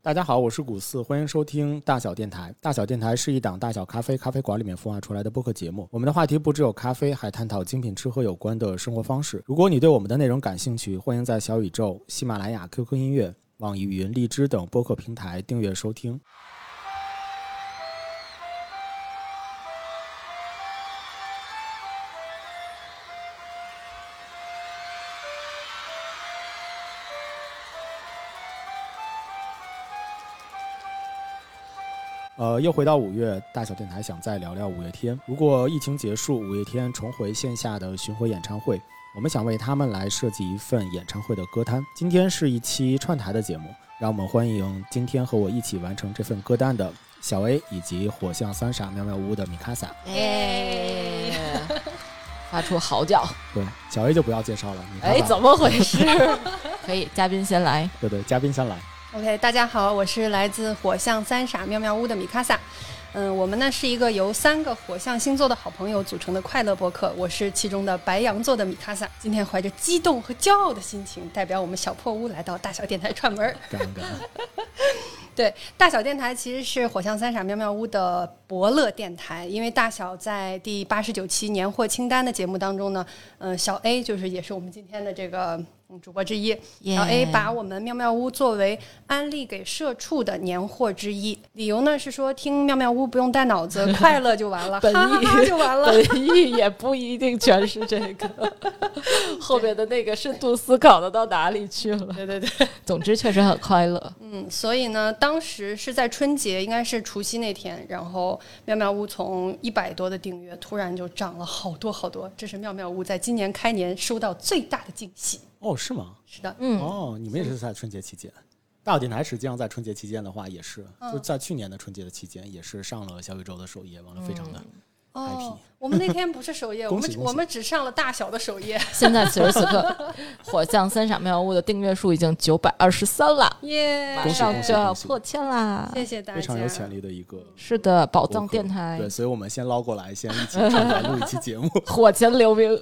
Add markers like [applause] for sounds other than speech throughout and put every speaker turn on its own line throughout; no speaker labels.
大家好，我是古四，欢迎收听大小电台。大小电台是一档大小咖啡咖啡馆里面孵化出来的播客节目。我们的话题不只有咖啡，还探讨精品吃喝有关的生活方式。如果你对我们的内容感兴趣，欢迎在小宇宙、喜马拉雅、QQ 音乐、网易云、荔枝等播客平台订阅收听。呃，又回到五月，大小电台想再聊聊五月天。如果疫情结束，五月天重回线下的巡回演唱会，我们想为他们来设计一份演唱会的歌单。今天是一期串台的节目，让我们欢迎今天和我一起完成这份歌单的小 A 以及火象三傻妙妙屋的米卡萨。
耶！哎发出嚎叫，
对，小 A 就不要介绍了，米卡
哎，
萨。
怎么回事？ [laughs] 可以，嘉宾先来。
对对，嘉宾先来。
OK，大家好，我是来自火象三傻妙妙屋的米卡萨。嗯，我们呢是一个由三个火象星座的好朋友组成的快乐播客，我是其中的白羊座的米卡萨。今天怀着激动和骄傲的心情，代表我们小破屋来到大小电台串门儿。 [laughs]
感恩感恩。
对，大小电台其实是火象三傻妙妙屋的伯乐电台，因为大小在第八十九期年货清单的节目当中呢，嗯、小 A 就是也是我们今天的这个嗯主播之一，小 A 把我们妙妙屋作为安利给社畜的年货之一，理由呢是说听妙妙屋不用带
[laughs]
脑子，快乐就完了，哈
本意
哈哈就完了。
本意也不一定全是这个， [laughs] 后面的那个深度思考的到哪里去了？
对对对，
总之确实很快乐。
嗯，所以呢，当时是在春节，应该是除夕那天，然后妙妙屋从一百多的订阅突然就涨了好多好多，这是妙妙屋在今年开年收到最大的惊喜。
哦，是吗？
是的，
嗯，
哦，你们也是在春节期间。大小电台实际上在春节期间的话，也是、就在去年的春节的期间，也是上了小宇宙的首页，完了非常的、
哦，我们那天不是首页，我
恭喜
们只
恭喜
我们只上了大小的首页，
现在此时此 [laughs] 刻，火象三傻妙屋的订阅数已经九百二十三了，
耶、
马
恭喜
上就要破千啦！
谢谢大家，
非常有潜力的一个
是的，宝
播
藏
客
电台
对，，所以我们先捞过来，先一起上台录一期节目。
火前留名。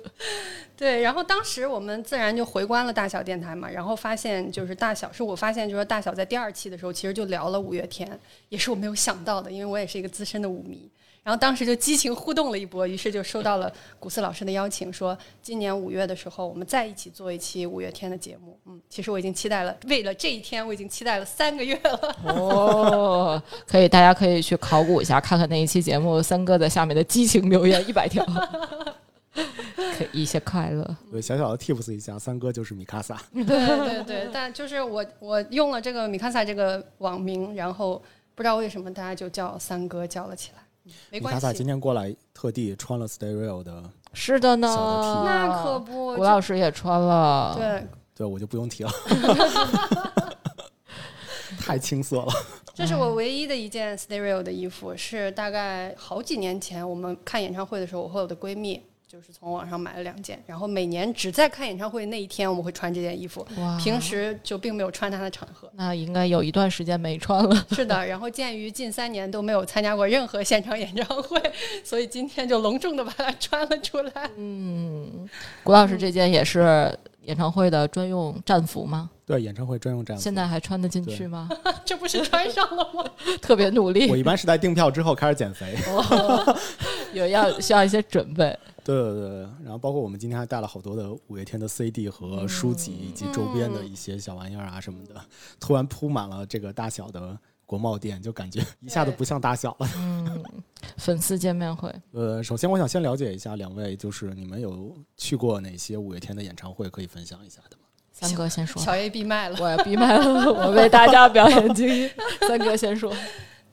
对，然后当时我们自然就回观了大小电台嘛，然后发现就是大小，是我发现就是大小在第二期的时候，其实就聊了五月天，也是我没有想到的，因为我也是一个资深的舞迷。然后当时就激情互动了一波，于是就收到了古斯老师的邀请，说今年五月的时候，我们再一起做一期五月天的节目。嗯，其实我已经期待了，为了这一天，我已经期待了三个月了。
哦，可以，大家可以去考古一下，看看那一期节目，三哥在下面的激情留言一百条，可以一些快乐。
对，小小的 tips 一下，三哥就是米卡萨，
对对 [laughs] 对，但就是我我用了这个米卡萨这个网名，然后不知道为什么大家就叫三哥叫了起来，嗯没
米
关
卡
系。
萨今天过来特地穿了 Stereo 的，
是的呢
小的，
那可不，
谷
就
哦老师也穿了，，
对，
对我就不用提了，太青涩了。
这是我唯一的一件 Stereo 的衣服，是大概好几年前我们看演唱会的时候，我和我的闺蜜就是从网上买了两件，然后每年只在看演唱会那一天我们会穿这件衣服，
哇，。
平时就并没有穿它的场合
那应该有一段时间没穿了，
是的，然后鉴于近三年都没有参加过任何现场演唱会，所以今天就隆重的把它穿了出来。
嗯，谷老师这件也是演唱会的专用战服吗？
对，演唱会专用站。
现在还穿得进去吗？
[laughs]
[laughs]
这不是穿上了吗？
特别努
我
力，
一般是在订票之后开始减肥。
有要需要一些准备，
对对对，然后包括我们今天还带了好多的五月天的 CD 和书籍，
嗯
以及周边的一些小玩意儿啊什么的，突然铺满了这个大小的国贸店，就感觉一下子不像大小了。
嗯，粉丝见面会，
呃，首先我想先了解一下两位，就是你们有去过哪些五月天的演唱会，可以分享一下的吗？
三哥先说，
小 A 闭麦了。
我要闭麦了，我为大家表演经历。三哥先说，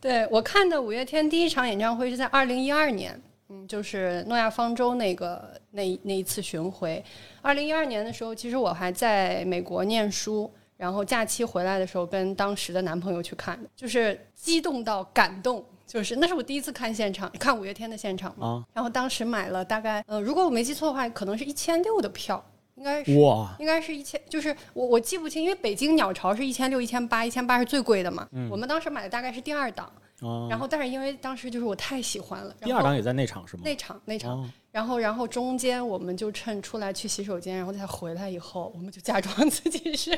对我看的五月天第一场演唱会是在二零一二年，嗯，就是诺亚方舟那个那那一次巡回。二零一二年的时候，其实我还在美国念书，然后假期回来的时候跟当时的男朋友去看的，就是激动到感动，就是那是我第一次看现场，看五月天的现场嘛。
啊，
然后当时买了大概，呃，如果我没记错的话，可能是一千六的票。应该是
哇，
应该是一千，就是我我记不清，因为北京鸟巢是一千六、一千八，一千八是最贵的嘛。
嗯
我们当时买的大概是第二档，
哦
然后但是因为当时就是我太喜欢了，
第
然
二
后
档也在内场是吗？
那场那场，
哦
然后然后中间我们就趁出来去洗手间，然后再回来以后，我们就假装 [laughs] 自己是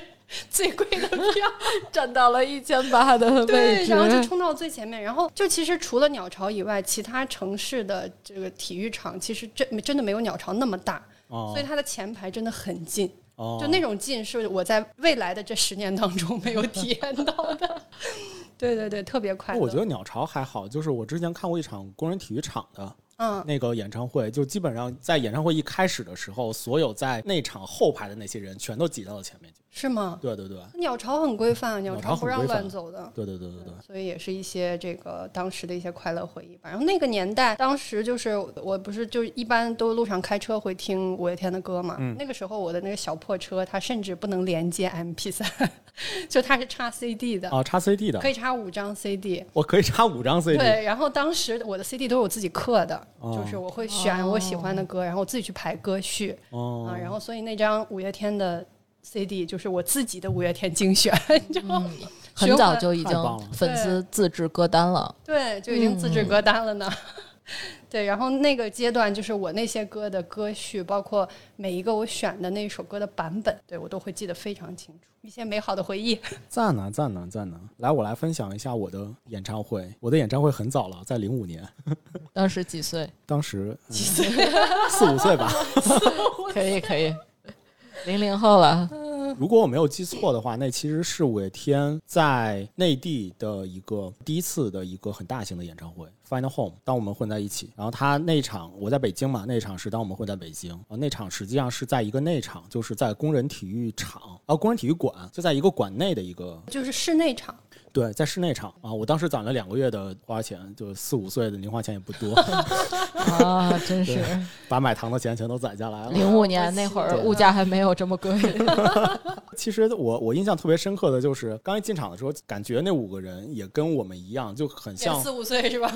最贵的票，
站到了一千八的位
对，
置，
然后就冲到最前面。然后就其实除了鸟巢以外，其他城市的这个体育场其实真真的没有鸟巢那么大，
哦，
所以它的前排真的很近。
哦
就那种劲是我在未来的这十年当中没有体验到的。对对对，特别快乐。
我觉得鸟巢还好，就是我之前看过一场工人体育场的
嗯，
那个演唱会，就基本上在演唱会一开始的时候，所有在内场后排的那些人全都挤到了前面去。
是吗？
对对对，
鸟巢很规范，鸟
鸟巢
巢不
很
让
规范
乱走的。
对对对对对，
所以也是一些这个当时的一些快乐回忆吧。然后那个年代，当时就是我不是就一般都路上开车会听五月天的歌嘛。
嗯
那个时候我的那个小破车，它甚至不能连接 MP 三， [laughs] 就它是插 CD 的，
啊，插 CD 的
可，以插五张 CD。
我可以插五张 CD。
对，然后当时我的 CD 都是我自己刻的，
哦
就是我会选我喜
哦
欢的歌，然后我自己去排歌序、
哦
啊，，然后所以那张五月天的 CD 就是我自己的五月天精选， [laughs] 就、
嗯很早就已
太棒了
经粉丝自制歌单了。
对，就已经自制
嗯
歌单了呢。 [laughs] 对，然后那个阶段就是我那些歌的歌序，包括每一个我选的那一首歌的版本，对我都会记得非常清楚，一些美好的回忆。
赞呐赞呐赞呐！来，我来分享一下我的演唱会。我的演唱会很早了，在零五年，
当时几
[laughs]
岁？
当时几岁？四五岁吧。
可以可以，零零后
[laughs]
了，
如果我没有记错的话，那其实是五月天在内地的一个第一次的一个很大型的演唱会，Final Home，当我们混在一起。然后他那场我在北京嘛，那场是当我们混在北京，啊，那场实际上是在一个内场，就是在工人体育场啊，工人体育馆，就在一个馆内的一个
就是室内场，
对，在室内场啊。我当时攒了两个月的花钱，就四五岁的零花钱也不多， [laughs]
啊，真是
把买糖的钱全都攒下来了。
零五年那会儿
对
物价还没有这么
[laughs]
贵，
其实我我印象特别深刻的就是，刚一进场的时候，感觉那五个人也跟我们一样，就很像
四五岁是吧？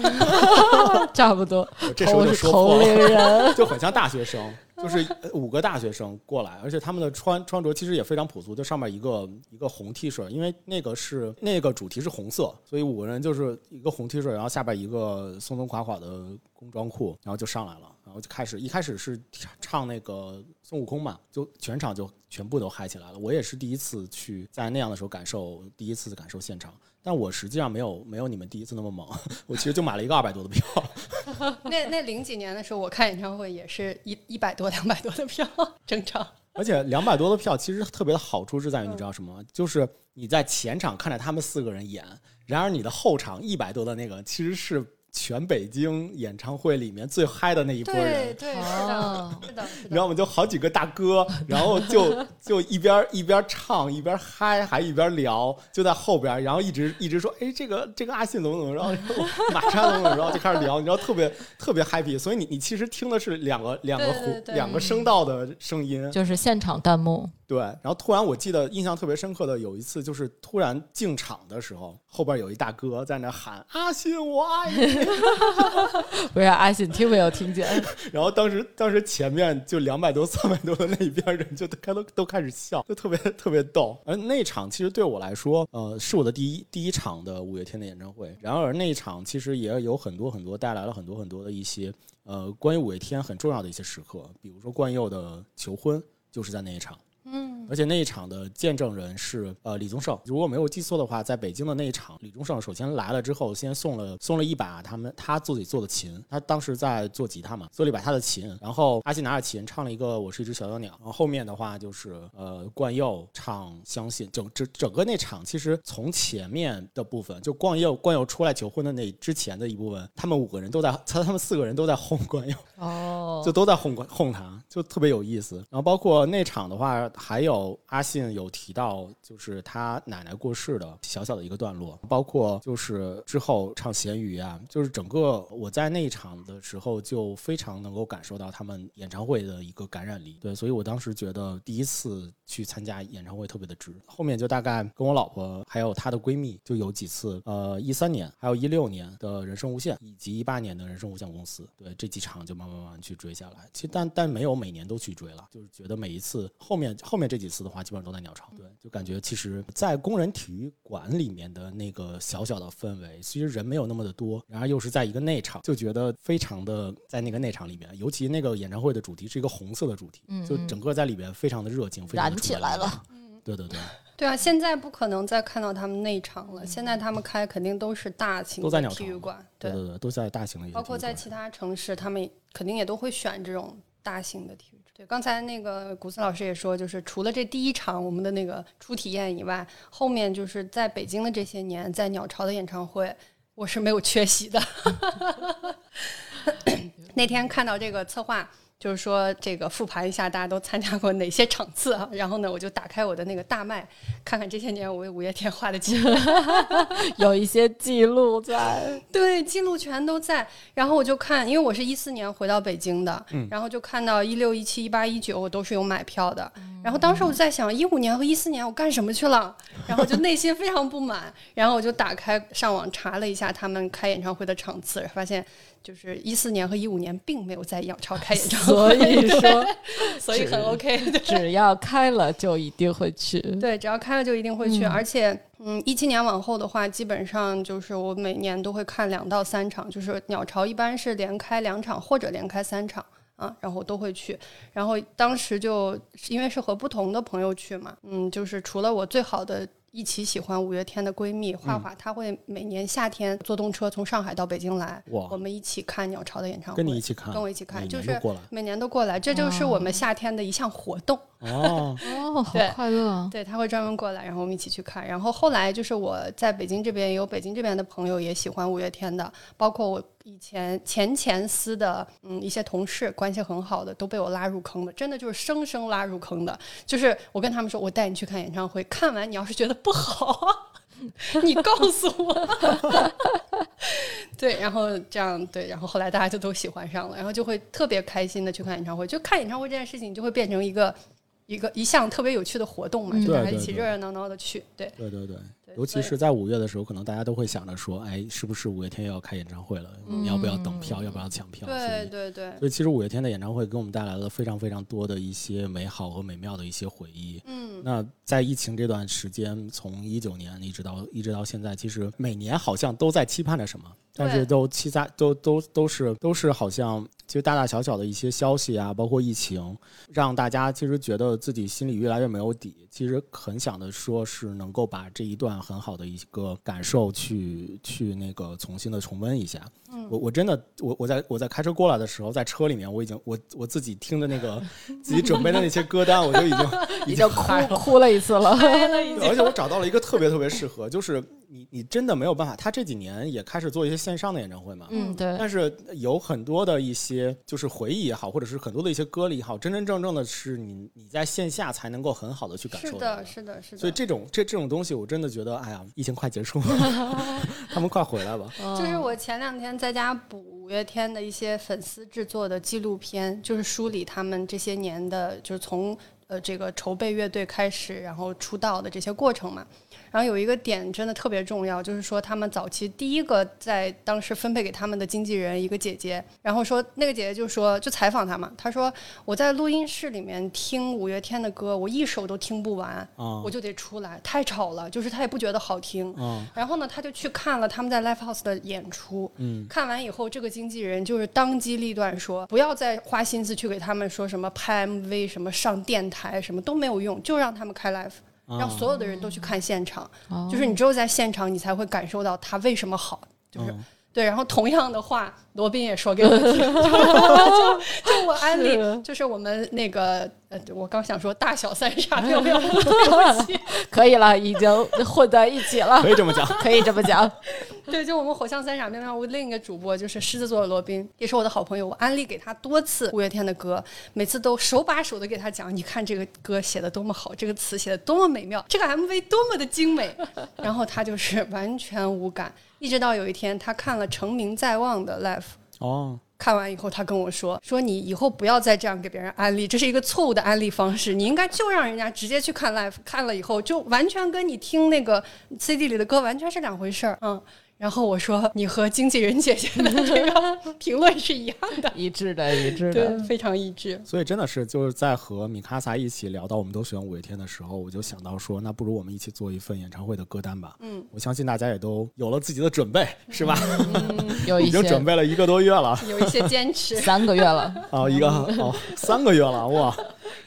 差不多。
这时候
我
就是说破
同龄
[laughs] 了，
[laughs]
人，
就很像大学生，就是呃五个大学生过来，而且他们的穿穿着其实也非常朴素，就上面一个一个红 T 恤，因为那个是那个主题是红色，所以五个人就是一个红 T 恤，然后下边一个松松垮垮的工装裤，然后就上来了，然后就开始一开始是唱那个孙悟空嘛，就全场就全部都嗨起来了。我也是第一次去在那样的时候感受，第一次感受现场。但我实际上没有没有你们第一次那么猛， [laughs] 我其实就买了一个二百多的票，
[laughs] 那那零几年的时候，我看演唱会也是一一百多、两百多的票，正常。
而且两百多的票，其实特别的好处是在于，你知道什么吗？就是你在前场看着他们四个人演，然而你的后场一百多的那个，其实是全北京演唱会里面最嗨的那一波人。
对，
哦
是的，是
你知道吗？就好几个大哥，然后
[laughs]
就就一边一边唱一边嗨，还一边聊，就在后边，然后一直一直说，哎，这个这个阿信怎么怎么
[laughs]
着，然后马莎怎么怎么着，就开始聊，你知道特别特别 happy。所以你你其实听的是两个两个
对
胡
对对
两个声道的声音，
就是现场弹幕，
对，然后突然我记得印象特别深刻的有一次，就是突然进场的时候，后边有一大哥在那喊“阿信我爱你 [laughs]
不是阿信听没有听见？”，
然后当时当时前面就两百多、三百多的那一边人就都开都都开始笑，就特别特别逗。而那场其实对我来说，呃，是我的第一第一场的五月天的演唱会。然而那一场其实也有很多很多带来了很多很多的一些呃关于五月天很重要的一些时刻，比如说冠佑的求婚就是在那一场。而且那一场的见证人是呃李宗盛，如果没有记错的话，在北京的那一场，李宗盛首先来了之后，先送了送了一把他们他自己做的琴，他当时在做吉他嘛，做了一把他的琴，然后阿信拿着琴唱了一个《我是一只小小鸟》，然后后面的话就是呃冠佑唱《相信》，整整整个那场其实从前面的部分，就冠佑冠佑出来求婚的那之前的一部分，他们五个人都在他他们四个人都在轰冠佑。
哦
就都在哄哄他，就特别有意思。然后包括那场的话，还有到阿信有提到，就是他奶奶过世的小小的一个段落，包括就是之后唱咸鱼啊，就是整个我在那一场的时候就非常能够感受到他们演唱会的一个感染力。对，所以我当时觉得第一次去参加演唱会特别的值。后面就大概跟我老婆还有她的闺蜜就有几次，呃，一三年还有一六年的人生无限以及一八年的人生无限公司，对这几场就慢慢慢慢去追下来。其实但但没有每年都去追了，就是觉得每一次后面后面这几次的话，基本上都在鸟巢。对，就感觉其实，在工人体育馆里面的那个小小的氛围，其实人没有那么的多，然而又是在一个内场，就觉得非常的在那个内场里面，尤其那个演唱会的主题是一个红色的主题，
嗯
就整个在里边非常的热情，非常
燃
地
起
充
来
满力
了
量。
嗯
对对对，
对啊，现在不可能再看到他们内场了。现在他们开肯定都是大型
都在
的
鸟
体
巢
育馆，
对对对，都在大型的一些
包括
体育
在
馆
其他城市，他们肯定也都会选这种大型的体育场。对，刚才那个古斯老师也说，就是除了这第一场我们的那个初体验以外，后面就是在北京的这些年，在鸟巢的演唱会，我是没有缺席的。 [laughs] 那天看到这个策划。就是说，这个复盘一下大家都参加过哪些场次啊？然后呢，我就打开我的那个大麦，看看这些年我为五月天画的记录。
[laughs] 有一些记录在，
对，记录全都在。然后我就看，因为我是一四年回到北京的，然后就看到一六、一七、一八、一九，我都是有买票的。然后当时我就在想，一五年和一四年我干什么去了？然后我就内心非常不满。然后我就打开上网查了一下他们开演唱会的场次，发现就是一四年和一五年并没有在鸟巢开演唱会，
所以
[laughs]
说
所以很
是
OK。对
只要开了就一定会去。
对，只要开了就一定会去，而且，嗯，一七年往后的话，基本上就是我每年都会看两到三场，就是鸟巢一般是连开两场或者连开三场啊，然后都会去。然后当时就因为是和不同的朋友去嘛，嗯，就是除了我最好的。一起喜欢五月天的闺蜜
嗯
画画，她会每年夏天坐动车从上海到北京来，
哇
我们一起看鸟巢的啊演唱会，
跟你一起哦看，
跟我一起看
每
就
年
是
过
[laughs]
来
每年都过来，这就是我们夏天的一项活动。
哦，
哦，好
对
快乐啊！
对，他会专门过来，然后我们一起去看。然后后来就是我在北京这边也有北京这边的朋友也喜欢五月天的，包括我以前前前司的嗯一些同事关系很好的都被我拉入坑的，真的就是生生拉入坑的。就是我跟他们说，我带你去看演唱会，看完你要是觉得不好， [laughs] 你告诉我。 [laughs] 对，然后这样对，然后后来大家就都喜欢上了，然后就会特别开心的去看演唱会。就看演唱会这件事情，就会变成一个。一个一项特别有趣的活动嘛，
嗯
就大
对
家一
对
起
对
热热闹闹的去，对，
对对对。
对
尤其
所以
是在五月的时候，可能大家都会想着说，哎，是不是五月天又要开演唱会了？你要不要等票？要不要抢票？
嗯对对对，
所以其实五月天的演唱会给我们带来了非常非常多的一些美好和美妙的一些回忆。
嗯，
那在疫情这段时间，从一九年一直到一直到现在，其实每年好像都在期盼着什么，但是
对
都期待都都都是都是好像其实大大小小的一些消息啊，包括疫情，让大家其实觉得自己心里越来越没有底。其实很想的说是能够把这一段很好的一个感受去去那个重新的重温一下。我我真的我我在我在开车过来的时候，在车里面我已经我我自己听着那个自己准备的那些歌单，我就已经已
[laughs]
经嗨
哭哭了一次了，
对而且我找到了一个特别特别适合，就是你你真的没有办法。他这几年也开始做一些线上的演唱会嘛，
[laughs] [laughs] 嗯，对，
但是有很多的一些就是回忆也好，或者是很多的一些歌里也好，真真正正的是你你在线下才能够很好的去感
是
受到
的，是的，是的，
所以这种这这种东西，我真的觉得，哎呀，疫情快结
[laughs]
束了，他们快回来吧。
就是我前两天在家补五月天的一些粉丝制作的纪录片，就是梳理他们这些年的，就是从呃这个筹备乐队开始，然后出道的这些过程嘛。然后有一个点真的特别重要，就是说他们早期第一个在当时分配给他们的经纪人一个姐姐，然后说那个姐姐就说就采访他嘛，她说我在录音室里面听五月天的歌，我一首都听不完，
啊
我就得出来，太吵了，就是她也不觉得好听，
啊，
然后呢，他就去看了他们在 Live House 的演出。
嗯，
看完以后，这个经纪人就是当机立断说，不要再花心思去给他们说什么拍 MV、什么上电台，什么都没有用，就让他们开 Live。让所有的人都去看现场，就是你只有在现场，你才会感受到他为什么好。就是、
嗯
对，然后同样的话，罗宾也说给我听， [laughs] 就就我安利，
是
就是我们那个呃，我刚想说大小三傻六六，对不起，
可以了，已经混在一起了，
可以这么讲。
[laughs] 可以这么 [laughs] 讲。
[laughs] 对，就我们火象三傻妙妙屋另一个主播就是狮子座的罗宾，也是我的好朋友，我安利给他多次五月天的歌，每次都手把手的给他讲，你看这个歌写的多么好，这个词写的多么美妙，这个 MV 多么的精美，然后他就是完全无感，一直到有一天他看了成名在望的 Live。
哦，
看完以后，他跟我说：“说你以后不要再这样给别人安利，这是一个错误的安利方式。你应该就让人家直接去看 live，看了以后就完全跟你听那个 CD 里的歌完全是两回事儿。”嗯，然后我说：“你和经纪人姐姐的这个评论是一样的，
一致的，一致
对
的，，
非常一致。
所以真的是就是在和米卡萨一起聊到我们都喜欢五月天的时候，我就想到说，那不如我们一起做一份演唱会的歌单吧。
嗯，
我相信大家也都有了自己的准备，是吧？ [laughs]
嗯，有一
已经
些
准备了一个多月了
有一些坚
[laughs]
持，
三个月了，
啊，一个
嗯
哦三个月了哇，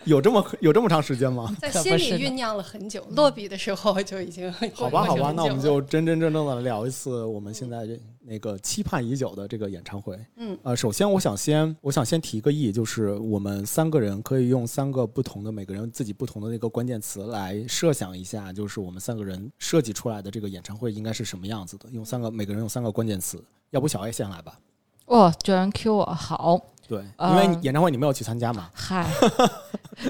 有这么有这么长时间吗？
在
可不
心
是
里
呢
酝酿了很久。落笔的时候就已经
好
[laughs]
吧，好吧，那我们就
就。
真真正正的聊一次我们现在这那个期盼已久的这个演唱会。
嗯，
呃，首先我想先我想先提个议，就是我们三个人可以用三个不同的每个人自己不同的那个关键词来设想一下，就是我们三个人设计出来的这个演唱会应该是什么样子的。用三个每个人用三个关键词，要不小 A 先来吧？
哇，居然 Q 我，好，
对，因
嗯
为演唱会你没有去参加嘛。
嗨， [laughs]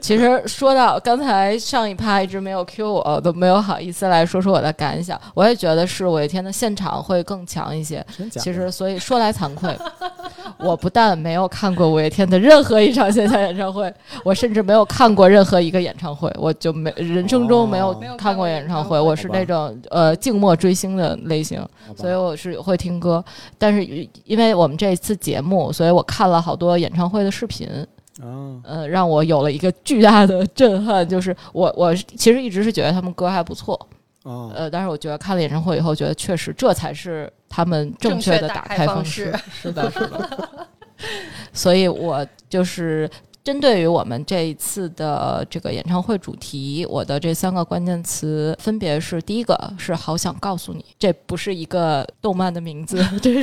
其实说到刚才上一趴一直没有 Q 我，都没有好意思来说说我的感想。我也觉得是五月天的现场会更强一些。
真假的？
其实，所以说来惭愧， [laughs] 我不但没有看过五月天的任何一场线下演唱会， [laughs] 我甚至没有看过任何一个演唱会，我就没人生中没有
哦
没有
看
看
过
过
演
演
唱
唱
会，
会
我是那种呃静默追星的类型。
好吧
所以我是会听歌，但是因为我们这一次节目，所以我看了好多演唱会的视频，
啊，
呃，让我有了一个巨大的震撼，就是我我其实一直是觉得他们歌还不错，
哦，
呃，但是我觉得看了演唱会以后，觉得确实这才是他们正确的打开方式， [laughs]
正确
是
打
的，是的。 [laughs] 所以我就是针对于我们这一次的这个演唱会主题，我的这三个关键词分别是：第一个是“好想告诉你”，这不是一个动漫的名字， [laughs] 这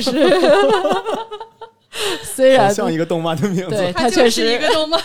[laughs]
是虽
好 [laughs]
然
像一个动漫的名字。
啊对
它
它
就
确
是一
实
个动漫，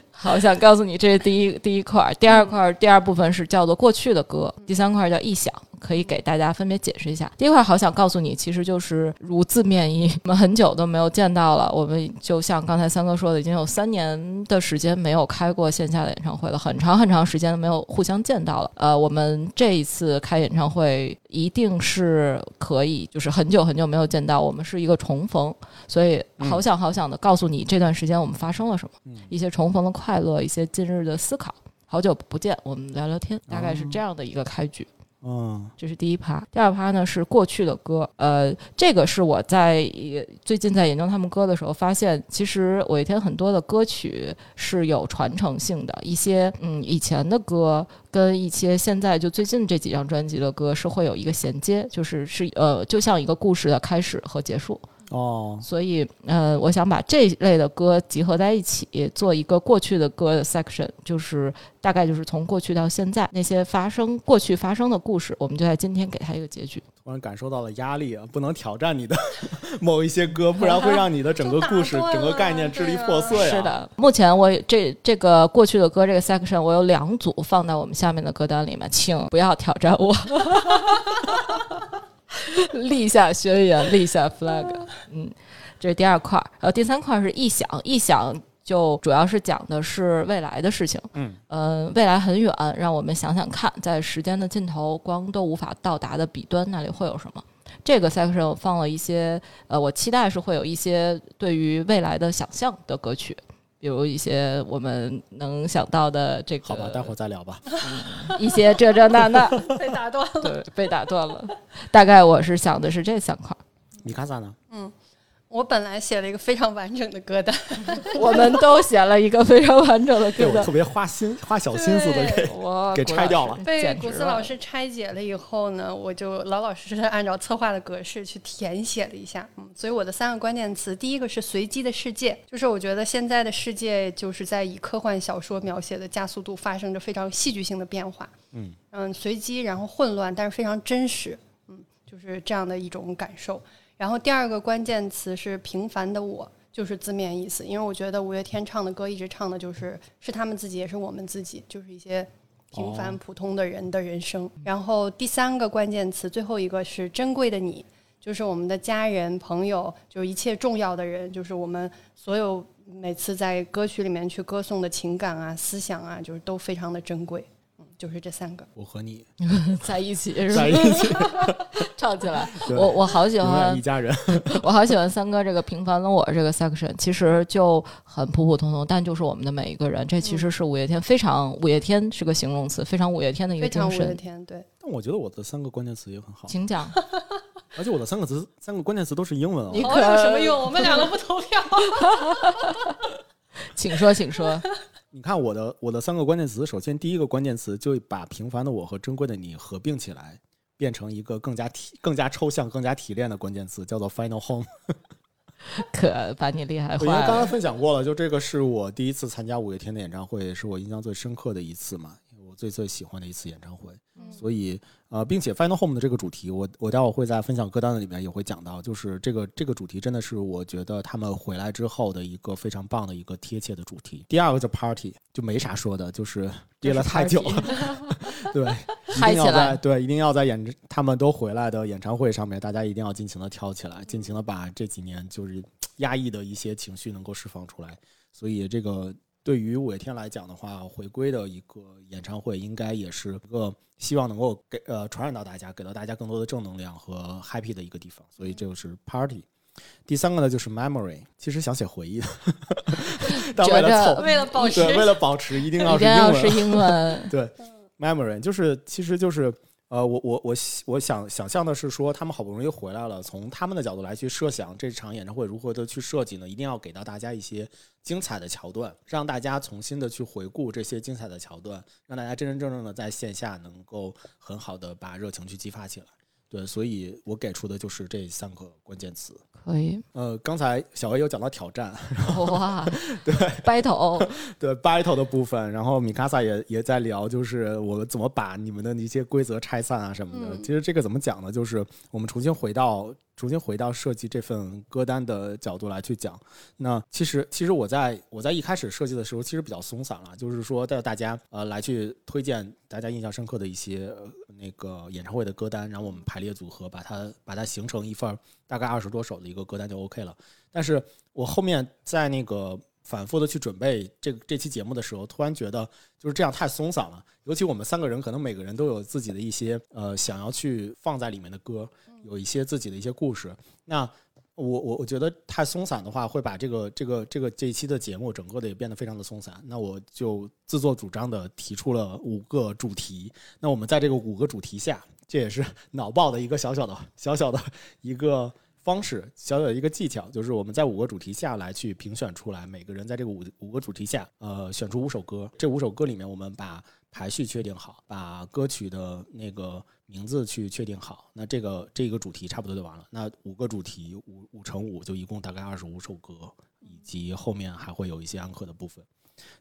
[laughs] 好想告诉你，这是第一第一块儿，第二块儿第二部分是叫做过去的歌，第三块儿叫臆想，可以给大家分别解释一下。第一块儿好想告诉你，其实就是如字面意，我们很久都没有见到了，我们就像刚才三哥说的，已经有三年的时间没有开过线下的演唱会了，很长很长时间没有互相见到了。呃，我们这一次开演唱会一定是可以，就是很久很久没有见到，我们是一个重逢，所以好想好想的告诉你，这段时间我们发生了什么。一些重逢的快乐，一些近日的思考。好久不见，我们聊聊天，大概是这样的一个开局。
嗯，
这是第一趴，第二趴呢是过去的歌。呃，这个是我在也最近在研究他们歌的时候发现，其实五月天很多的歌曲是有传承性的，一些嗯以前的歌跟一些现在就最近这几张专辑的歌是会有一个衔接，就是是呃就像一个故事的开始和结束。
哦，
所以，呃，我想把这一类的歌集合在一起，做一个过去的歌的 section，就是大概就是从过去到现在那些发生过去发生的故事，我们就在今天给它一个结局。
突然感受到了压力啊，不能挑战你的 [laughs] 某一些歌，不然会让你的整个故事
[laughs] 就、打断了啊
整个概念支离破碎、啊。
是，的，目前我这这个过去的歌这个 section，我有两组放到我们下面的歌单里面，请不要挑战我。 [laughs] 立下宣言，立下 flag。嗯，这是第二块儿，然后第三块儿是臆想，臆想就主要是讲的是未来的事情。
嗯，
呃，未来很远，让我们想想看，在时间的尽头，光都无法到达的彼端，那里会有什么？这个 section 我放了一些，呃，我期待是会有一些对于未来的想象的歌曲，比如一些我们能想到的这个，
好吧，待会儿再聊吧。
一些这这那那，
被打断 [laughs] 了。
对，被打断了。大概我是想的是这三块儿。
米卡萨呢？
我本来写了一个非常完整的歌单，
我们都写了一个非常完整的
对
歌
我 [laughs]
单
特，别花
[laughs]
心、花小心思的给
我
给拆掉了
被古斯老师拆解了以后呢，我就老老实实的按照策划的格式去填写了一下。嗯，所以我的三个关键词，第一个是随机的世界，就是我觉得现在的世界就是在以科幻小说描写的加速度发生着非常戏剧性的变化。
嗯
嗯，随机，然后混乱，但是非常真实。嗯，就是这样的一种感受。然后第二个关键词是“平凡的我”，就是字面意思，因为我觉得五月天唱的歌一直唱的就是是他们自己，也是我们自己，就是一些平凡
哦
普通的人的人生。
嗯
然后第三个关键词，最后一个是“珍贵的你”，就是我们的家人、朋友，就是一切重要的人，就是我们所有每次在歌曲里面去歌颂的情感啊、思想啊，就是都非常的珍贵。嗯，就是这三个。
我和你
在一起是吧
[laughs] 在？一
[laughs]
起，
唱起来，
对
我我好喜
永远 [laughs]
欢
一家人。
[laughs] 我好喜欢三哥这个平凡的我这个 section，其实就很普普通通，但就是我们的每一个人，这
嗯
其实是五月天非常五月天是个形容词，非常五月天的一个
非常
精
五月
神。
天，哦对， [laughs]
但我觉得我的三个关键词也很好，
请讲，
而且我的三个词三个关键词都是英文哦。
你
投有什么用？我们两个不投票。
请说，请说。
你看我的我的三个关键词，首先第一个关键词就把平凡的我和珍贵的你合并起来，变成一个更加提、更加抽象、更加提炼的关键词，叫做 final home。
可把你厉害
我
坏
因为刚
了
刚。分享过了，就这个是我第一次参加五月天的演唱会，也是我印象最深刻的一次嘛，也我最最喜欢的一次演唱会。
嗯
所以呃，并且 final home 的这个主题，我我待会儿会在分享歌单的里面也会讲到，就是这个这个主题真的是我觉得他们回来之后的一个非常棒的一个贴切的主题。第二个叫 party，就没啥说的，就是憋了太久了，对，
[laughs]
一
嗨
定
起
要在
来
对一定要在演他们都回来的演唱会上面，大家一定要尽情的跳起来，尽情的把这几年就是压抑的一些情绪能够释放出来。所以这个对于五月天来讲的话，回归的一个演唱会，应该也是一个希望能够给呃传染到大家，给到大家更多的正能量和 happy 的一个地方。所以这就是 party。第三个呢，就是 memory，其实想写回忆的， [laughs] 但为
觉
了
着
凑
为了保持
对，为了保持一定要
一
是
定
英
要
文，
是英文，
对，memory 就是其实就是呃，我我我希我想想象的是说，他们好不容易回来了，从他们的角度来去设想这场演唱会如何的去设计呢？一定要给到大家一些精彩的桥段，让大家重新的去回顾这些精彩的桥段，让大家真真正正的在线下能够很好的把热情去激发起来。对，所以我给出的就是这三个关键词。[laughs]
可以
呃，刚才小薇有讲到挑战，
哇，对，battle
对 battle 的部分，然后米卡萨也也在聊，就是我们怎么把你们的一些规则拆散啊什么的。
嗯
其实这个怎么讲呢？就是我们重新回到重新回到设计这份歌单的角度来去讲。那其实其实我在我在一开始设计的时候，其实比较松散了，就是说带大家呃来去推荐大家印象深刻的一些、呃那个演唱会的歌单，然后我们排列组合，把它把它形成一份儿大概二十多首的一个歌单就 OK 了。但是我后面在那个反复的去准备这这期节目的时候，突然觉得就是这样太松散了。尤其我们三个人，可能每个人都有自己的一些呃想要去放在里面的歌，有一些自己的一些故事。那我我我觉得太松散的话，会把这个这个这个这一期的节目整个的也变得非常的松散。那我就自作主张的提出了五个主题。那我们在这个五个主题下，这也是脑爆的一个小小的小小的一个方式，小小的一个技巧，就是我们在五个主题下来去评选出来，每个人在这个五五个主题下，呃，选出五首歌。这五首歌里面，我们把排序确定好，把歌曲的那个名字去确定好。那这个这个主题差不多就完了。那五个主题，五五乘五就一共大概二十五首歌，以及后面还会有一些安可的部分，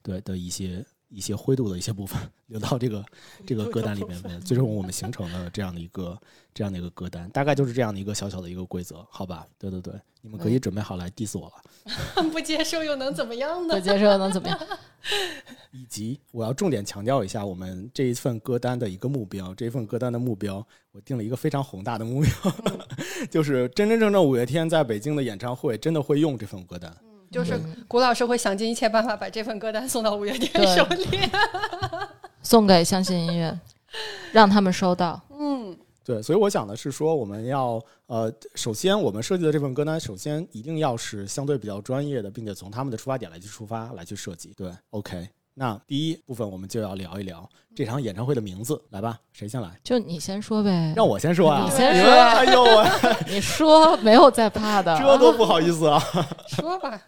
对的一些。一些灰度的一些部分 [laughs] 留到这个这个歌单里面面，最终我们形成了这样的一个这样的一个歌单，大概就是这样的一个小小的一个规则，好吧？对对对，你们可以准备好来 diss 我了。
不接受又能怎么样
不
呢？
接受能怎么样？
以及我要重点强调一下我们这一份歌单的一个目标，这一份歌单的目标，我定了一个非常宏大的目标， [laughs] 就是真真正正五月天在北京的演唱会真的会用这份歌单。
就是谷老师会想尽一切办法把这份歌单送到五月天手里。 [laughs]
送给相信音乐，让他们收到。
嗯，
对，所以我想的是说，我们要呃，首先我们设计的这份歌单，首先一定要是相对比较专业的，并且从他们的出发点来去出发来去设计。对，OK。那第一部分我们就要聊一聊这场演唱会的名字，来吧，谁先来？
就你先说呗，
让我先说啊！
你先说
们哎呦喂，
你说，没有在怕的。
这多不好意思啊！
说吧，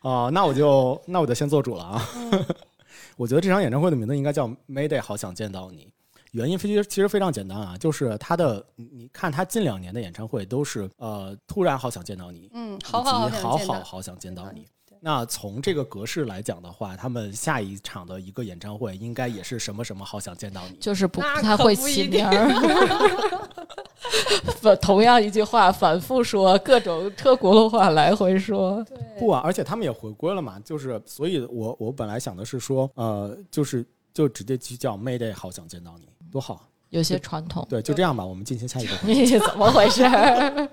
啊，那我就那我就先做主了啊。
嗯
[laughs] 我觉得这场演唱会的名字应该叫《Mayday》，好想见到你。原因其实其实非常简单啊，就是他的，你你看他近两年的演唱会都是呃，突然好想见到你，
嗯，
以及
好好
好
好
好好想见
嗯
到你
对。
那从这个格式来讲的话，他们下一场的一个演唱会应该也是什么什么好想见到你。
就是不
那
太
可
会
不
起
一
名
定
儿，反 [laughs] 同样一句话反复说，各种车轱辘话来回说。
不啊，而且他们也回归了嘛，就是所以我我本来想的是说，呃，就是就直接去叫 Mayday，好想见到你，多好。
有些传统， [laughs]
对，就这样吧，我们进行下一个环节。
你怎么回事儿？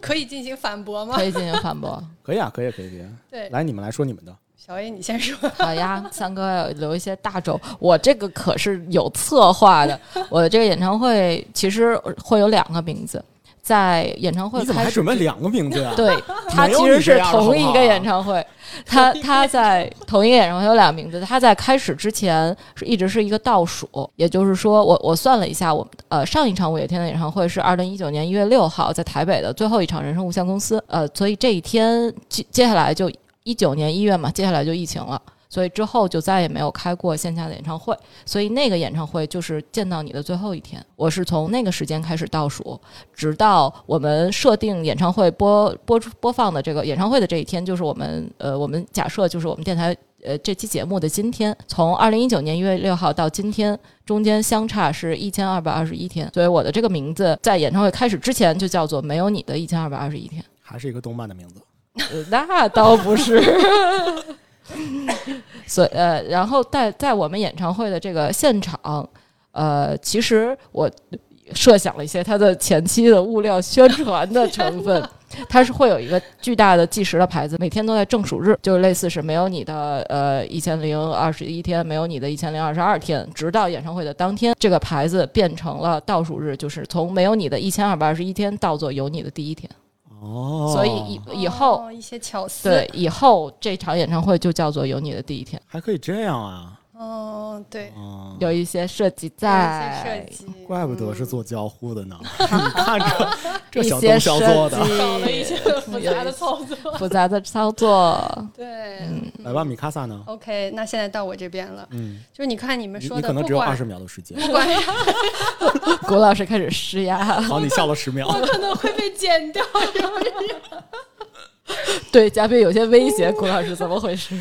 可以进行反驳吗
可？以进行反驳。
可以啊，可以，可以，可以。
对，
来，你们来说你们的。
小 A 你先说。
好呀，三哥留一些大轴，我这个可是有策划的。我这个演唱会其实会有两个名字，在演唱会
你怎么
开
还
始
准备两个名字啊？
对， [laughs]
[laughs]
它
没有
其
你这
实是
样的
同
好
一
不好
个演
[laughs]
唱会，它它在同一个演唱会有俩名字，它在开始之前是一直是一个倒数，也就是说我我算了一下，我呃上一场五月天的演唱会是二零一九年一月六号在台北的最后一场人生无限公司，呃，所以这一天接接下来就一九年一月嘛，接下来就疫情了。所以之后就再也没有开过线下的演唱会，所以那个演唱会就是见到你的最后一天。我是从那个时间开始倒数，直到我们设定演唱会播播出播放的这个演唱会的这一天，就是我们呃，我们假设就是我们电台呃这期节目的今天，从二零一九年一月六号到今天，中间相差是一千二百二十一天，所以我的这个名字在演唱会开始之前就叫做“没有你的一千二百二十一天
还是一个动漫的名字。”，
呃那倒不是。所以呃，然后在在我们演唱会的这个现场，呃，其实我设想了一些它的前期的物料宣传的成分，它是会有一个巨大的计时的牌子，每天都在正数日，就是类似是没有你的呃一千零二十一天，没有你的一千零二十二天，直到演唱会的当天，这个牌子变成了倒数日，就是从没有你的一千二百二十一天到做有你的第一天，
哦
所以以以后。
哦一些巧思，
对，，以后这场演唱会就叫做有你的第一天，
还可以这样啊。
哦，对，
嗯，
有一些设计
有
在
一，些设计，
怪不得是
嗯
做交互
[laughs]
的呢。你看这这
一
小
些
东西要做
设
的。
计
少了
[laughs]
一些 [laughs] 复杂的操作。
复杂的操作，
对
来吧，米卡萨呢？
，OK，那现在到我这边了，
嗯，
就是你看你们
你
说
你
的，
可能只
不
有
管
二十秒的时间。
不管
谷老师开始施压，
好，你笑了十
[laughs]
秒。
可能会被剪掉。
对嘉宾有些威胁。谷老师怎么回事？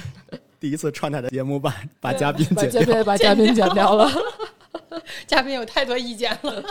第一次串台的节
[laughs]
目把把嘉宾 [laughs]
把
剪
嘉
掉。
宾把嘉宾剪掉了。
嘉宾有太多意见了。 [laughs]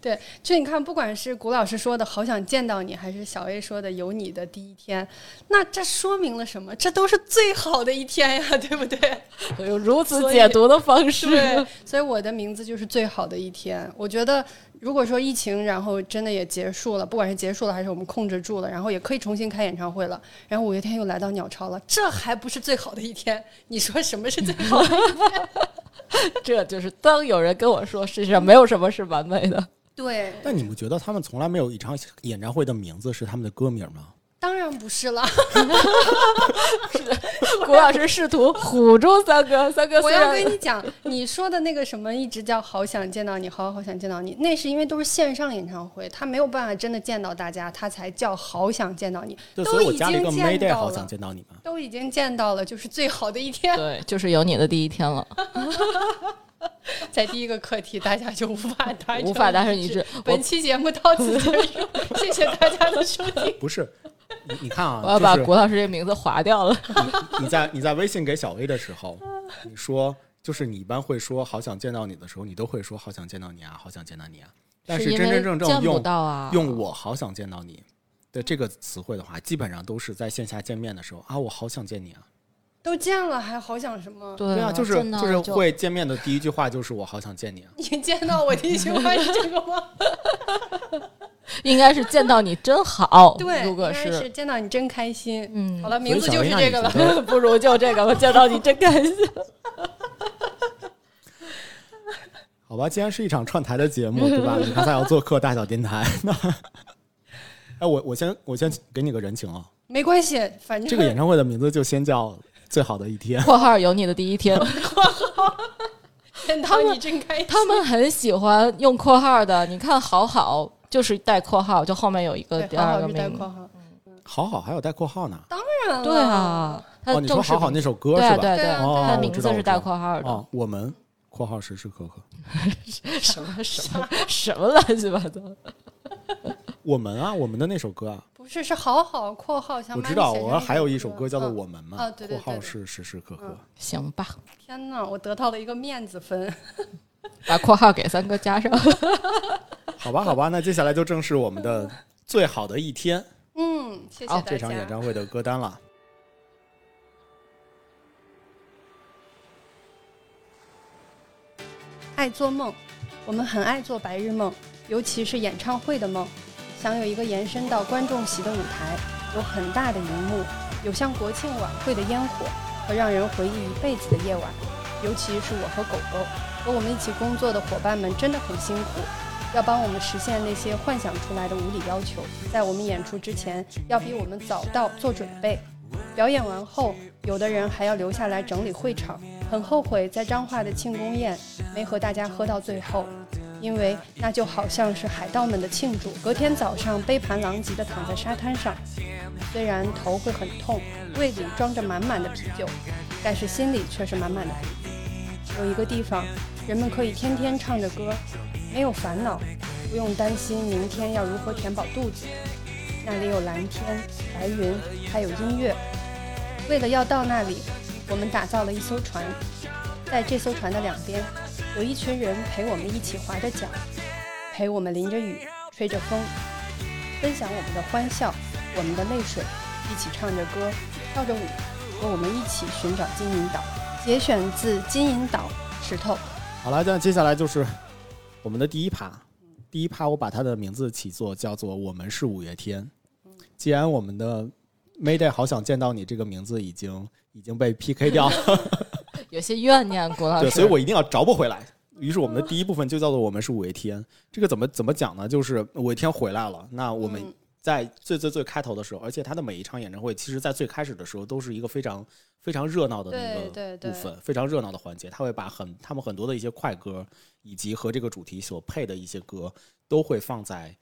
对，就你看，不管是谷老师说的“好想见到你”，还是小 A 说的“有你的第一天”，那这说明了什么？这都是最好的一天呀， [laughs] 对不对？
有如此解读的方
对
式，，
所以我的名字就是最好的一天。我觉得，如果说疫情然后真的也结束了，不管是结束了还是我们控制住了，然后也可以重新开演唱会了，然后五月天又来到鸟巢了，这还不是最好的一天？你说什么是最好的？
这就是当有人跟我说世界上没有什么是完美
[laughs]
的，
[laughs] 对，
但你们觉得他们从来没有一场演唱会的名字是他们的歌名吗？
当然不是了。
谷老师试图唬住三哥，
[laughs]
三哥
我
虽
要
然
跟你讲，你说的那个什么一直叫好想见到你，好好想见到你，那是因为都是线上演唱会，他没有办法真的见到大家，他才叫好想见到你。
对，所
都
以我
已
加了一个
经见
Mayday，
到
好想
了，
见到你们。
都已经见到了，就是最好的一天。
对，就是有你的第一天了，
啊
在第一个课题，大家就无法达成
无法达成一致。我
本期节目到此结束，谢谢大家的收听。
不是，你你看啊，
我要把谷老师这名字划掉了。
你在你在微信给小 A 的时候，你说就是你一般会说好想见到你的时候，你都会说好想见到你啊，好想见到你啊。但
是因
真
为
真正正
见不
用
到啊，
用我好想见到你的这个词汇的话，基本上都是在线下见面的时候啊，我好想见你啊。
都见了，还好想什么？
对
对啊，就是
见到
是
了
会见面的第一句话就是我好想见你啊。
你见到我第一句话是这个吗？
应该是见到你真 [laughs] 好。
对，
如果
应该是见到你真开心。
嗯
好了，
所以
名字
小
就
薇
是
那
这
你
个
觉
了。
[laughs]
得
不如就这个吧，见到你真开心。
好吧，既然是一场串台的节目，对吧？你刚才要做客大小电台， [laughs] 那哎，我我先我先给你个人情啊，
没关系，反正
这个演唱会的名字就先叫《最好的一天》。
[laughs] 括号有你的第一天，
[laughs] 见到你真开心。
他们很喜欢用括号的。你看，好好就是带括号，就后面有一个第
对，好
二
好
个
是带
名
括
字。
号。
好好还有带括号呢。
当然
对啊，他
哦，
的
你
正
说
式
好好
名
那首歌
对
是吧？
啊对
对
对，
啊
他
对啊
的名字是带括号的。
哦，我们括号时时刻刻，
[laughs] 什么 [laughs] 什么什么乱七八糟？
我们啊，我们的那首歌啊，
不是是好好（括号像
我
妈咪
知道，
写
我
上
还有一首
歌
歌叫做《
嗯
我们》嘛，
啊对对对嗯
括号
对
是时时刻刻。
行吧，
天哪，我得到了一个面子分。
把括号给三哥加上。 [laughs]
好吧，好吧，那接下来就正式我们
[laughs]
的最好的一天啊
嗯，谢谢
好
大
这场演
家。
唱会的歌单了。
爱做梦，我们很爱做白日梦，尤其是演唱会的梦，想有一个延伸到观众席的舞台，有很大的荧幕，有像国庆晚会的烟火和让人回忆一辈子的夜晚。尤其是我和狗狗和我们一起工作的伙伴们真的很辛苦，要帮我们实现那些幻想出来的无理要求。在我们演出之前，要比我们早到做准备。表演完后，有的人还要留下来整理会场，很后悔在彰化的庆功宴没和大家喝到最后，因为那就好像是海盗们的庆祝。隔天早上，杯盘狼藉地躺在沙滩上，虽然头会很痛，胃里装着满满的啤酒，但是心里却是满满的黑。有一个地方，人们可以天天唱着歌，没有烦恼，不用担心明天要如何填饱肚子。那里有蓝天、白云，还有音乐。为了要到那里，我们打造了一艘船，在这艘船的两边，有一群人陪我们一起划着桨，陪我们淋着雨，吹着风，分享我们的欢笑，我们的泪水，一起唱着歌，跳着舞，和我们一起寻找金银岛。节选自《金银岛》石头。
好了，那接下来就是我们的第一趴。
嗯
第一趴我把它的名字起作叫做“我们是五月天”。
嗯
既然我们的 Mayday 好想见到你这个名字已经已经被 PK 掉了，
有些怨念，郭老
对，
师。
所以我一定要找补回来。于是我们的第一部分就叫做“我们是五月天”。这个怎么怎么讲呢？就是五月天回来了，那我们
嗯
在最最最开头的时候，而且他的每一场演唱会，其实在最开始的时候都是一个非常非常热闹的
对
那个
对
部
对
分，非常热闹的环节。他会把很他们很多的一些快歌，以及和这个主题所配的一些歌，都会放在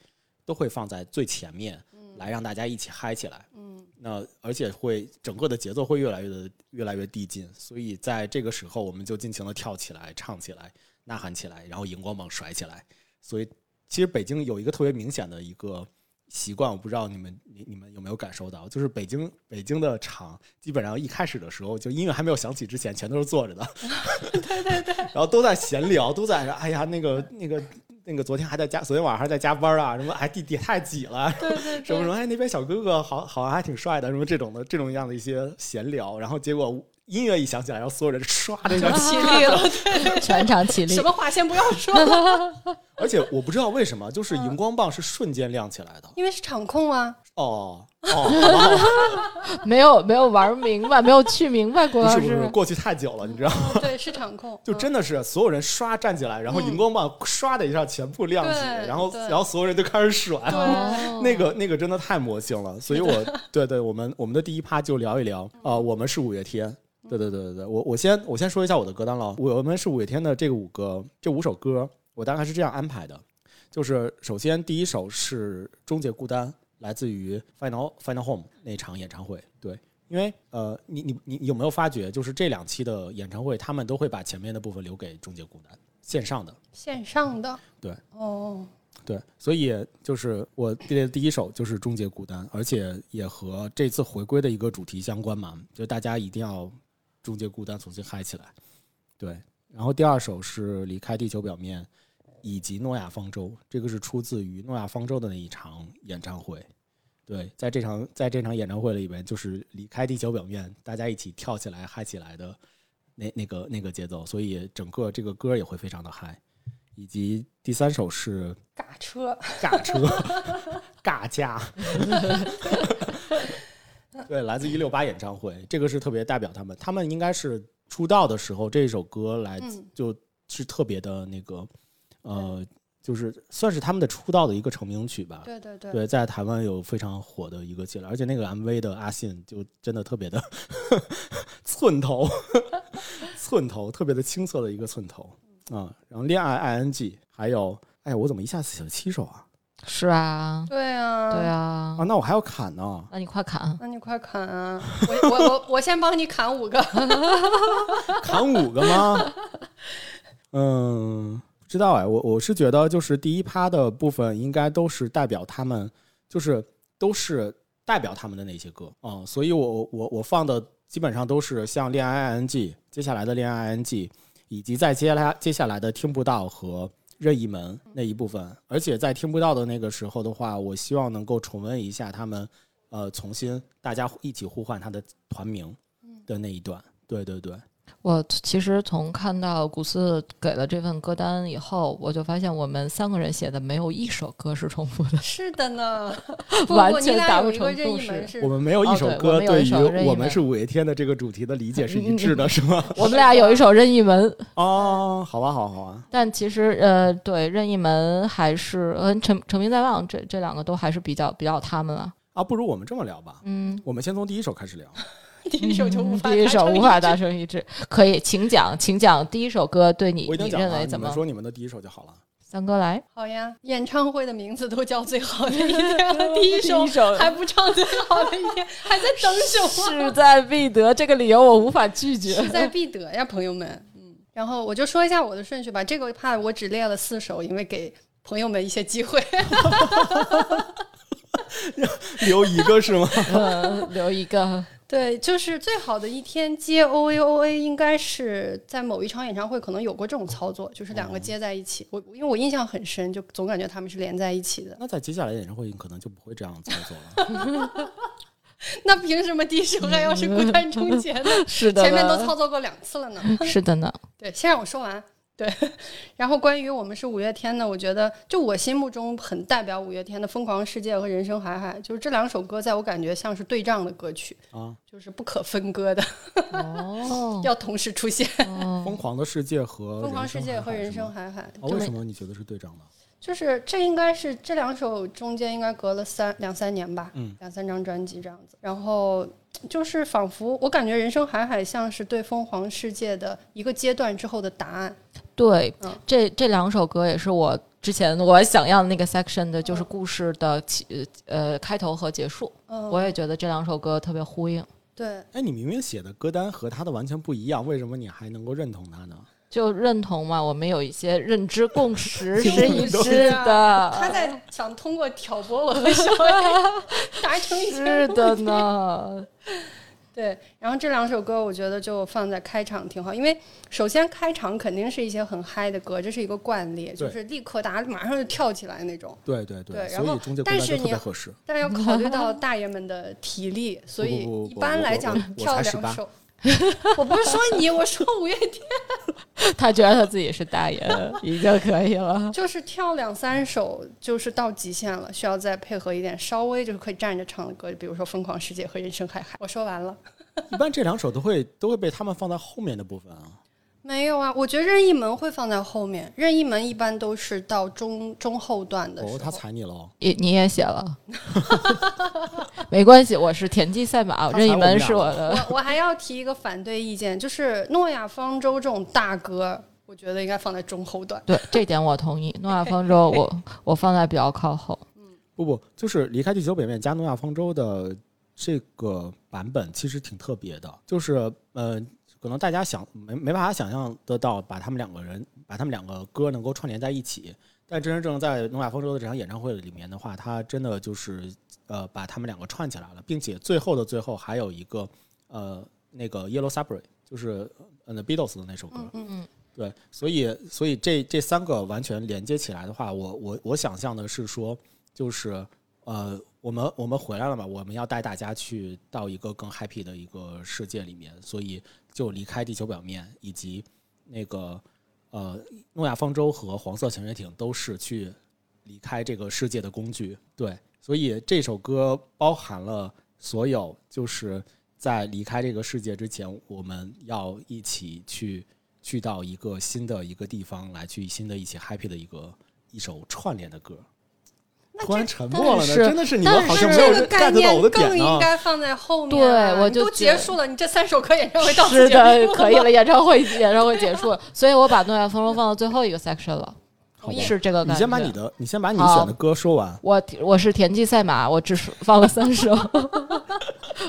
都会放在最前面，来让大家一起嗨起来。
嗯，
那而且会整个的节奏会越来越的越来越递进，所以在这个时候我们就尽情的跳起来、唱起来、呐喊起来，然后荧光棒甩起来。所以其实北京有一个特别明显的一个习惯，我不知道你们你你们有没有感受到，就是北京北京的场基本上一开始的时候，就音乐还没有响起之前，全都是坐着的，对对 [laughs] 对，然后都在闲聊，都在说哎呀那个那个那个昨天还在加，昨天晚上还在加班啊，什么哎地铁太挤了，
对对
什么什么，哎，那边小哥哥好好像还挺帅的，什么这种的，这种样的一些闲聊，然后结果音乐一响起来，然后所有人唰这个，
起立了，
全场起立
什。么话先不要说，
而且我不知道为什么，就是荧光棒是瞬间亮起来的。
因为是场控啊。
哦哦，好吧好吧
[laughs] 没有没有玩明白，没有去明白，郭
不
老
哦 [laughs] 是
师。
不是不是，过去太久了，你知道吗？
[laughs] 对，是场控。嗯
就真的是所有人唰站起来，然后荧光棒唰的一下全部亮起，
对
然后
对
然后所有人就开始甩。 [laughs]
哦
那个那个真的太魔性了，所以我对对，我们我们的第一趴就聊一聊啊、我们是五月天。对对对对对，我我先我先说一下我的歌单了，我们是五月天的这个五个这五首歌，我大概是这样安排的，就是首先第一首是《终结孤单》，来自于 Final Final Home 那场演唱会，对。因为呃，你你你你有没有发觉，就是这两期的演唱会，他们都会把前面的部分留给《终结孤单》线上的，
线上的。
对。
哦，
对，所以就是我列的第一首就是《终结孤单》，而且也和这次回归的一个主题相关嘛，就大家一定要终结孤单，重新嗨起来。对，然后第二首是《离开地球表面》，以及《诺亚方舟》，这个是出自于诺亚方舟的那一场演唱会。对，在这场在这场演唱会里边，就是离开地球表面，大家一起跳起来嗨起来的那那个那个节奏，所以整个这个歌也会非常的嗨。以及第三首是
尬车。
尬车、 [laughs] 尬家。对，来自一六八演唱会，这个是特别代表他们。他们应该是出道的时候，这首歌来自、
嗯
就是特别的那个，呃，就是算是他们的出道的一个成名曲吧。
对对对。
对，在台湾有非常火的一个系列，而且那个 MV 的阿信就真的特别的 [laughs] 寸头， [laughs] 寸头，特别的青涩的一个寸头啊、然后恋爱 ing，还有，哎，我怎么一下子写了七首啊？
是啊，
对啊。
对。啊
啊，。那我还要砍呢。
那你快砍，
嗯
那你快砍啊！我我我我先帮你砍五个。
[laughs] 砍五个吗？嗯，不知道哎，我我是觉得就是第一趴的部分应该都是代表他们，就是都是代表他们的那些歌啊、嗯所以我我我我放的基本上都是像《恋爱 ING》接下来的《恋爱 ING》，以及在接下来接下来的听不到和任意门那一部分。而且在听不到的那个时候的话，我希望能够重温一下他们，呃，重新大家一起呼唤他的团名的那一段。对对对，
我其实从看到古斯给了这份歌单以后，我就发现我们三个人写的没有一首歌是重复的，
是的 [laughs] 呢，不
完
过你
全
俩
达
有
不
一个
成
任
共
意门
识
是
我们没有一首
哦对我
歌
们有
对
一
于
首任意
我
门
们是五月天的这个主题的理解是一致的，是吗？
我们俩有一首任意门，
哦，好吧，好好啊。
[laughs] 但其实呃，对任意门还是呃成成名在望这这两个都还是比较比较他们了。
啊，不如我们这么聊吧，
嗯，
我们先从第一首开始聊。
[laughs] 第一首就无法
第一
达
首
成
无
一
法
致
达成一致，可以，请讲，请讲第一首歌对你
我已
你
经讲
认
了，
为
你
怎
们
么？
说你们的第一首就好了。
三哥来，
好呀，演唱会的名字都叫最好的一天， [laughs] 第一首
[laughs] 第一首
还不唱最好的一 [laughs] 天，还在等什么？
势在必得这个理由我无法拒绝
势。在必得呀，朋友们。嗯，然后我就说一下我的顺序吧。这个怕我只列了四首，因为给朋友们一些机会。 [laughs]
留一个是吗？
呃，留一个，
对，就是最好的一天接 O A O A，应该是在某一场演唱会可能有过这种操作，就是两
哦
个接在一起。我因为我印象很深，就总感觉他们是连在一起的。
那在接下来演唱会可能就不会这样操作了。
[laughs] 那凭什么第一首还要是孤单终结呢？
[laughs] 是的，
前面都操作过两次了呢。
是的呢，
对，先让我说完。对，然后关于我们是五月天呢，我觉得就我心目中很代表五月天的《疯狂世界》和《人生海海》，就是这两首歌，在我感觉像是对仗的歌曲，
啊，
就是不可分割的，
哦，
要同时出现。
疯狂的世界和
《疯
哦
狂
人
世
生
界》
海
和《
海
人
是吗
生海海》
哦
这
为
么
什么你觉得是对仗的？
就是这应该是这两首中间应该隔了三两三年吧，
嗯
两三张专辑这样子。然后就是仿佛我感觉《人生海海》像是对《疯狂世界》的一个阶段之后的答案。
对
嗯，
这这两首歌也是我之前我想要的那个 section 的，就是故事的起呃开头和结束。
嗯，
我也觉得这两首歌特别呼应。
对，
哎，你明明写的歌单和他的完全不一样，为什么你还能够认同他呢？
就认同嘛，我们有一些认知共识
是
是一致
[laughs] 他
的，
在想通过挑拨我和小 A 达成一些。
是的呢。
对，然后这两首歌我觉得就放在开场挺好，因为首先开场肯定是一些很嗨的歌，这是一个惯例，就是立刻大家马上就跳起来那种。
对对
对然
所
后
以中介歌
但
单
是
就特
你
别合适。
但是要考虑到大爷们的体
[laughs]
力，所以
不不不
一
不
般
我
来
我
讲
我我才
跳两
18
首。我不是说你，我说五月天，
他觉得他自己是大爷已经可以了。
就是跳两三首就是到极限了，需要再配合一点稍微就是可以站着唱的歌，比如说《疯狂世界》和《人生海海》。我说完了。
一般这两首都会都会被他们放在后面的部分啊。
没有啊，我觉得任意门会放在后面，任意门一般都是到中中后段的时候。
哦，他踩你了，
你你也写了， [laughs] 没关系，我是田忌赛马，
他
任意门是
踩我
我
们 [laughs]
的。
我我还要提一个反对意见，就是诺亚方舟这种大歌，我觉得应该放在中后段。
对这点我同意，诺亚
[laughs]
方舟我我放在比较靠后。
不不，就是离开地球北面加诺亚方舟的这个版本其实挺特别的，就是呃，可能大家想没没办法想象得到，把他们两个人把他们两个歌能够串联在一起。但真真正正在诺亚方舟的这场演唱会里面的话，他真的就是呃把他们两个串起来了，并且最后的最后还有一个呃那个 Yellow Subway，就是呃 The Beatles 的那首歌，
嗯嗯嗯，
对，所以所以这这三个完全连接起来的话，我我我想象的是说，就是呃，我们我们回来了嘛，我们要带大家去到一个更 happy 的一个世界里面，所以就离开地球表面，以及那个呃诺亚方舟和黄色潜水艇都是去离开这个世界的工具。对，所以这首歌包含了所有，就是在离开这个世界之前，我们要一起去。去到一个新的一个地方来去新的一起 happy 的一个一首串联的歌。突然沉默了呢，
但是
真的是你
但
们好
是
像没
那这
有
个
get 到
概
我
念
的
更
点啊
应
呢。
该放在后面啊。
对我就
你都
觉
结
得
束了，你这三首歌演唱会到此
是
结束
的，
了
可以了，演唱会演唱会结束了，所以我把诺亚方舟放到最后一个 section 了，
好吧，
是这个感觉。
你先把你的，你先把你
好
选的歌说完。
我我是田忌赛马，我只是放了三首， [laughs]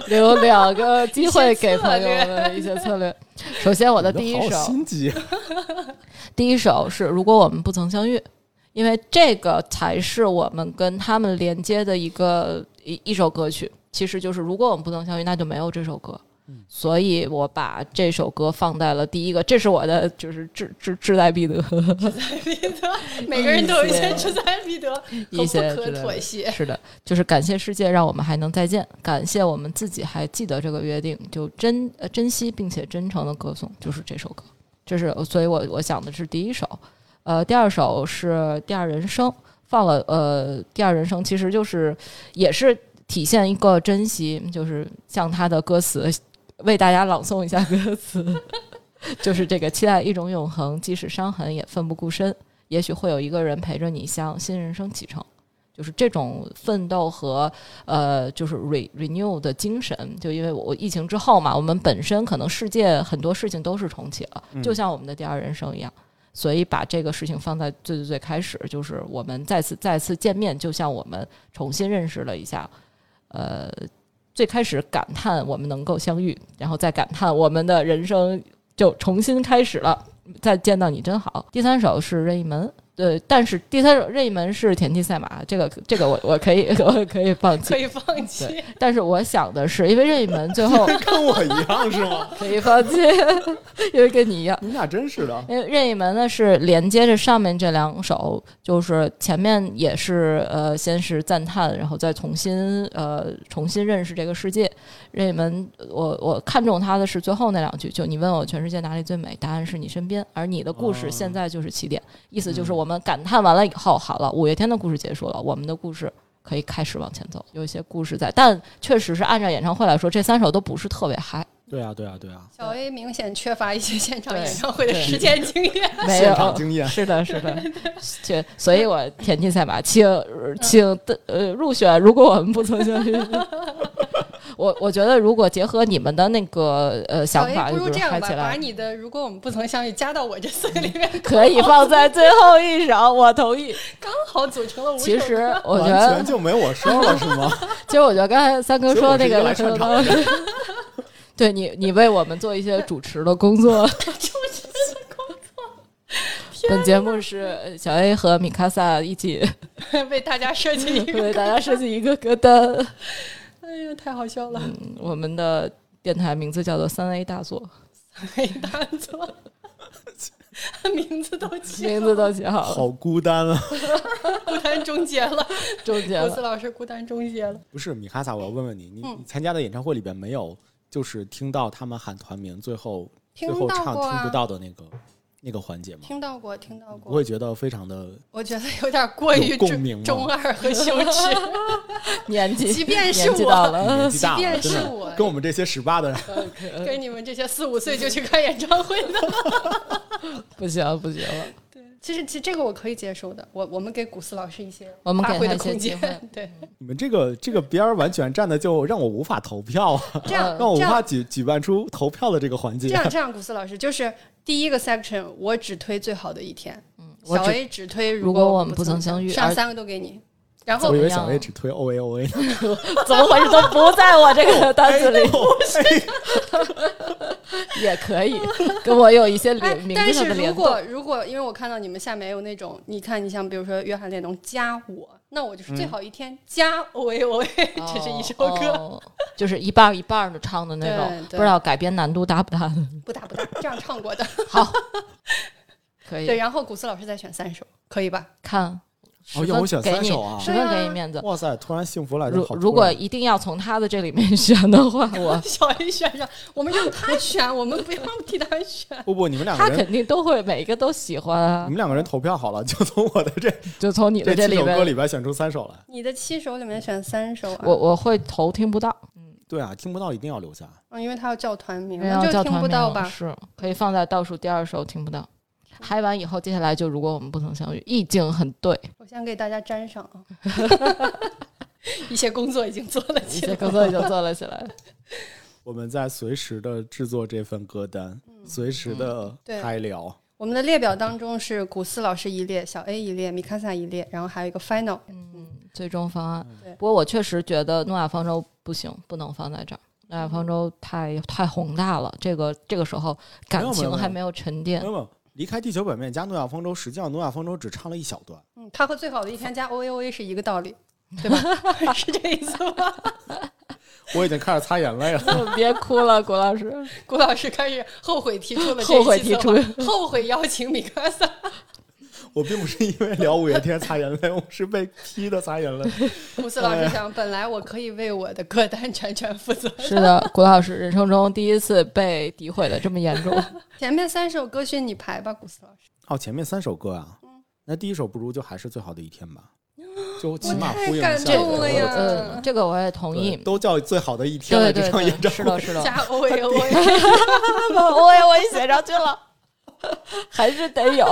留两个机会给朋友们一些策略。首先，我的第一
你们好
首，
心机，啊
第一首是《如果我们不曾相遇》，因为这个才是我们跟他们连接的一个一一首歌曲。其实就是，如果我们不曾相遇，那就没有这首歌。
嗯
所以我把这首歌放在了第一个，这是我的就是志志志在必
[laughs]
得
彼得，每个人都有一些志在必得
一
和不
些
可
之类的
妥协。
是的，就是感谢世界让我们还能再见，感谢我们自己还记得这个约定，就珍呃珍惜并且真诚的歌颂，就是这首歌。这是呃所以我我想的是第一首，呃，第二首是《第二人生》，放了呃《第二人生》，其实就是也是体现一个珍惜，就是像他的歌词，为大家朗诵一下歌词， [laughs] 就是这个期待一种永恒，即使伤痕也奋不顾身，也许会有一个人陪着你向新人生启程。就是这种奋斗和呃，就是 re renew 的精神，就因为我我疫情之后嘛，我们本身可能世界很多事情都是重启了，
嗯
就像我们的第二人生一样，所以把这个事情放在最最最开始，就是我们再次再次见面，就像我们重新认识了一下，呃，最开始感叹我们能够相遇，然后再感叹我们的人生就重新开始了。再见到你真好。第三首是任意门，对，但是第三首任意门是田忌赛马，这个这个我我可以 [laughs] 我可以放
可
弃。
以放弃，
但是我想的是，因为任意门最后
跟我一样是吗？
可以放弃， [laughs] 因为跟你一样。
你们俩真是的，
因为任意门呢是连接着上面这两首，就是前面也是呃，先是赞叹，然后再重新呃重新认识这个世界。任意门，我我看中它的是最后那两句，就你问我全世界哪里最美，答案是你身边，而你的故
哦
事现在就是起点，意思就是
嗯
我们感叹完了以后，好了，五月天的故事结束了，我们的故事。可以开始往前走，有一些故事在，但确实是按照演唱会来说，这三首都不是特别嗨，
对啊，对啊，对啊，
小 A 明显缺乏一些现场
对
演唱会的
对
实践经验。
没
现
有
场经验
是的，是
[laughs]
的，就所以，我田忌赛马，请请呃入选。如果我们不曾相
[laughs]
遇，我我觉得如果结合你们的那个呃
小
[laughs] 想
A，
法，
不
就
如
是
这
嗨起
样吧，把
来，
你的“如果我们不曾相遇”加到我这四个里
[laughs]
面，
可以放在最后一首。我同意。
刚好组成了五首
其实
歌
我觉
完
得
全，就没我事儿了是 [laughs] 吗？
其实我觉得刚才三哥说那个
所以我是一个来
[laughs] 对你，你为我们做一些主持的工
[laughs]
作。本节目是呃小 A 和米卡萨一
[laughs]
起
为大家设计一个，
为大家设计一个歌单。
哎呀，太好笑了，
我们的电台名字叫做三 A 大作，
没打
[laughs]
错， [laughs] 名字都起
名字都起好
[laughs]
了，
好孤单啊！
孤单终
[laughs]
结了，
中间
罗斯
了。
老师孤单终结了。
不是米卡萨，我要问问你，你
嗯
你参加的演唱会里边没有就是听到他们喊团名，最后最
听
后
到
唱
过
听不
啊，
到的那个那个环节吗？
听到过，听到
我
过
也。觉得非常的
我觉得有点过于
有共
中
鸣吗
中二和羞耻，
[laughs]
年纪，
即便是
年纪到了，
年纪大
即
了，
呃便
真
是
的
我
跟我们这些十八的人，
跟你们这些四五岁就去看演唱会的。
不行不行了，
[laughs] 其实，其实这个我可以接受的。我我们给古斯老师一些
我们给
发挥
他
的
一些
空
机
间
会。
对，
你们这个这个边儿完全站的就让我无法投票啊，
这样
让我无
这样
法举举办出投票的这个环
这
节。
样这样，古斯老师就是第一个 section，我只推最好的一天，
嗯我
小
只
A 只推
如
果
果我
我
们不
不
曾相遇
上
而
三个都给你。然
我
后
以为
怎
小
么样
A 只推 O A O A 呢。
怎么回事都不在我这个单子里，
哎
也可以跟我有一些
哎
联，名
但
字
是
上的
如
联动
果。如果因为我看到你们下面有那种，你看你像比如说约翰列侬加我，那我就是最好一天加 O A O A，这是一首歌，
嗯哦，哦就是一半儿一半儿的唱的那种，
对
不
对
知道改编难度大不大。
不打不打，这样
[laughs]
唱过的。
好，可
对，
以
然后古斯老师再选三首，可以吧？ [laughs]
看。
哦要我选三首啊
十分
对
给
啊
你面子。
哇塞，突然幸福来着
如
好突然。
如果一定要从他的这里面选
[laughs]
的话，我
小 A 选上，我们让他选，我们不要替他选。 [laughs]
不不，你们两
他
个人，
肯定都会每一个都喜欢啊
你。们两个人投票好了，就从我的这
就从你的
嗯这七
里
首歌
边，
里边选出三首来。
你的七首里面选三首、啊，
我我会头听不到，
对啊，听不到一定要留下。
嗯，因为他要叫团名，
然后
那
叫
就听
团
不
名
到吧？
是可以放在倒数第二首听不到。嗨完以后，接下来就如果我们不曾相遇，意境很对， [laughs]
我先给大家粘上啊， [laughs] 一些工作已经做了
一
起
些
来。
工作也就做了起来。
我们在随时的制作这份歌单，随
嗯
时的
对
开聊。
我们的列表当中是古斯老师一列，小 A 一列，米卡萨一列，然后还有一个 final。
嗯，最终方案
对。
不过我确实觉得诺亚方舟不行，不能放在这儿。诺亚方舟太太宏大了，这个这个时候感
没有
情
没有
还没有沉
没
淀。
有没有，离开地球表面加诺亚方舟，实际上诺亚方舟只唱了一小段。
嗯，他和 [laughs] 最好的一天加 O A O A 是一个道理，对吧？是这意思吧？
我已经开始擦眼泪了。 [laughs]
别哭了，谷 [laughs] 老师。
谷老师开始后悔提出了
后悔提出，
后悔邀请米克萨。
我并不是因为聊五月天擦眼泪，我是被批的擦眼泪。
胡思老师想，本来我可以为我的歌单全权负责。
是的，谷老师人生中第一次被诋毁的这么 [laughs] 严重。
前面三首歌选你排吧，古思老师。
哦，前面三首歌啊，那第一首不如就还是最好的一天吧，就起码
太
呼应一
感
下
这
动
我
了
的
呀
嗯，这个我也同
对
意。
都叫最好的一天了，
对
这
对
场演
对，
唱
是
会
的，是的。
加 O A O A，
[laughs] 我也我也写上去了，还是得有。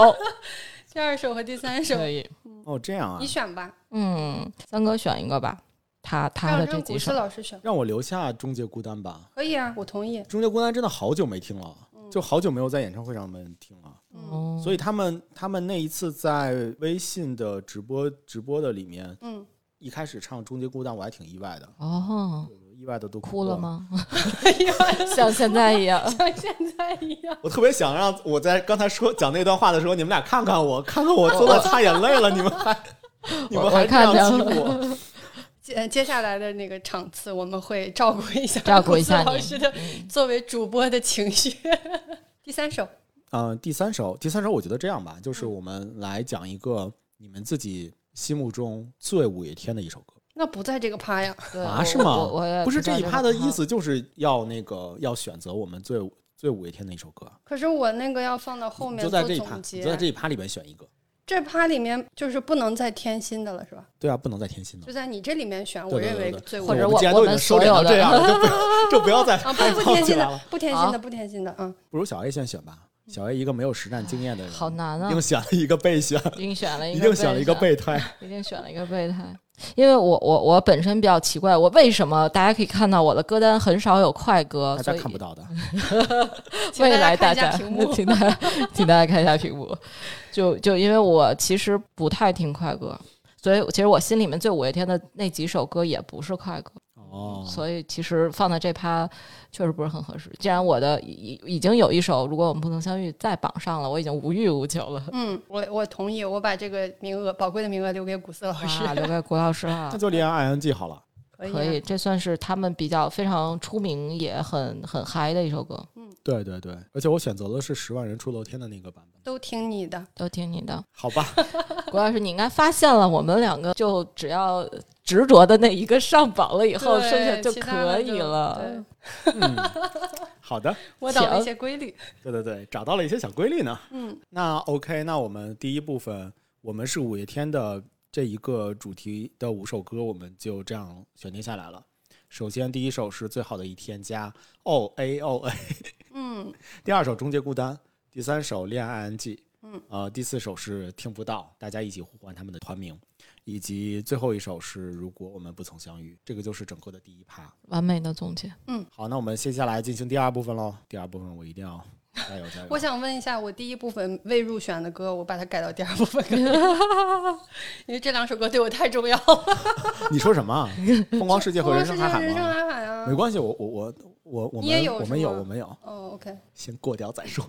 第二首和第三首，
以，
哦，这样啊
你，选吧，
嗯，三哥选一个吧，他他
让
的这
让
几
古思
首，
老师选。
让我留下《终结孤单》吧，
可以啊，我同意。
《终结孤单》真的好久没听了，就好久没有在演唱会上面听了。
嗯
嗯，
所以他们他们那一次在微信的直播直播的里面，
[laughs]
嗯，
一开始唱《终结孤单》，我还挺意外的，
哦，
意外的都
哭了
了？
吗？
哎呀，
像现在一样，
像现在一样，
我特别想让我在刚才说讲那段话的时候，你们俩看看我， [laughs] 看看我都在擦眼泪了，你们
[laughs]
还你们还
我
这
看
样欺
见
负我？
接接下来的那个场次，我们会照顾一下
照顾一下
古思老
你嗯
师的作为主播的情绪。 [laughs] 第三首，
嗯、第三首，第三首，我觉得这样吧，就是我们来讲一个你们自己心目中最五月天的一首歌。
那不在这个趴呀，
对
啊
我
是吗
我我
呃
也
不是这一
知道
趴的
个
意思，就是要那个要选择我们最最五月天的一首歌，
可是我那个要放到后面
就
做
在这一趴，
总
你
结。
就在这一趴里面选一个。
这趴里面就是不能再添新的了，是吧？
对啊，不能再添新的
就。在你这里面选，我
对对
认
对
为
对
最
对
无
或者
我
我
们既然都已经
们
收
所
敛
有
成这
的
样了，就
[laughs]
不就不要再
啊，不
开
不
放
添
起
新
来了
的。，不添新的，不添新的，嗯，
不如小 A 先选吧，小 A 一个没有实战经验的人，
好难啊，
硬选了一个备选，
硬选了
一
一
定选了一个
选
备胎。
一定选了一个备胎，因为我我我本身比较奇怪，我为什么大家可以看到我的歌单很少有快歌，
大家
哦所以
看不到
[laughs]
的，
请
未来
大
大
家
家
看一下屏
[laughs]
幕。
请大家请大家看一下屏幕，就就因为我其实不太听快歌。所以，其实我心里面最五月天的那几首歌也不是快歌，
哦
所以其实放在这趴确实不是很合适。既然我的已已经有一首《如果我们不曾相遇》在榜上了，我已经无欲无求了，
嗯，我我同意，我把这个名额宝贵的名额留给古斯老师，
啊，留给郭老师 [laughs] 了嗯
那。就连 ing 好了。
可以
可
啊
以，这算是他们比较非常出名也很很嗨的一首歌，
对对对，而且我选择的是十万人出头天的那个版本，
都听你的。
都听你的。
好
[laughs]
吧？
郭老师，你应该发现了，我们两个就只要执着的那一个上榜了以后，
对
剩下就
其他的
可以
就
了
对。
嗯，好的，
我找了一
行
些规律，
对对对，找到了一些小规律呢。
嗯，
那 OK，那我们第一部分，我们是五月天的这一个主题的五首歌，我们就这样选定下来了。首先，第一首是《最好的一天》加 O A O A， [laughs]
嗯，
第二首《终结孤单》，第三首《恋爱 ING》，嗯，呃，第四首是《听不到》，大家一起呼唤他们的团名，以及最后一首是《如果我们不曾相遇》，这个就是整个的第一趴。
完美的总结，
好，那我们接下来进行第二部分喽。第二部分我一定要加油加油。
我想问一下，我第一部分未入选的歌，我把它改到第二
[laughs]
部分，因为这两首歌对我太重要了。 [laughs] 哦
你说什么啊？《疯狂世界》和《人
世
生
界
海海》
人生
吗？
海海啊
没，关系，我我我我我
你也
们
有
我
是
们有
吗
我们有，
哦，OK，
先过掉再
[laughs]
说。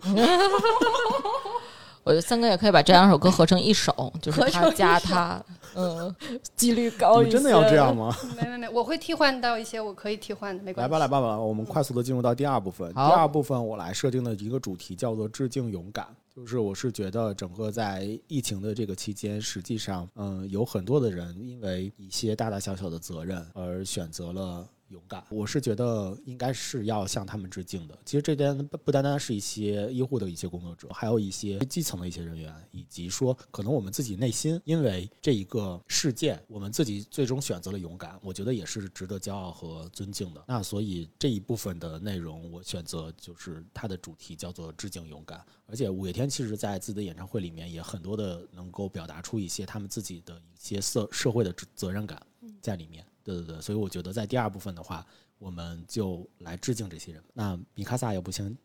我觉得三哥也可以把这两首歌合成一首，就是
合
他
成一
加
[laughs]
他，嗯，几率
你
高一
们
些。
真的要这样？吗？
没没没，我会替换到一些我可以替换的，没关
来
系。
吧，来吧，来吧，我们快速的进入到第二部分。第
好
二部分我来设定的一个主题叫做“致敬勇敢”，就是我是觉得整个在疫情的这个期间，实际上，嗯，有很多的人因为一些大大小小的责任而选择了。勇敢，我是觉得应该是要向他们致敬的。其实这边不不单单是一些医护的一些工作者，还有一些基层的一些人员，以及说可能我们自己内心因为这一个事件，我们自己最终选择了勇敢，我觉得也是值得骄傲和尊敬的。那所以这一部分的内容，我选择就是它的主题叫做致敬勇敢。而且五月天其实在自己的演唱会里面也很多的能够表达出一些他们自己的一些社社会的责责任感在里面。对对对，所以我觉得在第二部分的话，我们就来致敬这些人。那米卡萨要不先，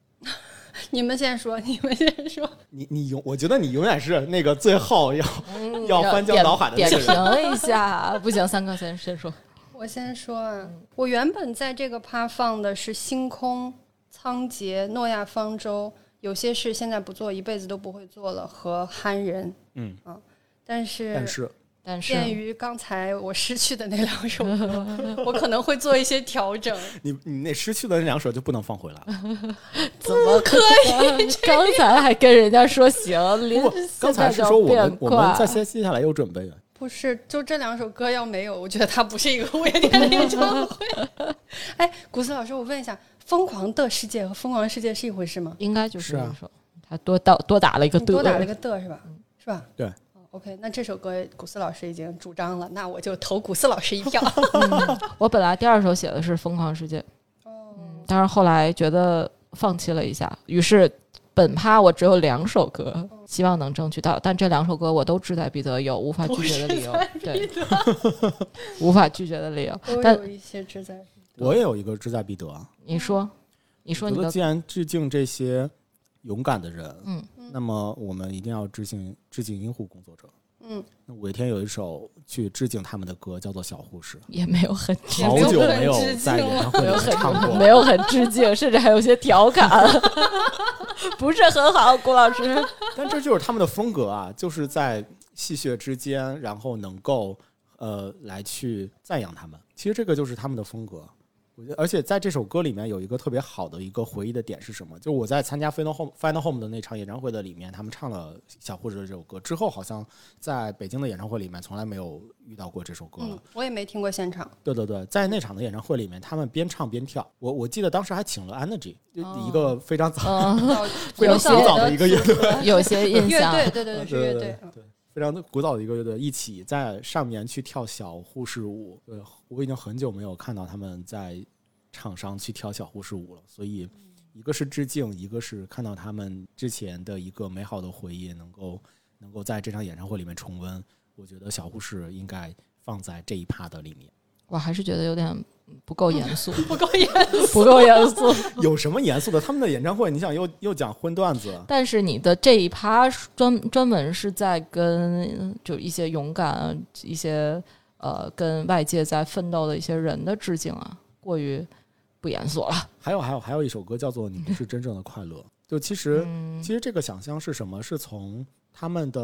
你们先说，你们先说。
你你永，我觉得你永远是那个最后要、要翻江
嗯点
倒海的那
点
个人。
评一下，不行，三哥先先说。
我先说啊，我原本在这个趴放的是《星空》《仓颉》《诺亚方舟》，有些事现在不做，一辈子都不会做了，和《憨人》。
嗯
啊但是
但是
但是
鉴于刚才我失去的那两首歌， [laughs] 我可能会做一些调整。
你你那失去的那两首就不能放回来了。
[laughs] 怎么可以？刚才还跟人家说行，临
不，刚才是说我们我们在
在
接接下来有准备，
不是，就这两首歌要没有，我觉得它不是一个五月天的演唱会。 [laughs] 哎，古斯老师，我问一下，《疯狂的世界》和《疯狂的世界》是一回事吗？
应该就是
是啊
这么说，他多到多打了一个
你
对，
多打了一个的是吧？是吧？
嗯对
哦。OK，那这首歌古斯老师已经主张了，那我就投古斯老师一 [laughs] 票。
[laughs] 我本来第二首写的是《疯狂世界》，
哦 [laughs]
嗯，但是后来觉得放弃了一下，于是本趴我只有两首歌，希望能争取到，但这两首歌我都志在必得，有无法拒绝的理由，对，无法拒绝的理由。
都
但
有一些志在必
我也有一个志在必得啊。
你说，你说
觉
你
得
的
既然致敬这些勇敢的人，
嗯，
那么我们一定要致敬致敬医护工作者。
嗯，
那五月天有一首去致敬他们的歌，叫做《小护士
也没有很致》，
好
敬，
久没有在演唱会
没
里
有
面唱
很
过
[laughs] 没
了。
有很致敬，甚至还有些调侃， [laughs] 不是很好，郭老师。
[laughs] 但这就是他们的风格啊，就是在戏谑之间，然后能够呃来去赞扬他们。其实这个就是他们的风格。我觉得，而且在这首歌里面有一个特别好的一个回忆的点是什么？就是我在参加 Final Home Final Home 的那场演唱会的里面，他们唱了《小护士》这首歌之后，好像在北京的演唱会里面从来没有遇到过这首歌了。
嗯，我也没听过
[laughs]
现场。
对对对，在那场的演唱会里面，他们边唱边跳。我我记得当时还请了 Energy，就
哦
一个非常早、
嗯，
哦
非常古早的一个乐队，
有些印
乐
象。
队，对对对，是乐
对
队。啊
对，非常古早的一个乐队，一起在上面去跳小护士舞。对，我已经很久没有看到他们在场上去跳小护士舞了，所以一个是致敬，一个是看到他们之前的一个美好的回忆，能够能够在这场演唱会里面重温。我觉得小护士应该放在这一趴的里面。
我还是觉得有点不够严肃，
[laughs] 不够严，
不够严肃。
有什么严肃的？他们的演唱会，你想又又讲荤段子，
但是你的这一趴是专专门是在跟就一些勇敢啊、一些呃跟外界在奋斗的一些人的致敬啊，过于不严肃了。
还有还有还有一首歌叫做《你不是真正的快乐》，就其实
嗯
其实这个想象是什么？是从他们的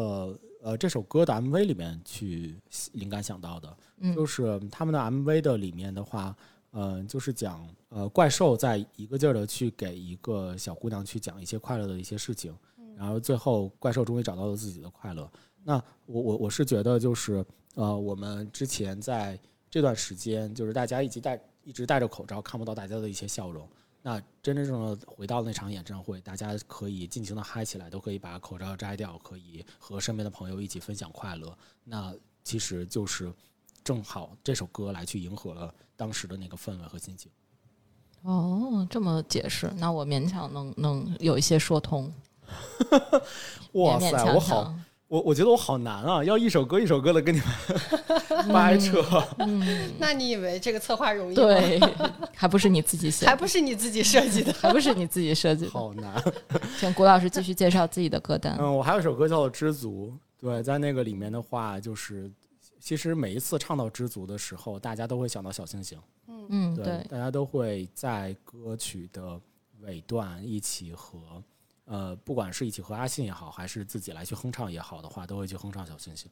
呃这首歌的 MV 里面去灵感想到的，
嗯
就是他们的 MV 的里面的话。嗯，就是讲呃，怪兽在一个劲儿的去给一个小姑娘去讲一些快乐的一些事情，
嗯
然后最后怪兽终于找到了自己的快乐。那我我我是觉得就是呃，我们之前在这段时间，就是大家一直戴一直戴着口罩，看不到大家的一些笑容。那真真正正的回到那场演唱会，大家可以尽情的嗨起来，都可以把口罩摘掉，可以和身边的朋友一起分享快乐。那其实就是正好这首歌来去迎合了当时的那个氛围和心情。
哦，这么解释，那我勉强能能有一些说通。
哇
勉勉
塞，
强
我好，
强
我我觉得我好难啊，要一首歌一首歌的跟你们 [laughs] 掰
[laughs]
扯。
那你以为这个策划容易吗？
对，还不是你自己写
还
的，
不是你自己设计的。
还不是你自己设计的。
好难，
请谷老师继续介绍自己的歌单。
嗯，我还有一首歌叫做《知足》，对，在那个里面的话，就是其实每一次唱到《知足》的时候，大家都会想到小星星。
嗯，
对，
对，
大家都会在歌曲的尾段一起和呃，不管是一起和阿信也好，还是自己来去哼唱也好的话，都会去哼唱小星星。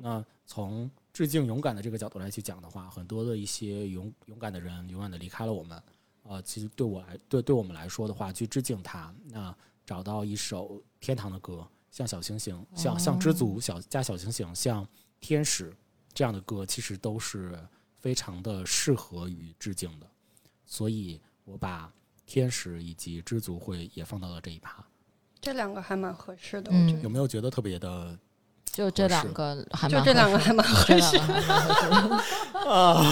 那从致敬勇敢的这个角度来去讲的话，很多的一些勇勇敢的人永远的离开了我们。呃，其实对我来对对我们来说的话，去致敬他，那找到一首天堂的歌，像小星星，像像知足，小加小星星，像天使这样的歌，其实都是非常的适合于致敬的，所以我把天使以及知足会也放到了这一趴。
[laughs] 这两个还蛮合适的，我觉
嗯
有，没有觉得特别的
就这两个还
得
蛮
就这
合
两个还蛮合
这两个还蛮合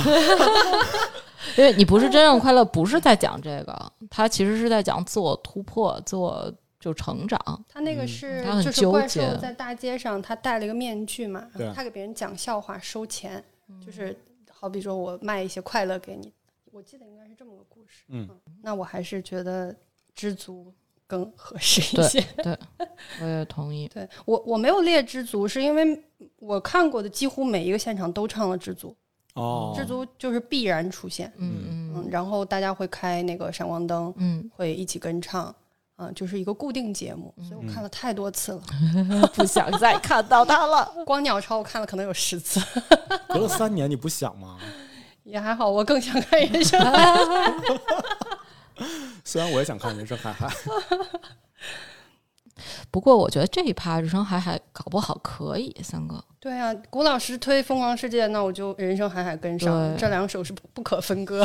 适。因为你不是真正快乐，不是在讲这个，他其实是在讲自我突破、自我就成长。
他那个是
嗯他很
就是
纠
怪
结
兽在大街上，他戴了一个面具嘛
对，啊
他给别人讲笑话收钱，
嗯
就是好比说我卖一些快乐给你，我记得应该是这么个故事。
嗯，
那我还是觉得知足更合适一
对
些。 [laughs]
我也同意。
对我我没有列知足，是因为我看过的几乎每一个现场都唱了知足，
哦
知足就是必然出现。
嗯嗯
嗯，然后大家会开那个闪光灯，
嗯
会一起跟唱。嗯、就是一个固定节目，所以我看了太多次了。
不想再看到他了。
光鸟巢我看了可能有十次， [laughs]
隔了三年你不想吗？
也还好。我更想看人生， [laughs]
虽然我也想看《人生海海》，
[laughs] 不过我觉得这一趴人生海海搞不好可以，三哥。
对啊，古老师推《疯狂世界》，那我就人生海海跟上，
对
这两首是不不可分
[laughs]
割。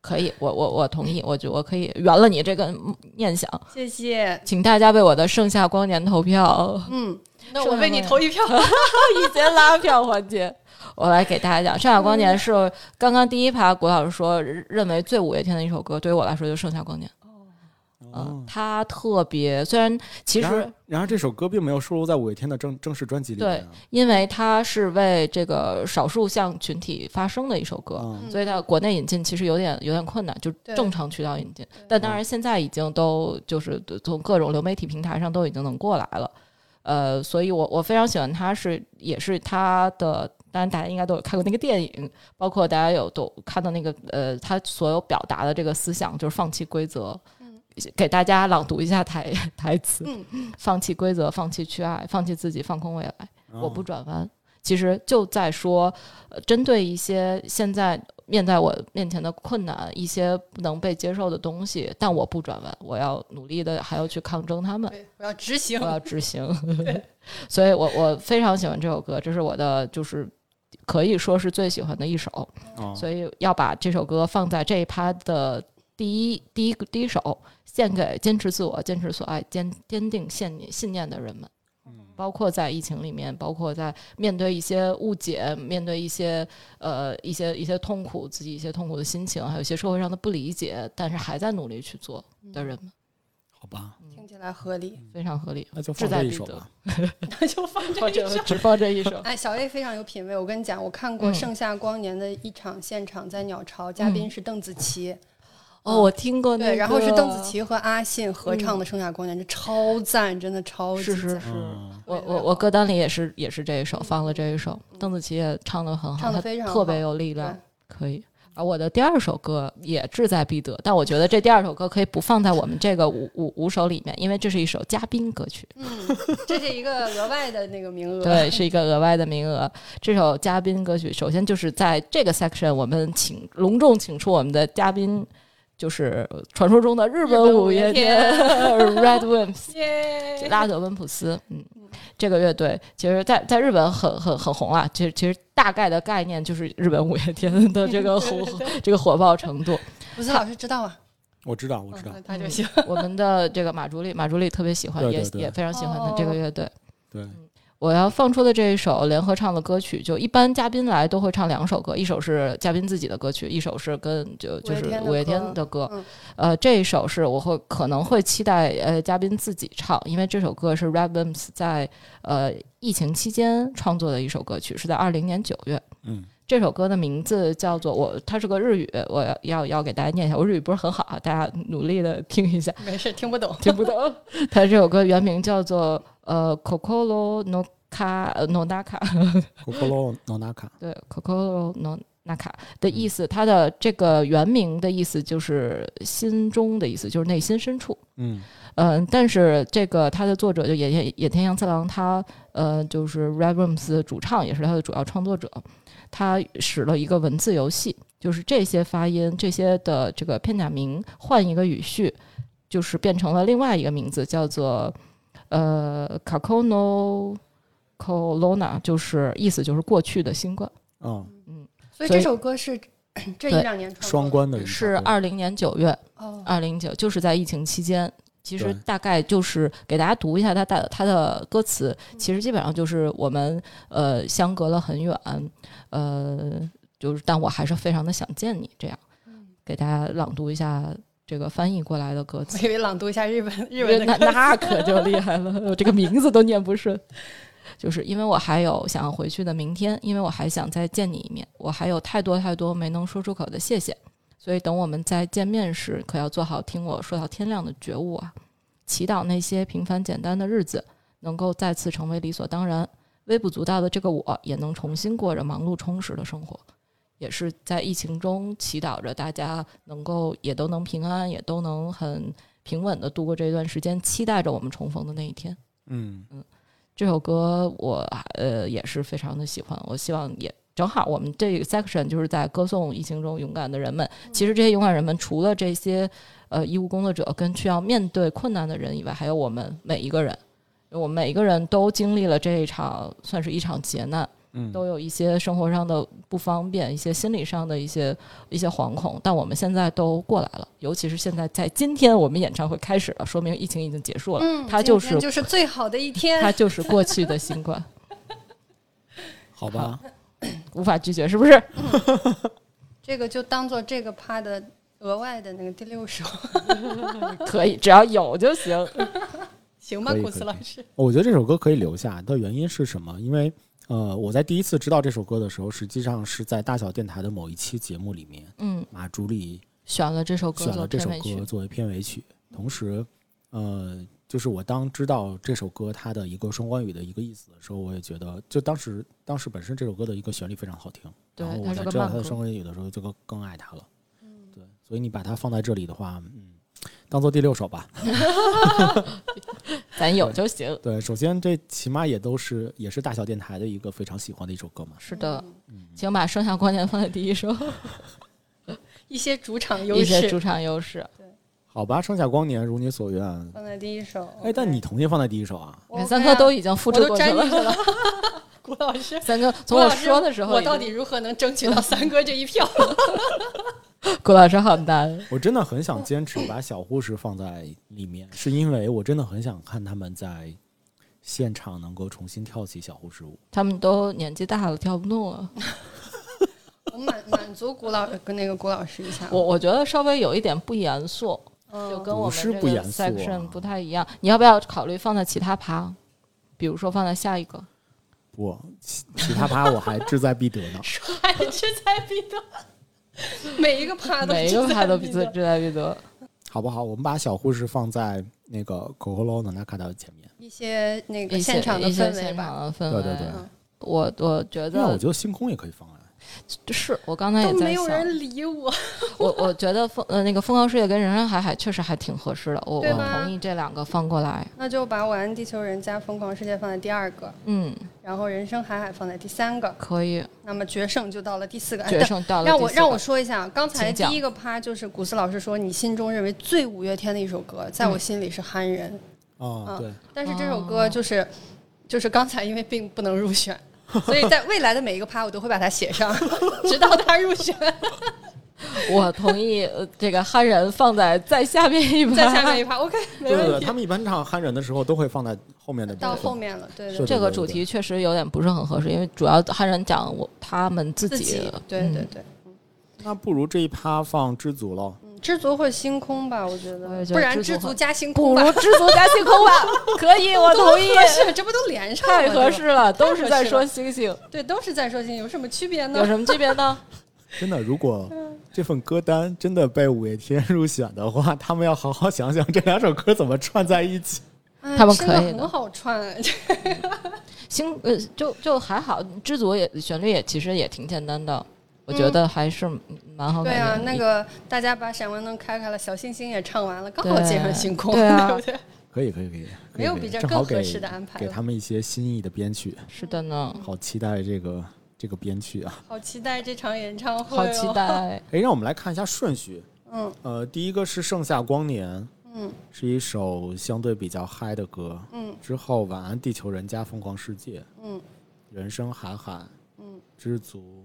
可以，我我我同意，我就我可以圆了你这个念想，
谢谢，
请大家为我的盛夏光年投票。
嗯，那
是
我
的
为你投一票。
一节拉票环节，我来给大家讲，《盛夏光年》是刚刚第一趴谷老师说认为最五月天的一首歌，对于我来说就是《盛夏光年》。嗯，它特别，虽然 [laughs] 其
然
实
而，然而这首歌并没有收录在五月天的正正式专辑里面啊。
因为它是为这个少数向群体发声的一首歌，
嗯，
所以它国内引进其实有点有点困难，就
对
正常渠道引进。但当然现在已经都就是从各种流媒体平台上都已经能过来了。呃，所以我我非常喜欢它是，也是它的。当然，大家应该都有看过那个电影，包括大家有都看到那个呃，他所有表达的这个思想就是放弃规则。给大家朗读一下台台词：放弃规则，放弃去爱，放弃自己，放空未来。
嗯
我不转弯，其实就在说，呃针对一些现在面在我面前的困难，一些不能被接受的东西，但我不转弯，我要努力的，还要去抗争他们，
对，我要执行
我。要执行。所以我我非常喜欢这首歌，这是我的就是。可以说是最喜欢的一首，
哦
所以要把这首歌放在这一趴的第一第一第一首，献给坚持自我、坚持所爱、坚坚定信念信念的人们。包括在疫情里面，包括在面对一些误解，面对一些呃一些一些痛苦，自己一些痛苦的心情，还有一些社会上的不理解，但是还在努力去做的人们，
好吧，
嗯听起来合理，
非常合理。
那就
嗯志
放
在
这一
必
首
得
吧。
那就放这
放
一
这
首。，
只放这一首
[laughs] 哎，小 A 非常有品位。我跟你讲，我看过
嗯
《盛夏光年》的一场现场，在鸟巢，嘉宾是邓紫棋，
哦，我听过那个，嗯
对，然后是邓紫，棋和阿信合唱的《盛夏光年》，这超赞，真的超级
是是
赞。
是。
嗯，
我我我歌单里也是也是这一首，放了这一首，邓紫棋也唱的很好，
嗯唱得
她
非常
哦特别
好
有力量
对，
可以。而我的第二首歌也志在必得，但我觉得这第二首歌可以不放在我们这个五五五首里面，因为这是一首嘉宾歌曲，
嗯，这是一个额外的那个名额。
对，是一个额外的名额。这首嘉宾歌曲，首先就是在这个 section，我们请隆重请出我们的嘉宾，就是传说中的日
日本
本
五
五
月
月
天
天 [laughs] Red Wimps。
[laughs] 耶，
拉德温普斯，嗯，这个乐队其实在，在日本很很很红啊。其实其实大概的概念就是日本五月天的这个 [laughs] 火
[laughs]
这个火爆程度。
不是老师知道啊，
我知道，我知道
嗯，他就行。
我们的这个马朱丽，马朱丽特别喜欢，
对对对
也也非常喜欢
哦
的这个乐队。
对，
我要放出的这一首联合唱的歌曲，就一般嘉宾来都会唱两首歌，一首是嘉宾自己的歌曲，一首是跟就就是
五
五
月
月
天
天
的
的歌。
嗯
呃，这一首是我会可能会期待呃嘉宾自己唱，因为这首歌是 Red Wimps 在呃疫情期间创作的一首歌曲，是在二零年九月。 [laughs]
嗯，
这首歌的名字叫做我，它是个日语，我要要要给大家念一下，我日语不是很好啊，大家努力的听一下。
没事，听不懂。
听不懂。他这首歌原名叫做呃 Kokoro no Ka 呃 no Naka， [laughs]
库库洛诺纳卡，
对 Kokoro no Naka 的意思，它的这个原名的意思就是心中的意思，就是内心深处。
嗯，
嗯，但是这个它的作者就野田野田洋次郎，他呃就是 Red Rooms 的主唱，也是他的主要创作者。他使了一个文字游戏，就是这些发音、这些的这个片假名换一个语序，就是变成了另外一个名字，叫做呃 Kakono Corona，就是意思就是过去的新冠。
啊，
所
所
以
以
这首
[clears throat]
歌是这一
对啊
两年创
双
作
关的一首
是
歌
二零年九月，
的哦，
二零九就是在疫情期间。其实
对
大概就是给大家读一下它的它的歌词，其实基本上就是我们呃相隔了很远，呃，就是但我还是非常的想见你这样，给大家朗读一下这个翻译过来的歌词
[laughs] 我。以为朗读一下日本日文的
那
歌词
那可就厉害了，我这个名字都念不顺。就是因为我还有想要回去的明天，因为我还想再见你一面，我还有太多太多没能说出口的谢谢，所以等我们再见面时，可要做好听我说到天亮的觉悟啊！祈祷那些平凡简单的日子能够再次成为理所当然，微不足道的这个我也能重新过着忙碌充实的生活，也是在疫情中祈祷着大家能够也都能平安，也都能很平稳的度过这一段时间，期待着我们重逢的那一天。
嗯
这首歌我呃也是非常的喜欢，我希望也正好我们这个 section 就是在歌颂疫情中勇敢的人们。
嗯
其实这些勇敢人们，除了这些呃医务工作者跟需要面对困难的人以外，还有我们每一个人，我们每一个人都经历了这一场算是一场劫难，
嗯，
都有一些生活上的不方便，一些心理上的一些一些惶恐，但我们现在都过来了。尤其是现在在今天，我们演唱会开始了，说明疫情已经结束了，
嗯，
它
今
就
天
是
就是最好的
[laughs]
一天。
它就是过去的新 [laughs] 冠。
好吧，
无法拒绝，是不是？
这个就当做这个趴的额外的那个第六首，
[laughs]
[laughs]
可以，只要有就行。
行吧
可以，
古斯
可以
老师。
哦我觉得这首歌可以留下的原因是什么？因为呃，我在第一次知道这首歌的时候，实际上是在大小电台的某一期节目里面，
嗯，
马朱丽
选了这首歌
选
做
了这
片
首
尾曲
歌，作为片尾曲。同时，呃，就是我当知道这首歌它的一个双关语的一个意思的时候，我也觉得，就当时当时本身这首歌的一个旋律非常好听，
对
然后
它
我
是
在
个
知道
慢
它的
歌
双关语的时候，就更更爱它了。对，所以你把它放在这里的话，嗯，当做第六首吧。
咱有就行。
对，首先这起码也都是也是大小电台的一个非常喜欢的一首歌嘛。
是的，
嗯
请把剩下观念放在第一首，
一些主场优
一些主
势
场优势。
好吧，盛夏光年如你所愿。
放在第一首。
哎，但你重新放在第一首啊？
我
你哎三哥都已经复
我
制
都
过去
沾进
了。
去了， [laughs] 古老
[laughs]
师。
三哥从
古
我
老师
说的时候
我
已经，
到底如何能争取到三哥这一票？
郭老师好难。
我真的很想坚持把小护士放在里面，是因为我真的很想看他们在现场能够重新跳起小护士舞。
他们都年纪大了，跳不动了。
[laughs] 我满满足古老跟那个古老师一下。
[laughs] 我我觉得稍微有一点不严肃，就
嗯，
跟我们这
不是不
个
严肃啊
section 不太一样。你要不要考虑放在其他趴？比如说放在下一 [laughs] 个，
不，其其他趴我还志在必得呢。
还
哎
志在必得，每一个趴都
每一个趴都比
比
自志在必得。
好不好？我们把小护士放在那个 Coco 能 a 卡的前面。
一些那个
一些
现场的
一些
氛围
现
吧。
场的氛
对
围。
对对，
嗯
我我觉
那我
得
觉得星空也可以放啊。
是我刚才
都
也在
没有
想，
人理我，
我我觉得风呃那个风高世界跟人山海海确实还挺合适的，我我
对吧
同意这两个放过来，
那就把《我爱地球人》加《疯狂世界》放在第二个，
嗯，
然后《人生海海》放在第三个，
可以，
那么决胜就到了第四个。哎
决
但
胜到了
让
第
我
四
让我
个
说一下，刚才
请
第
讲
一个趴就是古斯老师说你心中认为最五月天的一首歌，在
嗯
我心里是《憨人》
哦
嗯
对，
但是这
哦
首歌就是、就是刚才因为并不能入选，所以在未来的每一个趴我都会把它写上， [laughs] 直到它入选。
我同意呃这个憨人放在再下面一排，
在下面一趴，OK，没
对对
问
对，
题。
他们一般唱憨人的时候都会放在后面的部分。
到后面了，对对
是
对，
这个
对对
主
对
题确实有点不是很合适，因为主要憨人讲我他们自
自
己
己，对
嗯
对对，
那不如这一趴放知足喽。
嗯知足或星空吧，我觉
我也
得，
觉得
不然
知
知
足
足加星
不
空吧
如，知足加星空吧，可以，我
[laughs] 都
同意，
合适，这不都连上了？
太合适，了，都是
合
在
适
说
了
星星，
对，都是在说星，有什么区别
有
呢？
什么区别 [laughs] 呢？
真的，如果这份歌单真的被五月天入选的话，他们要好好想想这两首歌怎么串在一起。
哎
他们
这
可
个
以的
很好串，
星呃，就就还好，知足也旋律也其实也挺简单的，我觉得还是蛮好
嗯对
感觉的。
啊，那个大家把闪光灯开开了，小星星也唱完了，刚好
对
接上星空，
对啊
对不对？
可以，可以，可以，
没有比这
正好
更合
给
适的安排
给
了
他们一些新意的编曲。
是的呢，
好期待这个这个编曲啊！
好期待这场演唱会，哦
好期。
[laughs]
待。
哎，让我们来看一下顺序。
嗯，
呃，第一个是《盛夏光年》，
嗯，
是一首相对比较嗨的歌。
嗯，
之后《晚安地球人》加《疯狂世界》，
嗯，
人生海海，
嗯，呃
知足，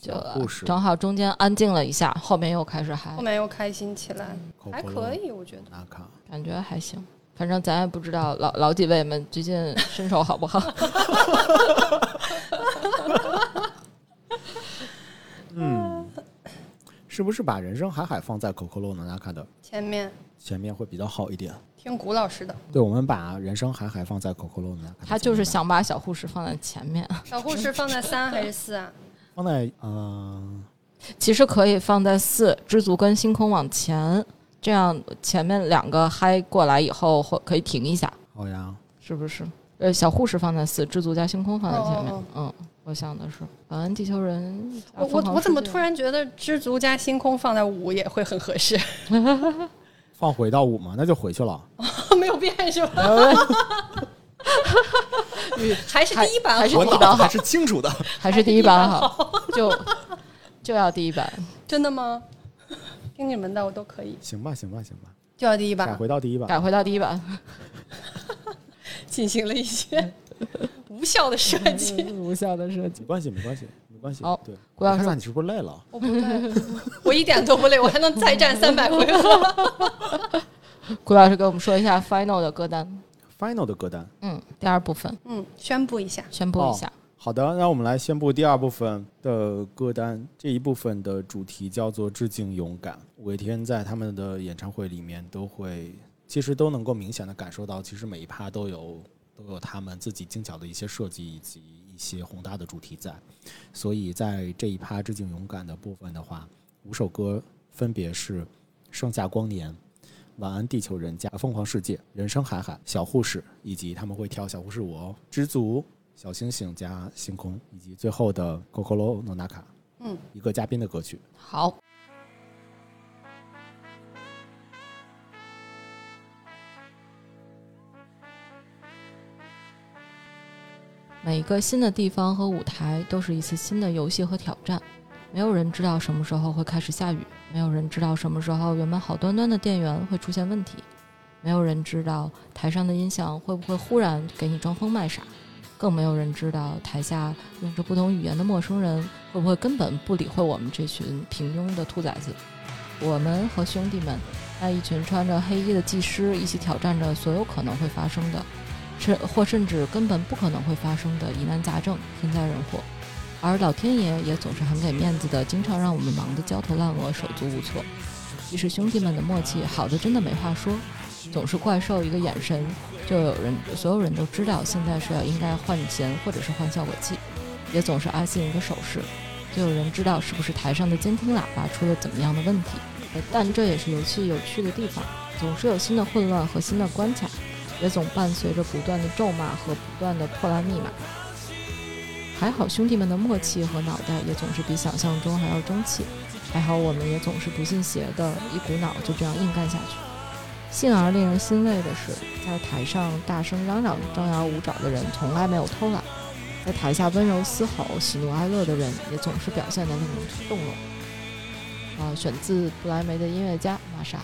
就
小护士，
正好中间安静了一下，后面又开始嗨
后，面又开心起来，
口
还
播
可，以，我觉得。
纳卡。
感觉还行。反正咱也不知道老老几位们最近身手好不
[laughs]
好，
嗯，是不是把人生海海放在 Coco l o n a k a 的
前面
前面会比较好一点？
听古老师的
对，我们把人生海海放在 Coco l o n a k a
他就是想把小护士放在前面，
小护士放在三还是四啊？
放在嗯、
其实可以放在四知足跟星空往前，这样前面两个嗨过来以后会可以停一下。
好哦呀，
是不是？呃，小护士放在四，知足加星空放在啊前面。
哦
嗯，我想的是，感恩地球人。
我我我怎么突？然觉得知足加星空放在五也会很合适？
放回到五嘛，那就回去了。
[laughs] 没有变是吧？ [laughs] 还是第一版
还是
好
我第一版脑还
是清楚的。
还是第一版好， [laughs] 就就要第一版。
真的吗？听你们的我都可以，
行吧，行吧，行吧，
就要第一
改
版，
回到第一版。
改回到第一版，
进行了一些无效的设计。
嗯
无效的设计。
没关系，没关系，没关系。
好
对，
郭老师
看看你是不是累了？
我不累，我一点都不累，我还能再战三百回合。
[laughs] 顾老师给我们说一下 final 的歌单，
Final 的歌单。
嗯，第二部分
嗯，宣布一下，
宣布一下，
好的，那我们来宣布第二部分的歌单。这一部分的主题叫做“致敬勇敢”。五月天在他们的演唱会里面都会，其实都能够明显的感受到，其实每一趴都有都有他们自己精巧的一些设计以及一些宏大的主题在。所以在这一趴“致敬勇敢”的部分的话，五首歌分别是《盛夏光年》。晚安，地球人家、疯狂世界、人生海海、小护士，以及他们会跳小护士舞哦，知足、小星星加星空，以及最后的 Kokoro no Naka，
嗯，
一个嘉宾的歌曲。
好。每个新的地方和舞台都是一次新的游戏和挑战。没有人知道什么时候会开始下雨，没有人知道什么时候原本好端端的电源会出现问题，没有人知道台上的音响会不会忽然给你装疯卖傻，更没有人知道台下用着不同语言的陌生人会不会根本不理会我们这群平庸的兔崽子？我们和兄弟们，那一群穿着黑衣的技师，一起挑战着所有可能会发生的，甚或甚至根本不可能会发生的疑难杂症、天灾人祸。而老天爷也总是很给面子的，经常让我们忙得焦头烂额、手足无措。即使兄弟们的默契好的真的没话说，总是怪兽一个眼神，就有人所有人都知道现在是要应该换弦或者是换效果器，也总是阿信一个手势，就有人知道是不是台上的监听喇叭出了怎么样的问题。呃但这也是游戏有趣的地方，总是有新的混乱和新的关卡，也总伴随着不断的咒骂和不断的破烂密码。还好兄弟们的默契和脑袋也总是比想象中还要争气，还好我们也总是不信邪的，一股脑就这样硬干下去。幸而令人欣慰的是，在台上大声嚷嚷、张牙舞爪的人从来没有偷懒，在台下温柔嘶吼、喜怒哀乐的人也总是表现得令人动容。啊、选自不莱梅的音乐家玛
啊
莎。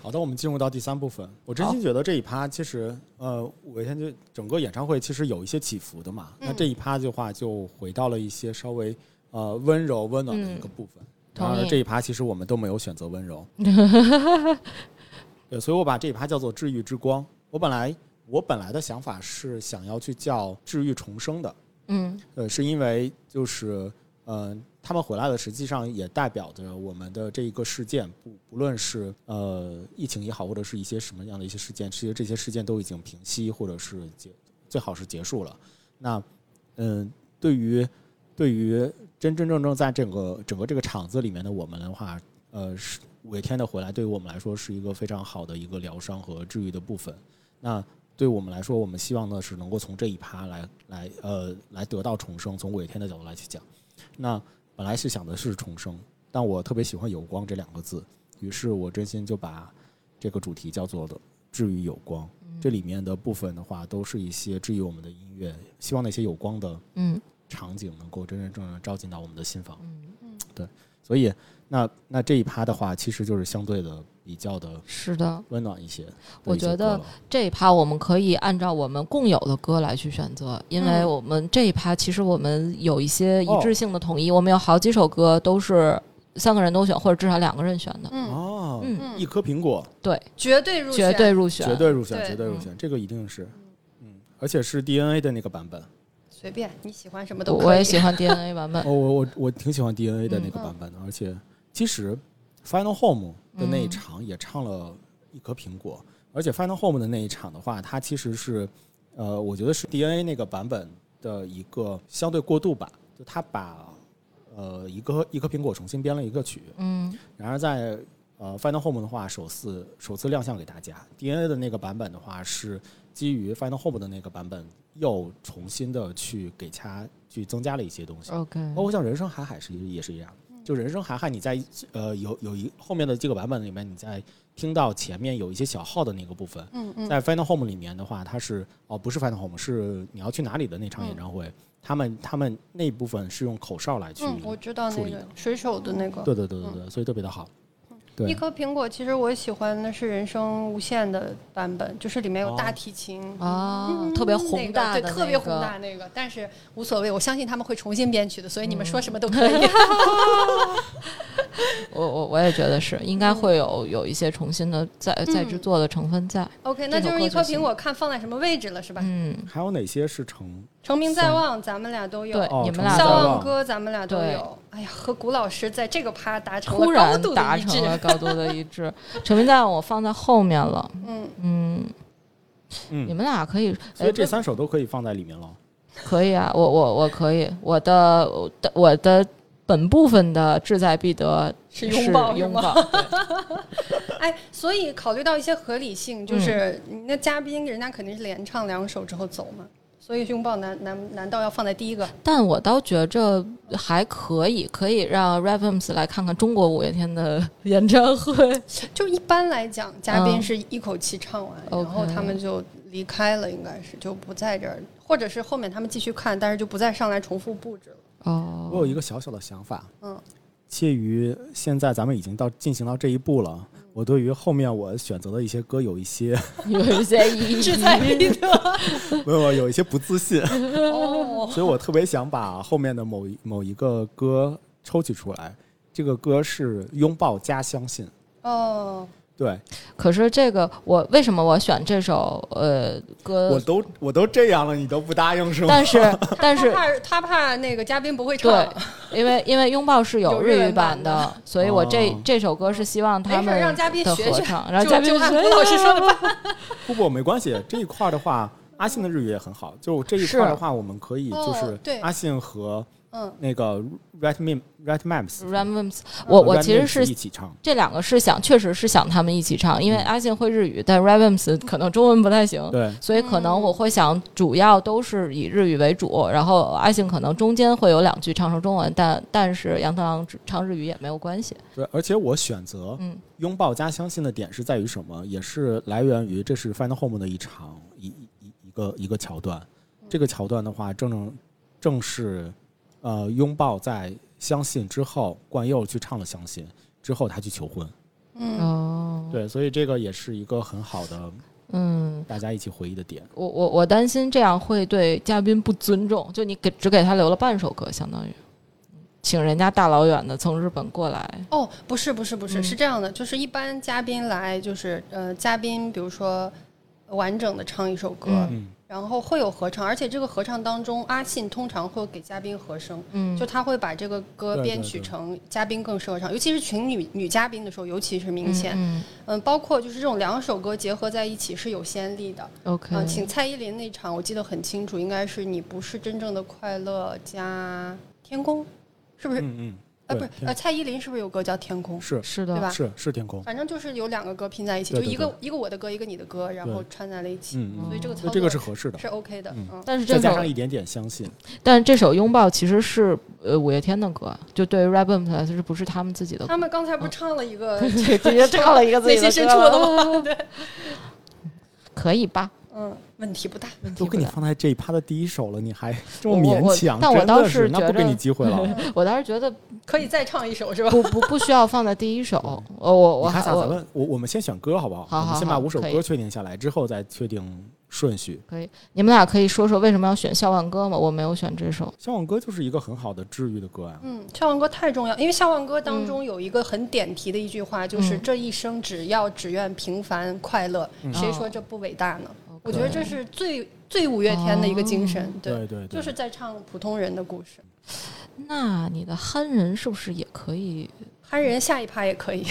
好的，我们进入到第三部分。我真心觉得这一趴其实，呃，五月天就整个演唱会其实有一些起伏的嘛。
嗯
那这一趴的话，就回到了一些稍微呃温柔温暖的一个部分。
同
当
意
然了，这一趴其实我们都没有选择温柔。对，所以我把这一趴叫做治愈之光。我本来我本来的想法是想要去叫治愈重生的，
[laughs] 嗯
呃，是因为就是呃，他们回来了，实际上也代表着我们的这一个事件，不不论是呃疫情也好，或者是一些什么样的一些事件，其实这些事件都已经平息，或者是结最好是结束了。那嗯、对于对于真真正正在这个整个这个场子里面的我们的话，呃，是五月天的回来对于我们来说是一个非常好的一个疗伤和治愈的部分。那对我们来说，我们希望呢是能够从这一趴来来呃来得到重生。从五月天的角度来去讲，那本来是想的是重生，但我特别喜欢“有光”这两个字，于是我真心就把这个主题叫做的“治愈有光”。
嗯
这里面的部分的话，都是一些治愈我们的音乐，希望那些有光的
嗯
场景能够真真正正地照进到我们的心房。
嗯，
所以，那那这一趴的话，其实就是相对的比较的
是的，
温暖一些的一些歌了。
我觉得这一趴我们可以按照我们共有的歌来去选择，因为
嗯
我们这一趴其实我们有一些一
哦
致性的统一，我们有好几首歌都是三个人都选，或者至少两个人选的。
嗯，
哦，
嗯，
嗯
一颗苹果。
对，
绝对入选，
绝对入选，
绝对入选，
对
绝对入选，这个一定是，嗯，而且是 DNA 的那个版本。
随便你喜欢什么
我
都可以。
我也喜欢 DNA 版本。
哦，我我我挺喜欢 DNA 的那个
嗯
版本的，而且其实 Final Home 的那一
嗯
场也唱了一颗苹果，而且 Final Home 的那一场的话，它其实是，呃，我觉得是 DNA 那个版本的一个相对过渡版，就它把呃一个一颗苹果重新编了一个曲，
[laughs]
嗯
然而在呃 Final Home 的话，首次首次亮相给大家。DNA 的那个版本的话，是基于 Final Home 的那个版本，又重新的去给它去增加了一些东西。
哦
，OK，
包括像人生海海是也是一样，就人生海海，你在呃有有一后面的这个版本里面，你在听到前面有一些小号的那个部分，
嗯嗯
在 Final Home 里面的话，它是哦不是 Final Home，是你要去哪里的那场演唱会，他们他们那部分是用口哨来去，
嗯嗯，我知道
处
那
理
个
的
水手的那个，
对对对对对，所以特别的好，对
嗯一颗苹果，其实我喜欢的是《人生无限》的版本，就是里面有大提琴
啊
嗯
特别宏大的
那个对，
那
特别
个
宏大那个，但是无所谓，我相信他们会重新编曲的，所以你们
嗯
说什么都可以。
[laughs] 我我我也觉得是，应该会有有一些重新的再再制作的成分在。
OK，那
这首
嗯就是
歌
一颗
就行
苹果，看放在什么位置了，是吧？
嗯，
还有哪些是成
成名在望，咱们俩都有。
对
哦，
你们
成功
俩都
笑
在
忘
望
歌咱们俩都
对
有。哎呀，和谷老师在这个趴达成
突
了高
然
度
达
的一
成
致。
了高度的一致。成名在望我放在后面了，
嗯，
嗯，
嗯
你们俩可以，
所以
哎
这三首都可以放在里面了。
可以啊，我我我可以，我的我的我的本部分的志在必得
是
是
拥抱是
拥
吗
抱，
[laughs] 哎，所以考虑到一些合理性，
嗯
就是那嘉宾人家肯定是连唱两首之后走嘛，所以拥抱难难难道要放在第一个？
但我倒觉着还可以，可以让 r a p a m s 来看看中国五月天的 [laughs] 演唱会。
就一般来讲，嘉宾
嗯
是一口气唱完，
OK
然后他们就离开了，应该是就不在这儿，或者是后面他们继续看，但是就不再上来重复布置了。
哦
我有一个小小的想法，
嗯，
介于现在咱们已经到进行到这一步了，
嗯
我对于后面我选择的一些歌有一
[laughs]
些
有一些意义，
志在必得。
没有有一些不自
[laughs]
信，
哦，
所以我特别想把后面的某一某一个歌抽取出来。这个歌是《拥抱加相信》，
哦，
对
可是这个我为什么我选这首呃
我
歌？
都我都这样了，你都不答应是吗？
但是 [laughs]
[laughs]
但是
他，怕他怕那个嘉宾不会唱，
对，因为因为拥抱是
有
有
日
日
文
语
版
版
的
的，所以我这
哦
这首歌是希望他
没
们
事让嘉宾
的
学
合
学 [laughs]
唱，让
就
嘉宾
就按
学
胡老师说
[laughs]
的办。
不不没关系，这一块儿的话，阿信的日语也很好。就这一
是
块儿的话，我们可以就
哦
是
对
阿信和
嗯，
那个 Red Mim Red Maps，
r a m a m s 我我
Red
其实
Maps
是
一起唱。
这两个是想，确实是想他们一起唱，因为
嗯
阿信会日语，但 r a m a m s 可能中文不太行，
对，
所以可能我会想，主要都是以日语为主，然后阿信可能中间会有两句唱成中文，但但是杨特郎只唱日语也没有关系。
对，而且我选择
嗯
拥抱加相信的点是在于什么？也是来源于这是 Final Home 的一场一一一一个一个桥段。
嗯
这个桥段的话，正正正是呃拥抱在相信之后，冠佑去唱了相信之后，他去求婚。
嗯
哦，
对，所以这个也是一个很好的
嗯，
大家一起回忆的点。
我我我担心这样会对嘉宾不尊重，就你给只给他留了半首歌，相当于请人家大老远的从日本过来，
哦，不是不是不是，
嗯
是这样的，就是一般嘉宾来，就是呃，嘉宾比如说完整的唱一首歌，
嗯
嗯，
然后会有合唱，而且这个合唱当中，阿信通常会给嘉宾和声，
嗯，
就他会把这个歌
对对
编曲
对
成嘉宾更适合唱，尤其是群女女嘉宾的时候，尤其是明
嗯
显。嗯
嗯
包括就是这种两首歌结合在一起是有先例的。
，OK，
嗯、请蔡依林那场我记得很清楚，应该是你不是真正的快乐加天空，是不是？
嗯嗯，
呃，
对
不是，
天
呃，蔡依林是不是有歌叫天空？
是
是
对
的
吧，
是是天空。
反正就是有两个歌拼在一起，
对对
就一个一个我的歌，一个你的歌，然后串在了一起，
嗯嗯，
所以这个
所
操
以这个
作
是合适的，
是 OK 的。
嗯
嗯，
但是
再
这
加
首
上一点点相信。
但这首《拥抱》其实是呃五月天的歌，就对于 r a b b n 来说，这不是他们自 [laughs] 己的歌
他，们刚才不是唱了一个
直接唱了一个自己
内
的歌
心深处的
了 [laughs]
吗？对，
可以吧？
嗯，问题不大。
问题
都
不
给你
大。
放在这一趴的第一首了，你还这么
我我
勉强，
但我
真的
倒是
是那
觉
不给
着
你机会了。
我当时觉得
可以再唱一首是吧？
不不不需要放在第一首，我我我
嗯你看
还
啥？咱
我
们我我们先选歌好不好？
好
我们
好
先把
好
五首
可以
歌确定下来之后，再确定顺序。
可以，你们俩可以说说为什么要选《笑忘歌》吗？我没有选这首，
向往歌就是一个很好的治愈的歌啊。
嗯，笑忘歌太重要，因为笑忘歌当中有一个很点题的一句话，就是
嗯
这一生只要只愿平凡快乐，
嗯
谁说这不伟大
啊
呢？
哦
我觉得这是最最五月天的一个精神，
啊
对，
对对，
就是在唱普通人的故事。
那你的憨人是不是也可以
憨人下一趴也可以，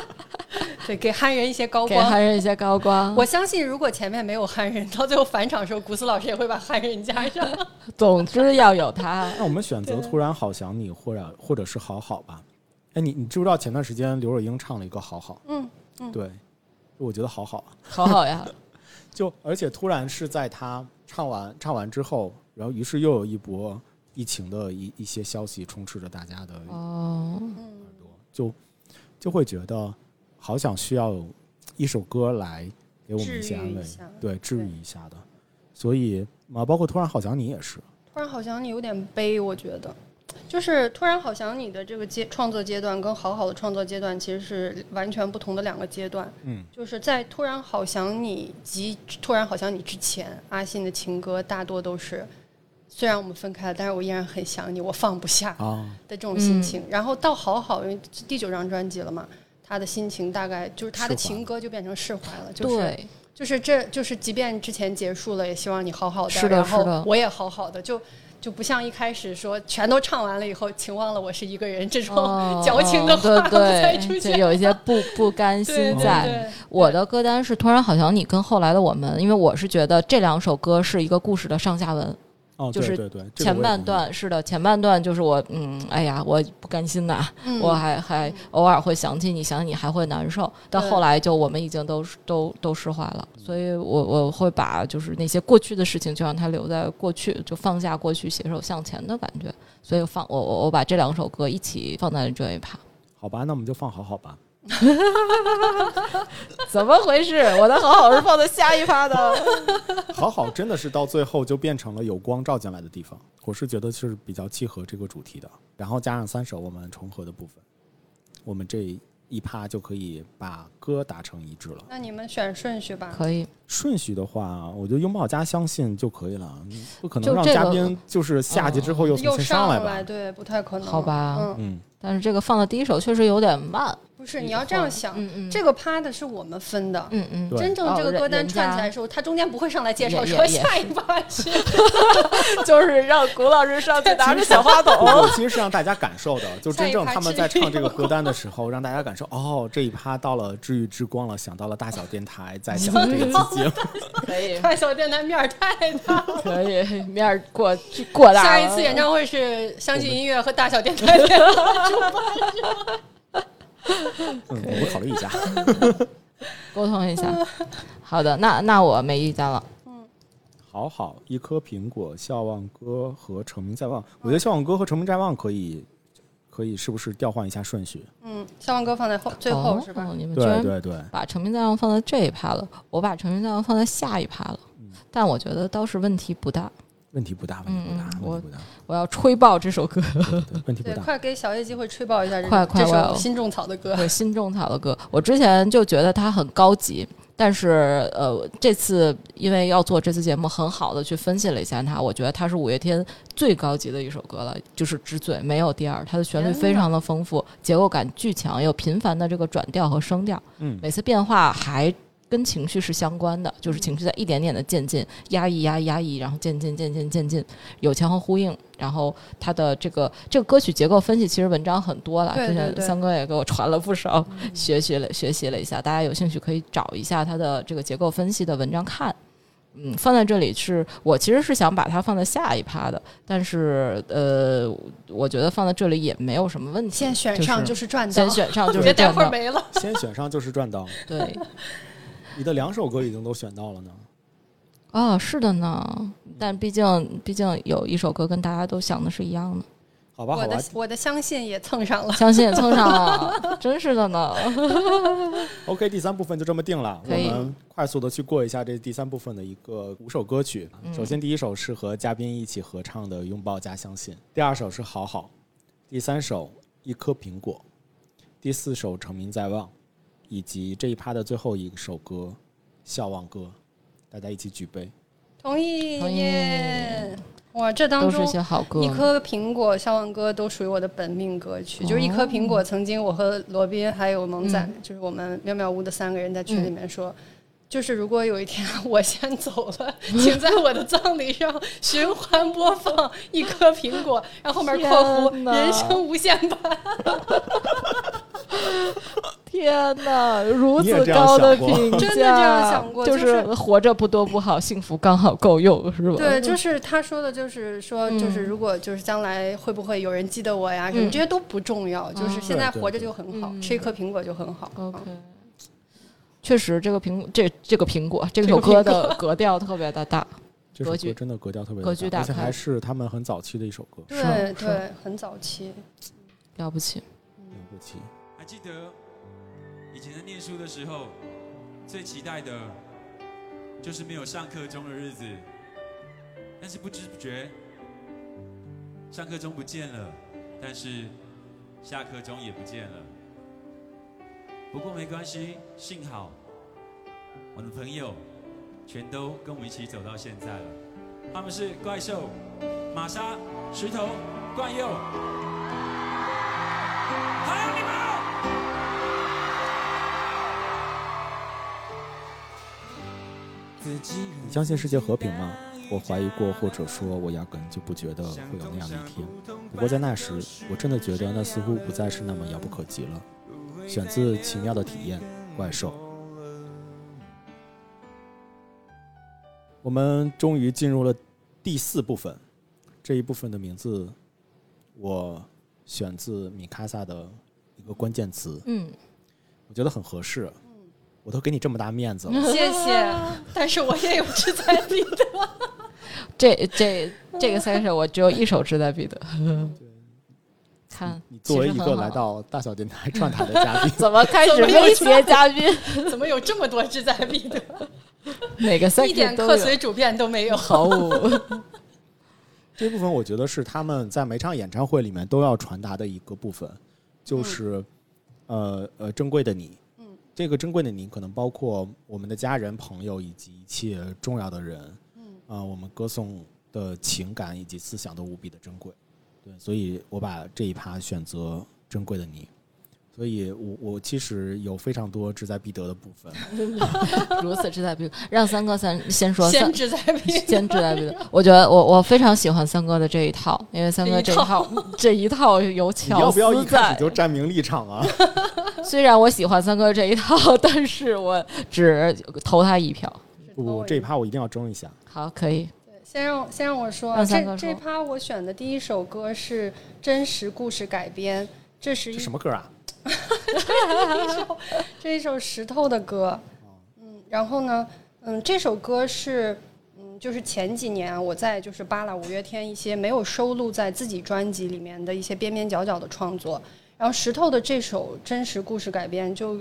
[laughs]
对，给憨人一些高
给
光。
憨人一些高光？
我相信，如果前面没有憨人，到最后返场的时候，古斯老师也会把憨人加上。
[laughs] 总之要有他。
那我们选择《突然好想你》或者或者是《好好》吧。哎，你你知不知道前段时间刘若英唱了一个《好好》？
嗯
对，我觉得好好啊。
好好呀，
就而且突然是在她唱完唱完之后，然后于是又有一波疫情的一一些消息充斥着大家的耳
哦，
嗯，
朵，就就会觉得好想需要有一首歌来给我们一些安
治愈
慰
一下，
对，治愈
对
一下的。所以啊，包括突然好想你也是，
突然好想你有点悲，我觉得，就是突然好想你的这个阶创作阶段跟好好的创作阶段其实是完全不同的两个阶段。
嗯，
就是在突然好想你及突然好想你之前，阿信的情歌大多都是，虽然我们分开了，但是我依然很想你，我放不下
啊，
的这种心情。然后到好好，因为这第九张专辑了嘛。他的心情大概就是他的
释怀
情歌就变成释怀了， [laughs] 就是
对，
就是这就是，即便之前结束了，也希望你好好的，
是的
然
是的
后我也好好的，就就不像一开始说全都唱完了以后，请忘了我是一个人这种
哦
[laughs] 矫情的话
哦
不再
对
出
对，就
现。
有一
[laughs]
些不不甘
对对
心
对
在。
对
我的歌单是《突然好想你》跟后来的我们，因为我是觉得这两首歌是一个故事的上下文。
哦，
就
对
是
对对，这个我
前
也
半
同意，
段是的，前半段就是我，嗯，哎呀，我不甘心呐、
嗯
我还还偶尔会想起你，想起你还会难受。到
对
后来就我们已经都都都释怀了，所以我我会把就是那些过去的事情就让它留在过去，就放下过去，携手向前的感觉。所以放我我我把这两首歌一起放在了这一趴。
好吧，那我们就放好好吧。
怎么回事？我的好好是放在下一趴的。
[laughs]
[laughs]
好好真的是到最后就变成了有光照进来的地方，我是觉得是比较契合这个主题的。然后加上三首我们重合的部分，我们这一趴就可以把歌达成一致了。
那你们选顺序吧。
可以，
顺序的话，我觉得拥抱加相信就可以了，不可能
就
让
这
嘉
个
宾就是下去之后又重
嗯又
新
上
来
来，
吧。
对，不太可能。
好吧
嗯，
嗯，
但是这个放的第一首确实有点慢。
不是，你要这样想，
嗯嗯，
这个趴的是我们分的。
嗯嗯，
[laughs]
对
真正这
哦
个
人
歌单
人家
串起来的时候，他中间不会上来介绍
也
说
也也
下一趴
[laughs]
是
就是让谷老师上去 [laughs] 拿着小话筒。
我 [laughs] 其实是让大家感受的，就
下
真
一
正
趴
他们
治
在
愈
唱这个
之
歌单的时候，让大家感受哦，这一趴到了治愈之光了，想到了大小电台，在想这
[laughs]
个季节。 [laughs]
可以，
快手电台面儿太大了。
可以，面儿过过大了。
下一次演唱会是相信音乐和大小电台联
[laughs]
合主办。
嗯，我们考虑一下。
沟通一下。好的，那那我没意见了。
好好，一颗苹果，笑忘歌和成名在望，我觉得笑忘歌和成名在望可以，可以是不是调换一下顺序？
嗯，消防歌放在后最后
哦
是吧？
你们居
对
然
对对，
把《成名在望》放在这一趴了，我把《成名在望》放在下一趴了。
嗯
但我觉得倒是问题不大，
问题不大，问题不大，
嗯嗯
问题不大，
我要吹爆这首歌， [laughs]
对对对问题不
对，
大。
快给小叶机会吹爆一下这
快哦快
这
我要
首新种草的歌。
我新种草的歌。我之前就觉得它很高级，但是呃，这次因为要做这次节目，很好的去分析了一下它，我觉得它是五月天最高级的一首歌了，就是《之最》，没有第二。它的旋律非常的丰富，结构感巨强，有频繁的这个转调和声调，
嗯
每次变化还。跟情绪是相关的，就是情绪在一点点的渐进，压抑、压抑、压抑，然后渐进、渐进、渐进，有前后呼应。然后它的这个这个歌曲结构分析，其实文章很多了，
对
之前
对对嗯
三哥也给我传了不少， [laughs] 学习了学习了一下，大家有兴趣可以找一下它的这个结构分析的文章看。嗯，放在这里是我其实是想把它放在下一趴的，但是呃，我觉得放在这里也没有什么问题。
先选上
就是
就是赚到，
先选
[laughs]
上就是
别待
赚
会儿
到，
没了。
先选上就是赚到。
对，
你的两首歌已经都选到了呢。
哦，是的
嗯
呢，但毕竟毕竟有一首歌跟大家都想的是一样的，
好吧，
我
好吧
的我的相信也蹭上了。
相信也蹭上
[laughs]
了，真是的呢。
，OK，第三部分就这么定了。我
可以
们快速的去过一下这第三部分的一个五首歌曲。
嗯
首先，第一首是和嘉宾一起合唱的《拥抱加相信》，第二首是《好好》，第三首《一颗苹果》，第四首《成名在望》，以及这一趴的最后一首歌《笑忘歌》，大家一起举杯。
同意
同意
耶！哇，这当
都是
中
一些好歌，
一颗苹果、消亡歌都属于我的本命歌曲。就是一颗苹
哦
果，曾经我和罗宾还有萌仔，
嗯
就是我们妙妙屋的三个人在群里面说。就是如果有一天我先走了，请在我的葬礼上循环播放一颗苹果，然后后面
天
括弧
哪
人生无限吧。
天哪，如
你也
此
这样
高的
想过 [laughs]
评价，
真的这样想过
就
就是
活着不多不好，幸福刚好够用，是吧？
对，就是他说的，就是说，就是如果就是将来会不会有人记得我呀，什么
嗯
这些都不重要，就是现在
对对
活着
对
就很好
嗯，
吃一颗苹果就很好。
[laughs] OK
嗯。
确实，这个苹这这个苹果这
这
首
个
歌
苹果
的格调特别的大，
这首
格局
歌真的格调特别
格局
大，而
打
且
开
还是他们很早期的一首歌，
是啊
对
是啊
对，很
[laughs]
早期。
了不起。
了不起。
还记得以前在念书的时候，最期待的就是没有上课钟的日子，但是不知不觉，上课钟不见了，但是下课钟也不见了。不过没关系，幸好我的朋友全都跟我们一起走到现在了。他们是怪兽、玛莎、石头、冠佑，还有你们哦好！
你相信世界和平吗？我怀疑过，或者说我压根就不觉得会有那样的一天。不过在那时，我真的觉得那似乎不再是那么遥不可及了。选自《奇妙的体验》，怪兽。我们终于进入了第四部分，这一部分的名字我选自米卡萨的一个关键词，
嗯，
我觉得很合适。我都给你这么大面子了，
嗯
谢谢， [laughs] 但是我也有志在必 [laughs] 得。
这这这个 session 我只有一首志
[laughs]
在必得。看，
你作为
其
一
实
个
很好，
来到大小电台 [laughs] 串台的嘉宾
怎么开始威胁嘉宾？ [laughs]
怎么有这么多志在必得？
哪个
一点
section 都
客
有
随主便都没有。
毫无。 [laughs]
这部分我觉得是他们在每场演唱会里面都要传达的一个部分，就是、呃呃，珍贵的你。
嗯
这个珍贵的你，可能包括我们的家人、朋友以及一切重要的人。
嗯
啊、我们歌颂的情感以及思想都无比的珍贵。对，所以我把这一趴选择珍贵的你。所以我我其实有非常多志在必得的部
[laughs]
分。
如此志在必得，让三哥先先说，
先
三
志在必得。
先志在必得。我觉得我我非常喜欢三哥的这一套，因为三哥这一套 [laughs] 这一套有
你要
巧
不要一
思
开
在
始。就站明立场
[laughs]
啊？
虽然我喜欢三哥这一套， [laughs] 但是我只投他一票。
不不，这一趴我一定要争一下。
好，可以。
先让先让我说，啊
让三
这
哥
这
说
趴我选的第一首歌是真实故事改编，这是一
这什么歌啊？
这一首石头的歌，嗯，然后呢，嗯，这首歌是，嗯，就是前几年我在就是扒拉五月天一些没有收录在自己专辑里面的一些边边角角的创作，然后石头的这首真实故事改编就。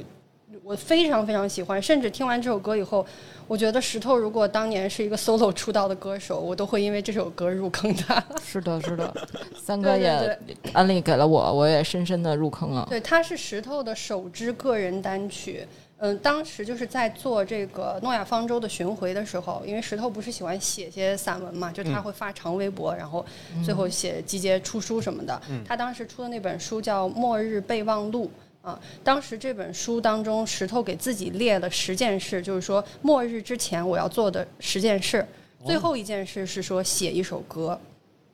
我非常非常喜欢，甚至听完这首歌以后，我觉得石头如果当年是一个 [laughs] solo 出道的歌手，我都会因为这首歌入坑他。
是的，是的，三
对
哥
对
也安利给了我，我也深深的入坑了。
对，它是石头的首支个人单曲。嗯，当时就是在做这个诺亚方舟的巡回的时候，因为石头不是喜欢写些散文嘛，就他会发长微博，然后最后写集结出书什么的。他当时出的那本书叫《末日备忘录》。啊，当时这本书当中，石头给自己列了十件事，就是说末日之前我要做的十件事。最后一件事是说写一首歌，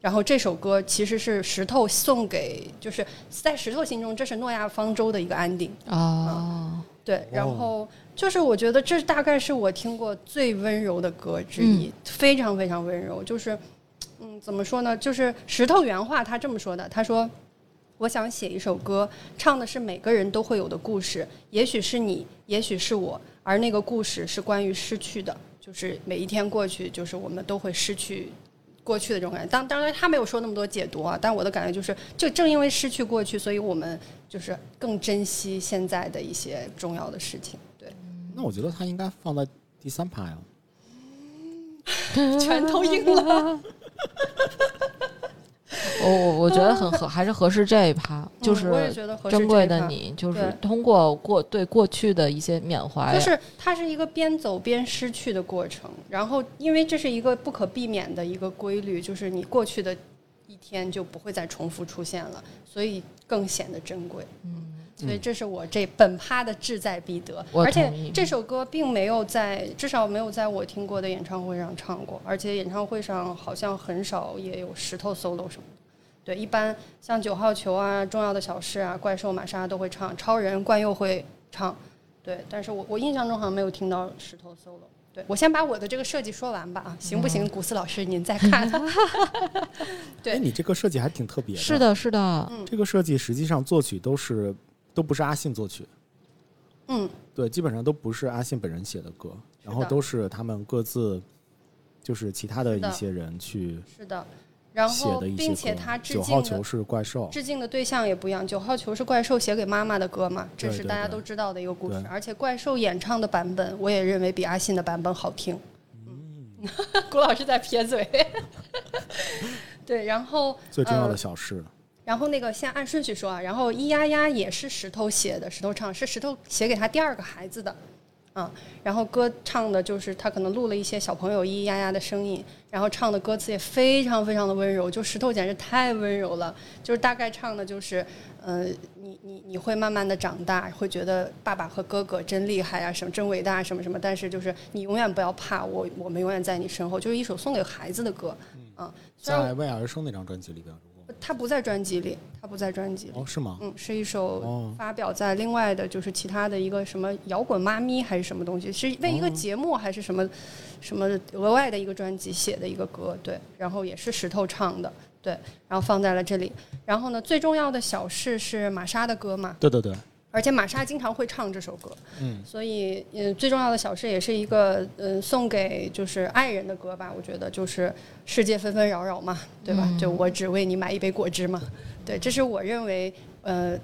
然后这首歌其实是石头送给，就是在石头心中，这是诺亚方舟的一个安定。
哦，
对，然后就是我觉得这大概是我听过最温柔的歌之一，非常非常温柔。就是，嗯，怎么说呢？就是石头原话，他这么说的，他说。我想写一首歌，唱的是每个人都会有的故事，也许是你，也许是我，而那个故事是关于失去的，就是每一天过去，就是我们都会失去过去的这种感觉。当当然他没有说那么多解读啊，但我的感觉就是，就正因为失去过去，所以我们就是更珍惜现在的一些重要的事情。对，
那我觉得它应该放在第三趴呀。
拳头硬了。
我我我觉得很合，还是合适这一趴，就
嗯我也
是
觉得合适
珍贵
这一趴
的你，就是
对
通过过对过去的一些缅怀，
就是它是一个边走边失去的过程，然后因为这是一个不可避免的一个规律，就是你过去的一天就不会再重复出现了，所以更显得珍贵。
嗯，
所以这是我这本趴的志在必得，
我
而且
同意
这首歌并没有在至少没有在我听过的演唱会上唱过，而且演唱会上好像很少也有石头 solo 什么的。对，一般像九号球啊、重要的小事啊、怪兽玛莎都会唱，超人冠佑会唱。对，但是我我印象中好像没有听到石头 solo。对我先把我的这个设计说完吧啊，行不行？古斯老师您再看。对
哎，你这个设计还挺特别的。
是，的，是的，
嗯
这个设计实际上作曲都是都不是阿信作曲，
嗯，
对，基本上都不是阿信本人写的歌，然后都是他们各自就是其他的
是的
一些人去
是的。然
写
后
的，一些
并
歌。
且他致
九号
敬
球
的
是怪兽，
致敬的对象也不一样。九号球是怪兽写给妈妈的歌嘛，这
对
是
对
大家
对
都知道的一个故事
对。
而且怪兽演唱的版本，我也认为比阿信的版本好听。 [laughs] 嗯，郭老师在撇嘴。 [laughs] 对，然后
最重要的
呃
小事。
然后那个先按顺序说啊，然后咿呀呀也是石头写的，石头唱是石头写给他第二个孩子的，啊，然后歌唱的就是他可能录了一些小朋友咿咿呀呀的声音，然后唱的歌词也非常非常的温柔，就石头简直太温柔了，就是大概唱的就是，呃，你你你会慢慢的长大，会觉得爸爸和哥哥真厉害啊，什么真伟大什么什么，但是就是你永远不要怕我，我们永远在你身后，就是一首送给孩子的歌，啊，虽然
在为爱而生那张专辑里边有过吗，
他不在专辑里，他不在专辑里。
哦，是吗？
嗯，是一
哦
首发表在另外的，就是其他的一个什么摇滚妈咪还是什么东西，是为一个
哦
节目还是什么什么额外的一个专辑写的一个歌，对，然后也是石头唱的，对，然后放在了这里。然后呢，最重要的小事是玛莎的歌嘛，
对对对，
而且玛莎经常会唱这首歌，
嗯，
所以嗯，最重要的小事也是一个嗯送给就是爱人的歌吧，我觉得就是世界纷纷扰扰嘛，对吧？
嗯
就我只为你买一杯果汁嘛，对，这是我认为呃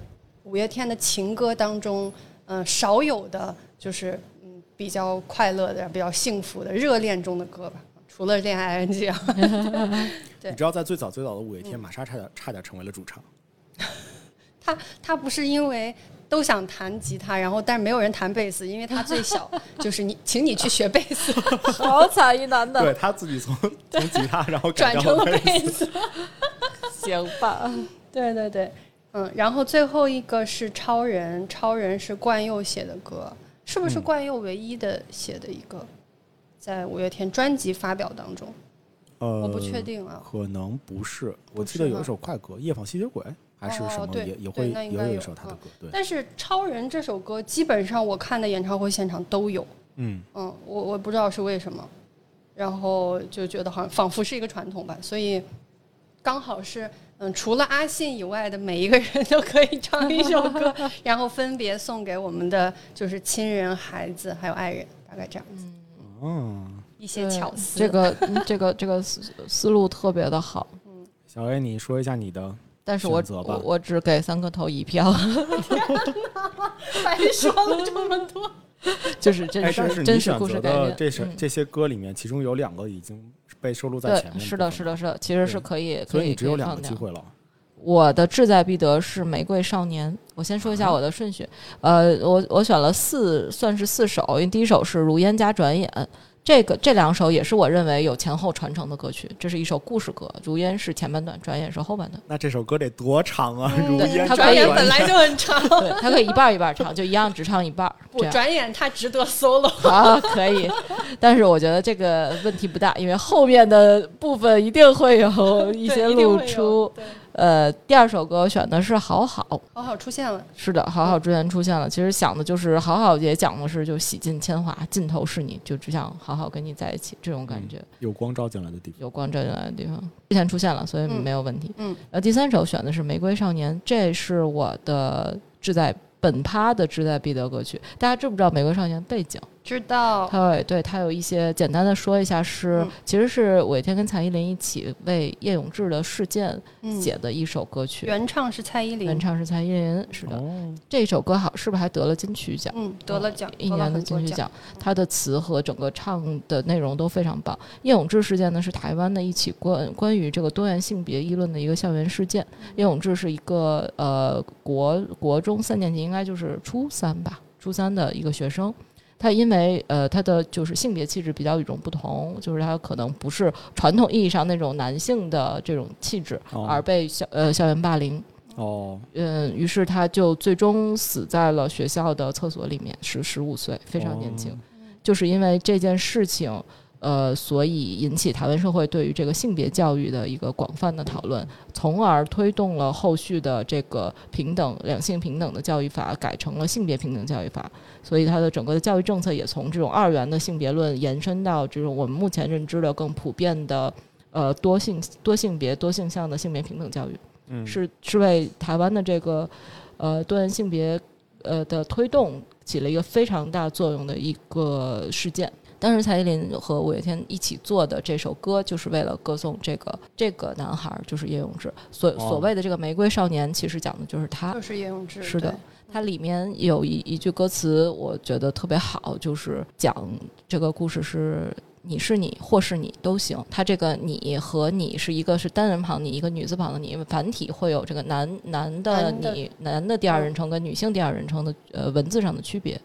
五月天的情歌当中嗯、呃少有的就是嗯比较快乐的、比较幸福的热恋中的歌吧，除了恋爱 ing 啊，对嗯
你知道在最早最早的五月天，玛莎差点差点成为了主唱，
他他不是因为都想弹吉他，然后但是没有人弹贝斯，因为他最小，就是你，请你去学贝斯，
好惨一男
对
的，
他自己从从吉他然后改
转
掉
成了
贝斯
贝斯。
行吧？
对对对，嗯，然后最后一个是超人，超人是冠佑写的歌，是不是
嗯
冠佑唯一的写的一个，在五月天专辑发表当中，
呃，
我不确定啊。
可能不是，我
不
记
是
得有一
吗
首快歌《夜访吸血鬼》，还是什么，
哦对
也也
对
会
那
也
应该
有一
有
首他的
嗯
歌，对，
但是超人这首歌基本上我看的演唱会现场都有，
嗯，
嗯，我我不知道是为什么，然后就觉得好像仿佛是一个传统吧，所以刚好是嗯，除了阿信以外的每一个人都可以唱一首歌，然后分别送给我们的就是亲人、孩子还有爱人，大概这样子
嗯，
一些
对
巧
哦
思。
这个嗯这个这个思思路特别的好，
小 A，你说一下你的，
但是我
选择吧
我我只给三个头一票， [laughs]
白说
嗯
了这么多，
就是
哎
真，
但是
实
你
真实
选
故
择
事改
的
编。
这首
嗯
这些歌里面，其中有两个已经被收录在前
对，
面，
是的，是，的，是的，其实是
对
可以，可
所以
以
你只有
可以
两
放
个
掉
机会了，
我的志在必得是《玫瑰少年》，我先说一
啊
下我的顺序。呃，我我选了四，算是四首，因为第一首是《如烟加转眼》，这个这两首也是我认为有前后传承的歌曲。这是一首故事歌，《如烟》是前半段，《转眼》是后
[laughs]
半段。
那这首歌得多长啊？如
嗯对
烟
它
转
转
可以
眼
转
本来就很长，
[laughs] 对，它可以一半儿一半儿唱，就一样只唱一半儿。
我
这样
转眼他值得 solo。
[laughs] 啊，可以。但是我觉得这个问题不大，因为后面的部分一定会有一些
[laughs] 对定
露
会有
出。
对
呃，第二首歌我选的是《好好》。
好好出现了，
是的，好好之前出现了。其实想的就是好好也讲的是就洗尽铅华，尽头是你，就只想好好跟你在一起这种感觉。
有光照进来的地方，
有光照进来的地方，之前出现了，所以
嗯
没有问题。
嗯，
然后第三首选的是《玫瑰少年》，这是我的志在本趴的志在必得歌曲。大家知不知道《玫瑰少年》背景？
知道
它有对它有一些简单的说一下是，
嗯
其实是五月天跟蔡依林一起为叶永志的事件
嗯
写的一首歌曲，
原唱是蔡依林
原，唱是蔡依林，是的。
哦，
这首歌好是不是还得了金曲奖？
嗯，得了奖，
一
得了
年的
很多
金曲
奖。
奖，他的词和整个唱的内容都非常棒。叶永志事件呢是台湾的一起关关于这个多元性别议论的一个校园事件。叶永志是一个呃国国中三年级，应该就是初三吧，初三的一个学生。他因为呃他的就是性别气质比较与众不同，就是他可能不是传统意义上那种男性的这种气质，
哦
而被校呃校园霸凌。
哦，
嗯，于是他就最终死在了学校的厕所里面，是十五岁，非常年轻。
哦
就是因为这件事情，呃，所以引起台湾社会对于这个性别教育的一个广泛的讨论，从而推动了后续的这个平等两性平等的教育法改成了性别平等教育法，所以它的整个的教育政策也从这种二元的性别论延伸到这种我们目前认知的更普遍的呃多性多性别多性向的性别平等教育。
嗯，
是是为台湾的这个呃多元性别呃的推动起了一个非常大作用的一个事件。当时蔡依林和五月天一起做的这首歌，就是为了歌颂这个这个男孩，就是叶永志。所
哦
所谓的这个玫瑰少年，其实讲的就是他
就。是叶永志，
是的
对，
它里面有一一句歌词，我觉得特别好，就是讲这个故事是。你是你，或是你都行。它这个“你”和“你”是一个是单人旁，你一个女字旁的“你”，繁体会有这个男男的
男的
你、男的第二人称跟女性第二人称的呃文字上的区别。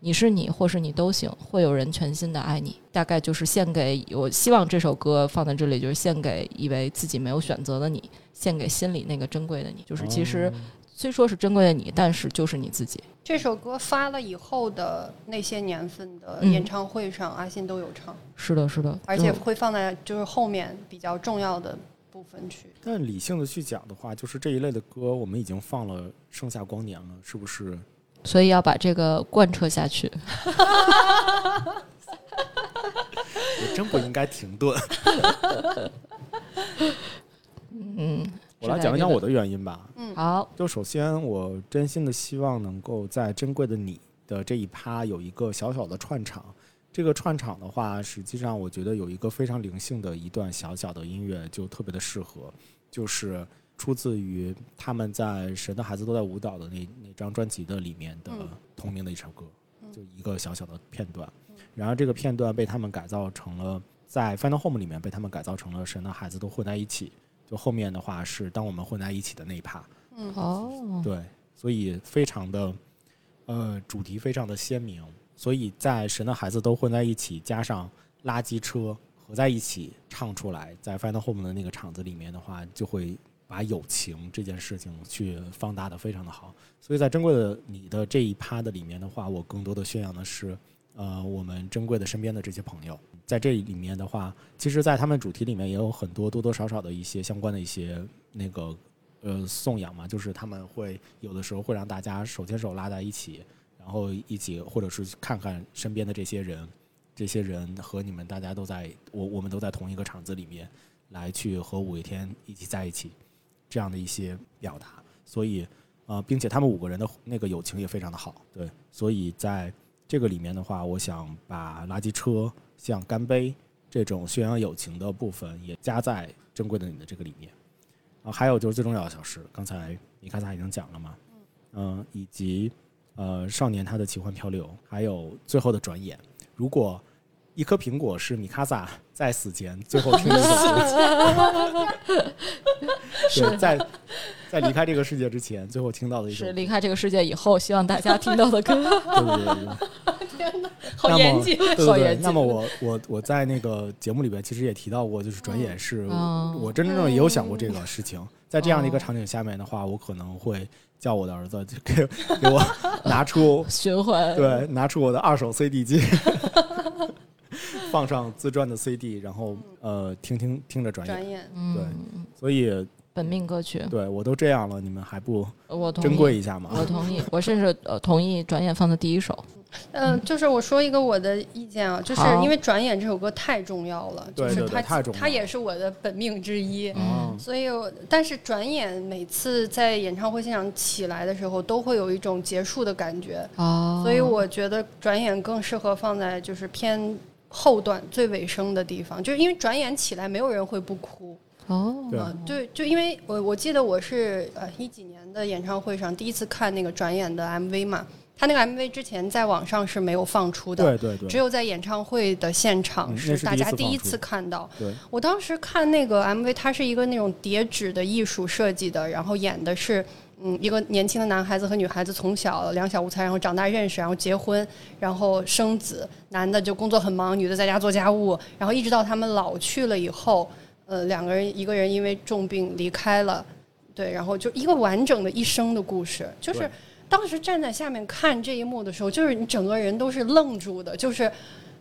你是你，或是你都行，会有人全心的爱你。大概就是献给我，希望这首歌放在这里，就是献给以为自己没有选择的你，献给心里那个珍贵的你。就是其
哦
实虽说是珍贵的你，但是就是你自己。
这首歌发了以后的那些年份的
嗯
演唱会上，阿信都有唱，
是的，是的，
而且
就
会放在就是后面比较重要的部分去。
但理性的去讲的话，就是这一类的歌，我们已经放了盛夏光年了，是不是？
所以要把这个贯彻下去。
我真不应该停顿。
嗯，
[laughs] 我来讲一讲
是的
我的原因吧。
好，
就首先，我真心的希望能够在《珍贵的你》的这一趴有一个小小的串场。这个串场的话，实际上我觉得有一个非常灵性的一段小小的音乐就特别的适合，就是出自于他们在《神的孩子都在舞蹈》的那那张专辑的里面的
嗯
同名的一首歌，就一个小小的片段。然后这个片段被他们改造成了在《Final Home》里面被他们改造成了神的孩子都混在一起。就后面的话是当我们混在一起的那一趴，
嗯，
哦，
对，所以非常的，呃，主题非常的鲜明，所以在神的孩子都混在一起，加上垃圾车合在一起唱出来，在 Final Home 的那个场子里面的话，就会把友情这件事情去放大的非常的好。所以在珍贵的你的这一趴的里面的话，我更多的宣扬的是。呃，我们珍贵的身边的这些朋友，在这里面的话，其实，在他们主题里面也有很多多多少少的一些相关的一些那个呃颂扬嘛，就是他们会有的时候会让大家手牵手拉在一起，然后一起或者是去看看身边的这些人，这些人和你们大家都在我我们都在同一个场子里面来去和五月天一起在一起，这样的一些表达，所以呃，并且他们五个人的那个友情也非常的好，对，所以在这个里面的话，我想把垃圾车像干杯这种宣扬友情的部分也加在珍贵的你的这个里面。啊，还有就是最重要的小事，刚才米卡萨已经讲了嘛，嗯、以及呃少年他的奇幻漂流，还有最后的转眼。如果一颗苹果是米卡萨在死前最后听的一首歌，对，在在离开这个世界之前最后听到的一首
是
歌，
离开这个世界以后，希望大家听到的
[laughs]
歌。
对对对对对。
好严谨。
对
好
对对
严，谨
那么我我我在那个节目里边其实也提到过，就是转眼是
哦
嗯
我真真正正也有想过这
嗯
个事情。在这样的一个场景下面的话，我可能会叫我的儿子就给给
[laughs]
我拿出
循环，
对拿出我的二手 CD 机， [laughs] 放上自传的 CD，然后呃听听听着转眼。
转眼，嗯
嗯，
对所以
本命歌曲，
对我都这样了，你们还不
我同意，
珍贵一下吗？
我同意，我甚至呃同意转眼放在第一首。
嗯、就是我说一个我的意见啊，就是
好
因为《转眼》这首歌太重要了，就
对
是
对对
它
太重要
它
了
也是我的本命之一。
嗯
所以我，但是转眼每次在演唱会现场起来的时候，都会有一种结束的感觉，
哦，
所以我觉得转眼更适合放在就是偏后段最尾声的地方，就是因为转眼起来没有人会不哭，
哦，
对
嗯，对，就因为我我记得我是呃一几年的演唱会上第一次看那个转眼的 MV 嘛，他那个 MV 之前在网上是没有放出的，
对对对
只有在演唱会的现场
嗯
是
那是
大家
第
第
一次放
一
出
次看到。
对，
我当时看那个 MV，它是一个那种叠纸的艺术设计的，然后演的是嗯一个年轻的男孩子和女孩子从小两小无猜，然后长大认识，然后结婚，然后生子，男的就工作很忙，女的在家做家务，然后一直到他们老去了以后，呃，两个人一个人因为重病离开了，对，然后就一个完整的一生的故事，就是
对。
当时站在下面看这一幕的时候，就是你整个人都是愣住的，就是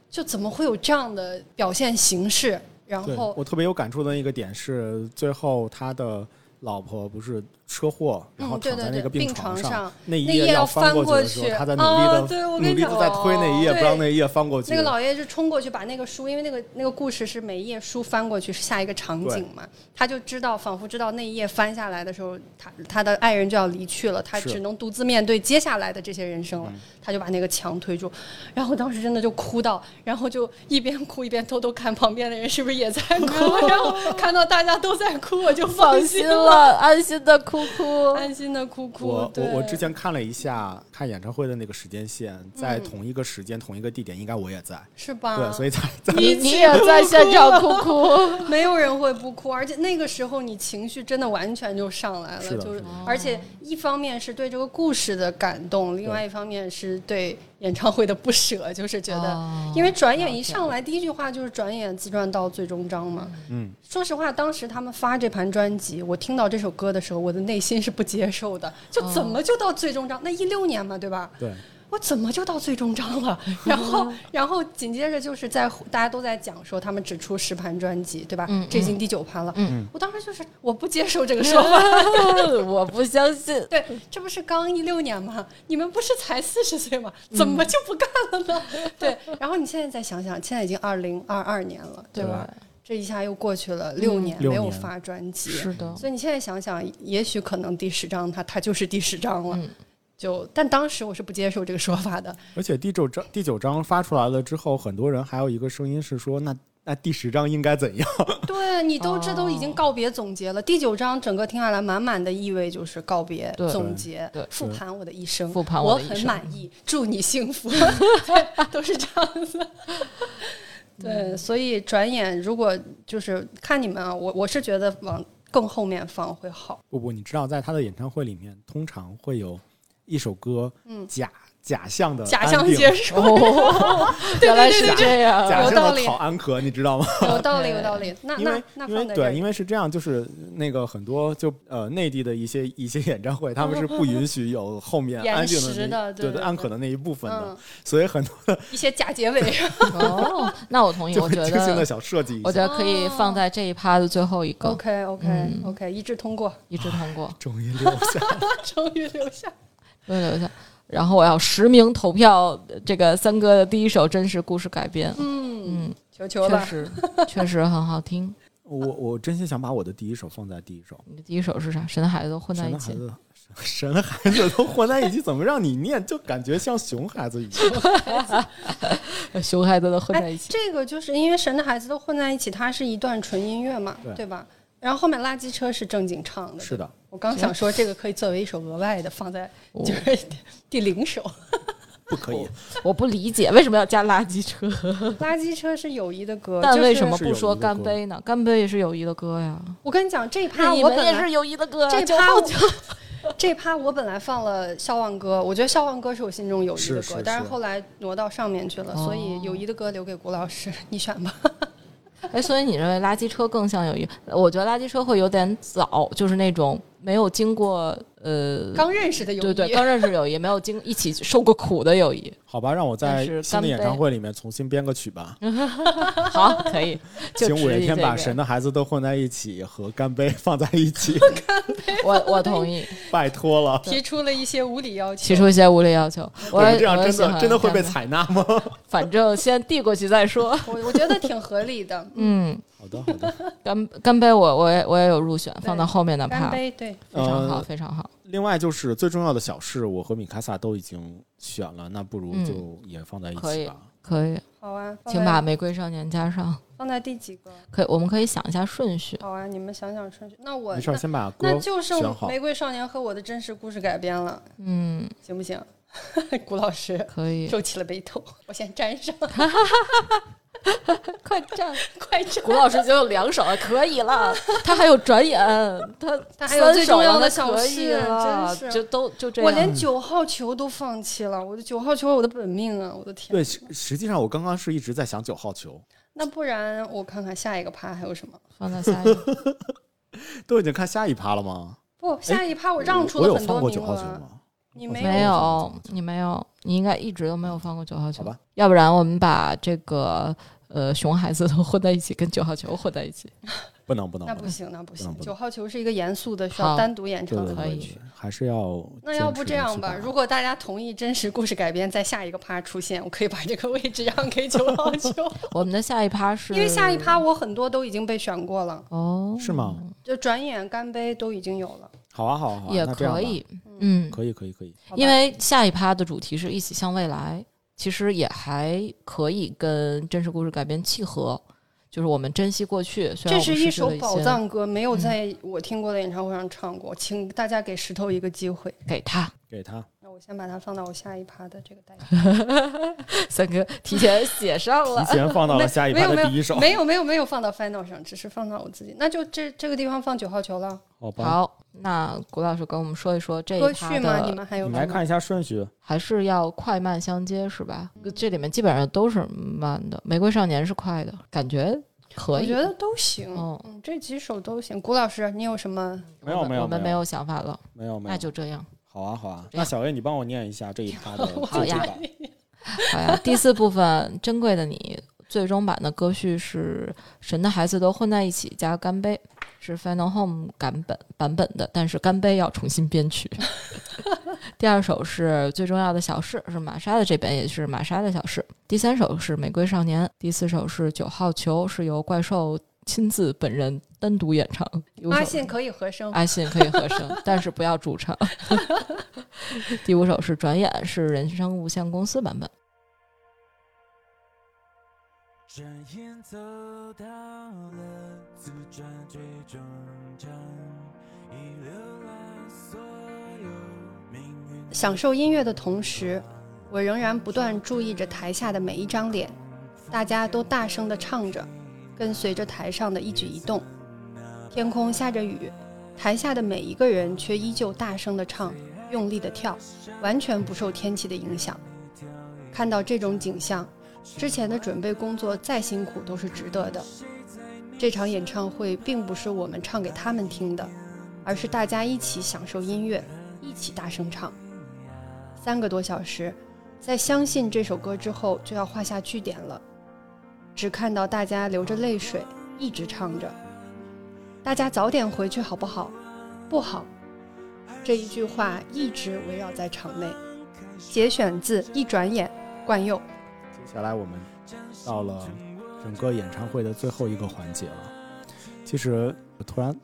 就怎么会有这样的表现形式？然
对
后
我特别有感触的一个点是，最后他的老婆不是车祸，然后
嗯，对
躺在
对
那
对，
个
病
床
上，
那一
那页
要
要
翻
翻
过
过
的时候，
去
他在努力
啊
的、
对我
努
跟你
力
讲
的在推那一页，
对
不让那一页翻过去。
那个老爷爷就冲过去把那个书，因为那个那个故事是每一页书翻过去是下一个场景嘛，他就知道，仿佛知道那一页翻下来的时候，他他的爱人就要离去了，他
是
只能独自面对接下来的这些人生了，
嗯
他就把那个墙推住，然后当时真的就哭到，然后就一边哭一边偷偷看旁边的人是不是也在
[laughs]
哭，然后看到大家都在哭，我就
放
放
心
了，
了，安心的哭哭。
安心的哭哭。
我我
对
我之前看了一下，看演唱会的那个时间线，
嗯
在同一个时间、同一个地点，应该我也在。
是吧？
对，所以才才
你你也在现场哭 [laughs] 哭，
没有人会不哭，而且那个时候你情绪真的完全就上来了，
是的
就是
的
而且一方面是对这个故事的感动，另外一方面是对演唱会的不舍，就是 [laughs] 觉得，
哦 [laughs]
因为转眼一上来第一句话就是转眼自传到最终章嘛。
嗯，
说实话，当时他们发这盘专辑，我听到这首歌的时候，我的内心是不接受的，就怎么就到最终章？那一六年嘛，对吧？
对，
我怎么就到最终章
[laughs]
了？然后，然后紧接着就是在大家都在讲说他们只出十盘专辑，对吧？
嗯
这已经第九盘了。
嗯
我当时就是我不接受这个说法。
[laughs]
[laughs]
我不相信。
对，这不是刚一六年吗？你们不是才四十岁吗？
嗯
怎么就不干了呢？ [laughs] 对，然后你现在再想想，现在已经二零二二年了，对吧？这一下又过去了六年，
六
没有
年
发专辑。
嗯是的，
所以你现在想想，也许可能第十章它它就是第十章了。
嗯
就但当时我是不接受这个说法的，
而且第九章第九章发出来了之后，很多人还有一个声音是说，那那第十章应该怎样？
对你都这都已经
哦
告别总结了，第九章整个听下来满满的意味就是告别
对
总结
对对，
复盘我的一生，
复盘
我
我的一
很
生
满意，祝你幸
[laughs]
福，对都是这样子。
嗯
对，所以转眼如果就是看你们啊，我我是觉得往更后面放会好。
不不，你知道，在他的演唱会里面，通常会有一首歌，
嗯
假假象的
假
安
象
定
结
[laughs]
束，
哦，原来是这样。
假
有道
象的
理
讨安可，你知道吗？
有道理，有道理。那
因
那
为
那
因
放
为
在这
对，
里
因。为是这样，就是那个很多就呃内地的一些一些演唱会，他们是不允许有后
[laughs]
面
延
安静
时
那
的对
对
对对
安可的那一部分的
嗯，，
所以很多
一些假结尾，
哦，那我同意，
就
我
会
觉
精心的
得，
想设
[laughs]
计一
我
下。
觉得可以放在这一趴的最后一个，
OK OK
嗯
OK，一致通过，
一致通过。
终于留下，
终于留下。
对留下。然后我要实名投票，这个三哥的第一首真实故事改编，
嗯，
嗯，
求求
确
了。
实确实很好听。
[laughs] 我我真心想把我的第一首放在第一首，
你的第一首是啥？神的孩子都混在
神
一
的
起
孩，子，神孩子都混在一起，怎么让你念？就感觉像熊孩子一
[laughs]
样。
[laughs] 熊孩子都混在一起。
这个就是因为神的孩子都混在一起，它是一段纯音乐嘛，
对
对吧？然后后面垃圾车是正经唱的，
是的，
我刚想说这个可以作为一首额外的放在
哦
就是 [laughs] 第
[laughs]
零首，
不可以，
我不理解为什么要加垃圾 [laughs] 车，
垃圾车是友谊的歌，
但
就是
为什么
是有
不
一
说
个
干
歌
杯呢？干杯也是友谊的歌呀，
我跟你讲这一趴
你
我
们
本
也
来
是友谊的歌啊。
这
就 [laughs]
趴
后
我 [laughs] 这趴我本来放了《笑忘歌》，我觉得《笑忘歌》是我心中友谊的
是
歌，
是
但
是
是后来挪到上面去了，所
哦
以友谊的歌留给谷老师，你选吧。
哎，所以你认为垃圾车更像友谊？我觉得垃圾车会有点早，就是那种没有经过呃，
刚认识的友谊，
对对，刚认识友谊，没有经一起受过苦的友
[laughs]
谊。
好吧，让我在
但是
新的演唱
干杯
会里面重新编个曲吧。
嗯
好，可以。就
请
质
五月
疑
天
这
把
个
神的孩子都混在一起和干杯放在一
[laughs]
起，
我我同意，
拜托了。
提出了一些无理要求，
提出一些无理要求。
[laughs]
我
我们这样
我
真
喜欢
的真的会被
干
[laughs]
杯
采纳
[laughs]
吗？
反正先递过去再说。
我我觉得挺合理的。
[laughs]
[laughs]
嗯，
好的，好的。
干干杯我，我也我也有入选，放到后面的
干
趴，非
杯，对，
常好，
呃，
非常好。
另外就是最重要的小事，我和米卡萨都已经选了，那不如
嗯
就也放在一
可以
起吧。
可以，
好啊，放
请
在
把《玫瑰少年》加上。
放在第几个？
可以，我们可以想一下顺序。
好啊，你们想想顺序。那我
没事儿，
那
先把歌
那就剩
选
《
好
玫。瑰少年》和我的真实故事改编了， [laughs]
嗯，
行不行？谷老师
可以。
皱起了眉头，我先粘上，
快站！
快粘。
古老师就有两首了，可以了。他还有转眼，他
他还有
三
最
首
重要
了，他
的小
可以
事，
了，
真。
就是都就这样。
我连九号球都放弃了，我的九号球我的本命啊，我的天！
对，实实际上我刚刚是一直在想九号球，
那不然我看看下一个趴还有什么？
放在下一个。
都已经看下一趴了吗？
不，下一趴我让出
哎我
了
有
很
放
多
过
名
九号球
额，啊
吗？
你
我
没
放
没
过
有，你没有，你应该一直都没有放过九号球
好吧？
要不然我们把这个呃熊孩子都混在一起，跟九号球混在一起。
不能不能
那
不
不
能，
行，那
不
不
能
行
不。能
九号球是一个严肃的，需
好
要单独演
对
唱
对
的。
可
对
以
对，还是要
那要
坚
不
持
这
元
样
素
吧，如
化
果大家同意真实故事改编在下一个趴出现，我可以把这个位置让给九
[laughs]
号球，
我们的下一趴是
因为下一趴我很多都已经被选过了，
哦
是吗？
就转眼干杯都已经有了。
好啊好啊，好啊
也
那这样吧
可以，嗯，
可以可以可以，
好吧
因为下一趴的主题是一起向未来，其实也还可以跟真实故事改编契合，就是我们珍惜过去。虽然
这
我
是
们
一
失去
首
了一
宝
些，
藏歌，没有
嗯
在我听过的演唱会上唱过，请大家给石头一个机会。
给他 [laughs]
给他
那我先把它放到我下一趴的这个单元。
三哥提前写上了
[laughs]
提。前放到了下一
没
趴
有没
的
有
第一首，
没有没有没有放到 final 上，只是放到我自己。那就这这个地方放九号球了，
好吧，
好，那谷老师跟我们说一说这
歌
一趴
序嘛，你
的，
们还有
你
吗
来看一下顺序，
还是要快慢相接是吧？这里面基本上都是慢的，《玫瑰少年》是快的，感觉可
我
以
觉。得都行，
哦
嗯，这几首都行。谷老师，你有什么？
没有
我们
没有
我们
没
没
有
有想法了，
没有没
那
有，
就这样。
好啊好啊，
这
那
样
小 A 你帮我念一下这一趴的
好
最
呀
终版，
好呀，第四部分，珍贵的你，最终版的歌序是《神的孩子都混在一起》加《干杯》，是 Final Home 版本版本的，但是《干杯》要重新编曲。 [laughs] 第二首是最重要的小事，是玛莎的这边也是玛莎的小事。第三首是玫瑰少年，第四首是九号球，是由怪兽亲自本人单独演唱。有
阿
首
信可以和声，
阿信可以和声，但是不要主唱。 [laughs] 第五首是《转眼》，是人生无限公司版本。
转眼走到了自转最终章，已浏览所有命运。
享受音乐的同时，我仍然不断注意着台下的每一张脸，大家都大声的唱着，跟随着台上的一举一动。天空下着雨，台下的每一个人却依旧大声的唱，用力的跳，完全不受天气的影响。看到这种景象，之前的准备工作再辛苦都是值得的。这场演唱会并不是我们唱给他们听的，而是大家一起享受音乐，一起大声唱。三个多小时，在相信这首歌之后就要画下句点了。只看到大家流着泪水，一直唱着：“大家早点回去好不好？不好。”这一句话一直围绕在场内。节选自《一转眼》，冠佑。
接下来我们到了整个演唱会的最后一个环节了，其实我突然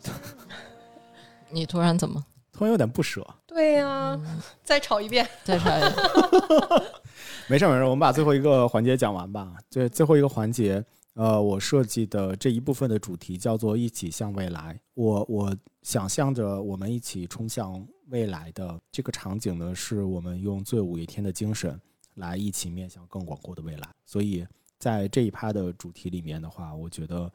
你突然怎么？
突然有点不舍，
对呀、再吵一遍。
再说一遍
[laughs]
没事儿没事儿，我们把最后一个环节讲完吧。这最后一个环节，呃，我设计的这一部分的主题叫做“一起向未来”。我我想象着我们一起冲向未来的这个场景呢，是我们用最五月天的精神来一起面向更广阔的未来。所以在这一趴的主题里面的话，我觉得。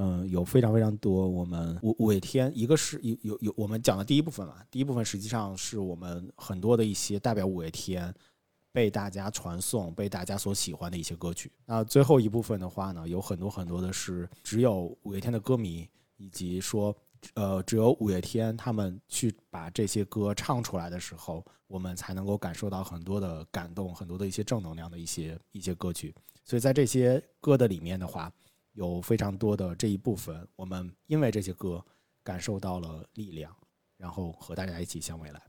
嗯，有非常非常多。我们五五月天，一个是有有有，我们讲的第一部分嘛，第一部分实际上是我们很多的一些代表五月天，被大家传颂、被大家所喜欢的一些歌曲。那最后一部分的话呢，有很多很多的是只有五月天的歌迷，以及说，呃，只有五月天他们去把这些歌唱出来的时候，我们才能够感受到很多的感动、很多的一些正能量的一些一些歌曲。所以在这些歌的里面的话，有非常多的这一部分，我们因为这些歌感受到了力量，然后和大家一起向未来。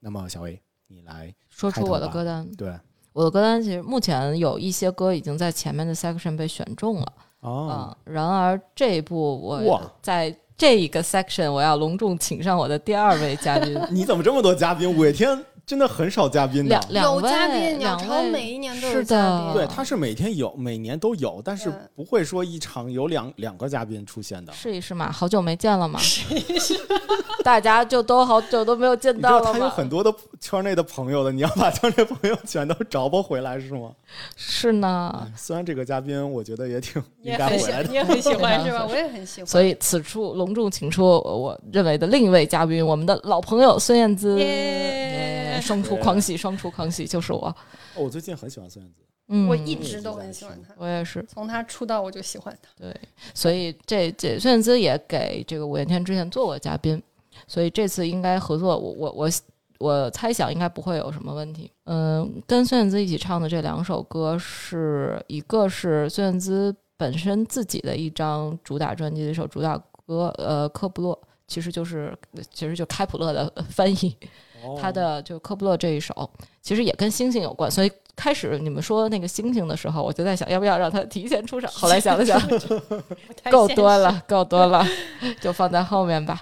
那么，小 A，你来
说出我的
开头吧
歌单。
对。
我的歌单其实目前有一些歌已经在前面的 section 被选中了
哦
啊、，然而这一部
哇，
我在这一个 section 我要隆重请上我的第二位嘉宾
你怎么这么多嘉宾？五月天真的很少嘉宾的
两。两位两位
一年
是的
对，他是每天有，每年都有，但是
对
不会说一场有两两个嘉宾出现的。
试一试嘛，好久没见了嘛，大家就都好久都没有见
你知
到
道
了
他有
嘛
很，多的 [laughs] 圈内的朋友的，你要把圈内朋友全都找不回来是吗？
是呢，
哎虽然这个嘉宾我觉得也挺应
也
该
很
回
喜
来，的，
你也很喜
[laughs]
欢是
非常
吧？
合适
我也很喜欢。
所以此处隆重请出我认为的另一位嘉宾，我们的老朋友孙燕姿，
耶
耶双厨狂喜，双厨狂喜就是我，
[laughs] 哦我最近很喜欢孙燕姿，
嗯，
我一直都很喜欢他，
我也是。
从他出道我就喜欢他。
对，所以这这孙燕姿也给这个五月天之前做过嘉宾，所以这次应该合作，我我我我猜想应该不会有什么问题。嗯，跟孙燕姿一起唱的这两首歌是一个是孙燕姿。本身自己的一张主打专辑的一首主打歌，呃，科布洛其实就是其实就开普勒的翻译，他的就科布勒这一首，其实也跟星星有关，所以开始你们说那个星星的时候，我就在想要不要让他提前出场，后来想了想，
不太
够
现
多
实嗯
了，够多了，就放在后面吧。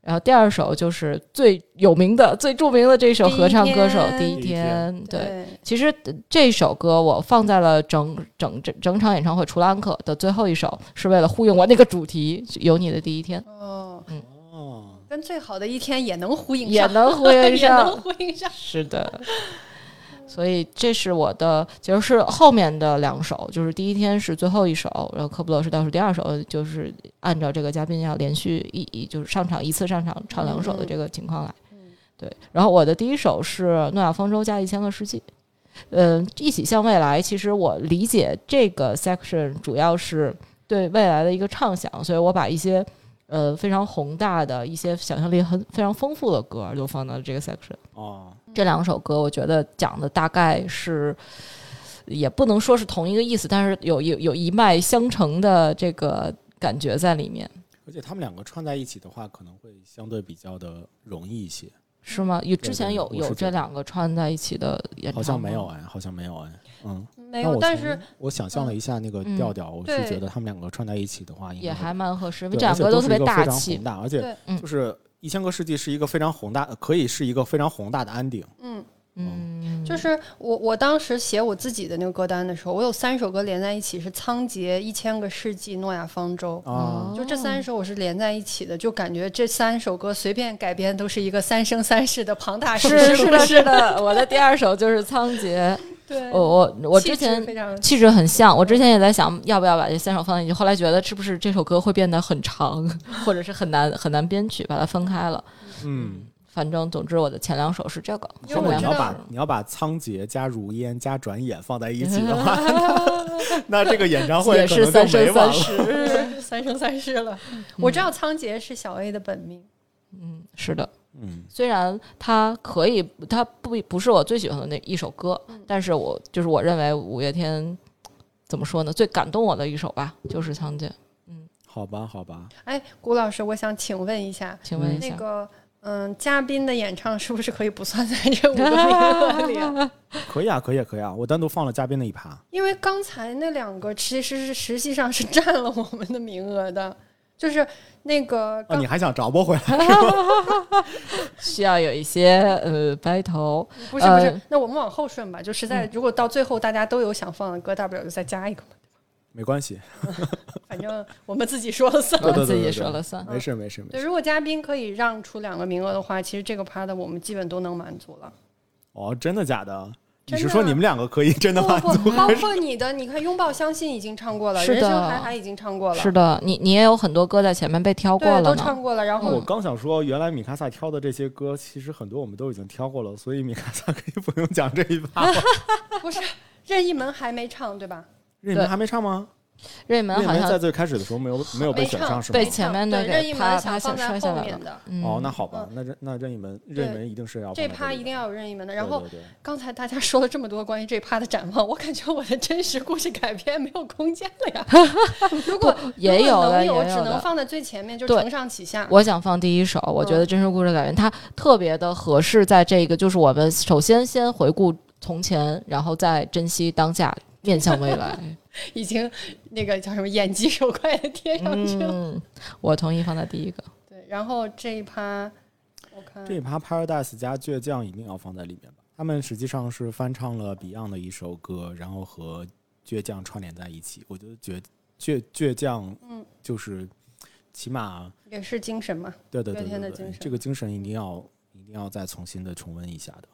然后第二首就是最有名的、最著名的这首合唱歌手《
第
第
一
一
天
天》，对，
对，
其实呃这首歌我放在了整整整整场演唱会，除了安可的最后一首，是为了呼应我那个主题《有你的第一天
哦，
哦，
跟最好的一天 [laughs] 也能呼》，应
也
上，
能呼应
也能
上。
呼应上。
是的，所以这是我的，其实是后面的两首，就是第一天是最后一首，然后科布勒是倒数第二首，就是按照这个嘉宾要连续一一就是上场一次上场唱两首的这个情况来。对，然后我的第一首是《诺亚方舟》加一千个世纪。嗯，一起向未来。其实我理解这个 section 主要是对未来的一个畅想，所以我把一些呃非常宏大的一些想象力很非常丰富的歌儿就放到了这个 section。
哦，
这两首歌，我觉得讲的大概是，也不能说是同一个意思，但是有有有一脉相承的这个感觉在里面，
而且他们两个串在一起的话，可能会相对比较的容易一些。
是吗？有
对
之前
对
有
我是
有
觉
这
得
两个串在一起的演唱
好像没有
吗，
哎，好像没有哎，嗯，
没
我
有，
从
但是
我想象了一下那个
嗯
调调，我是
对
觉得他们两个串在一起的话，应
也
该
还蛮合适，因
嗯
为
对
这两
而且
歌
都
特
是
别
一个
大
非常
气
宏。大，而且
对
嗯
就是一千个世纪是一个非常宏大，可以是一个非常宏大的安定。
嗯，
嗯，
就是我我当时写我自己的那个歌单的时候，我有三首歌连在一起是《仓颉》《一千个世纪》《诺亚方舟》。
啊，
就这三首我是连在一起的，就感觉这三首歌随便改编都是一个三生三世啊的庞大
是
故事
是的，是的，我的第二首就是《仓颉》，
对，
我我我之
气质
前
非
[laughs]
常
气质很像，我之前也在想要不要把这三首放进去，后来觉得是不是这首歌会变得很长， [laughs] 或者是很难很难编曲，把它分开了。
嗯，
反正总之，我的前两首是这个，
因为
如
后
果
我
两
你
知
要
首
道
把你要把仓颉加如烟加转眼放在一起的话， [laughs] 那那这个演唱会
也
可
是
能
三
就没
生
完
三
了。
世，
三生三世了。我知道仓颉是小 A 的本名，
嗯，是的。
嗯，
虽然它可以，它不不是我最喜欢的那一首歌，
嗯
但是我就是我认为五月天怎么说呢，最感动我的一首吧，就是《苍井》。
好吧，好吧，
哎，谷老师，我想请问一下，
请问一
那
[laughs] 下，
个嗯，嘉宾的演唱是不是可以不算在这五个名额里啊？ [laughs]
可以啊，可以啊，可以啊，我单独放了嘉宾那一趴。
因为刚才那两个其实是实际上是占了我们的名额的，就是那
哦
个
啊，
刚、
你还想找不回来？
[laughs] 需要有一些呃 battle。
不是不是、
呃嗯
那我们往后顺吧，就实在如果到最后大家都有想放的歌，大不了就再加一个嘛，
没关系，
反正我们自己说了算。 [laughs]
对对对
自己
对对
说了算
没事没事没
对，
事。
如果嘉宾可以让出两个名额的话，其实这个趴的我们基本都能满足了。
哦，真的假的？你
真
是
的
说你们两个可以真的
不
吗？
不不，包括你的，你看《拥抱相信》已经唱过了，
是的
人生海海》已经唱过了，
是的，你你也有很多歌在前面被挑过
对，
了
都
呢。
唱过了。然
我
后
刚想说，原来米卡萨挑的这些歌，其实很多我们都已经挑过了，所以米卡萨可以 [laughs] 不用讲这一趴
[laughs]
了。
不是《任意门》还没唱对吧？
任意门还没唱吗？
瑞
任
门
意
好
门在
像
最开始的时候没有没有被选上是吗
被？前面的
对
给
任意
啪
门
啪
想放
先摔
在
下
后
来
面
了
的，
嗯
哦，那好吧，那任那任意门任意
对
门一定是要
这
放在
趴
里
一定要有任意门的。
的
然后嗯
对对对
刚才大家说了这么多关于这趴的展望，我感觉我的真实故事改编没有空间了呀。如果
[laughs] 也
如
有
果
的，
能
也有
只能
的。
放在最前面，就
对
承上启下。
我想放第一首，我觉得真实故事改编、它特别的合适，在这个就是我们首先先回顾从前，然后再珍惜当下，面向未来。
哎已经那个叫什么眼疾手快的贴上去了。
嗯，我同意放在第一个。
对，然后这一趴我看
这一趴 Paradise 加倔强一定要放在里面吧。他们实际上是翻唱了 Beyond 的一首歌，然后和倔强串联在一起。我觉得倔倔倔强，
嗯，
就是起码
也是精神嘛。
对对
乐
对
天的
对
精
对
神，
这个精神一定要一定要再重新的重温一下的。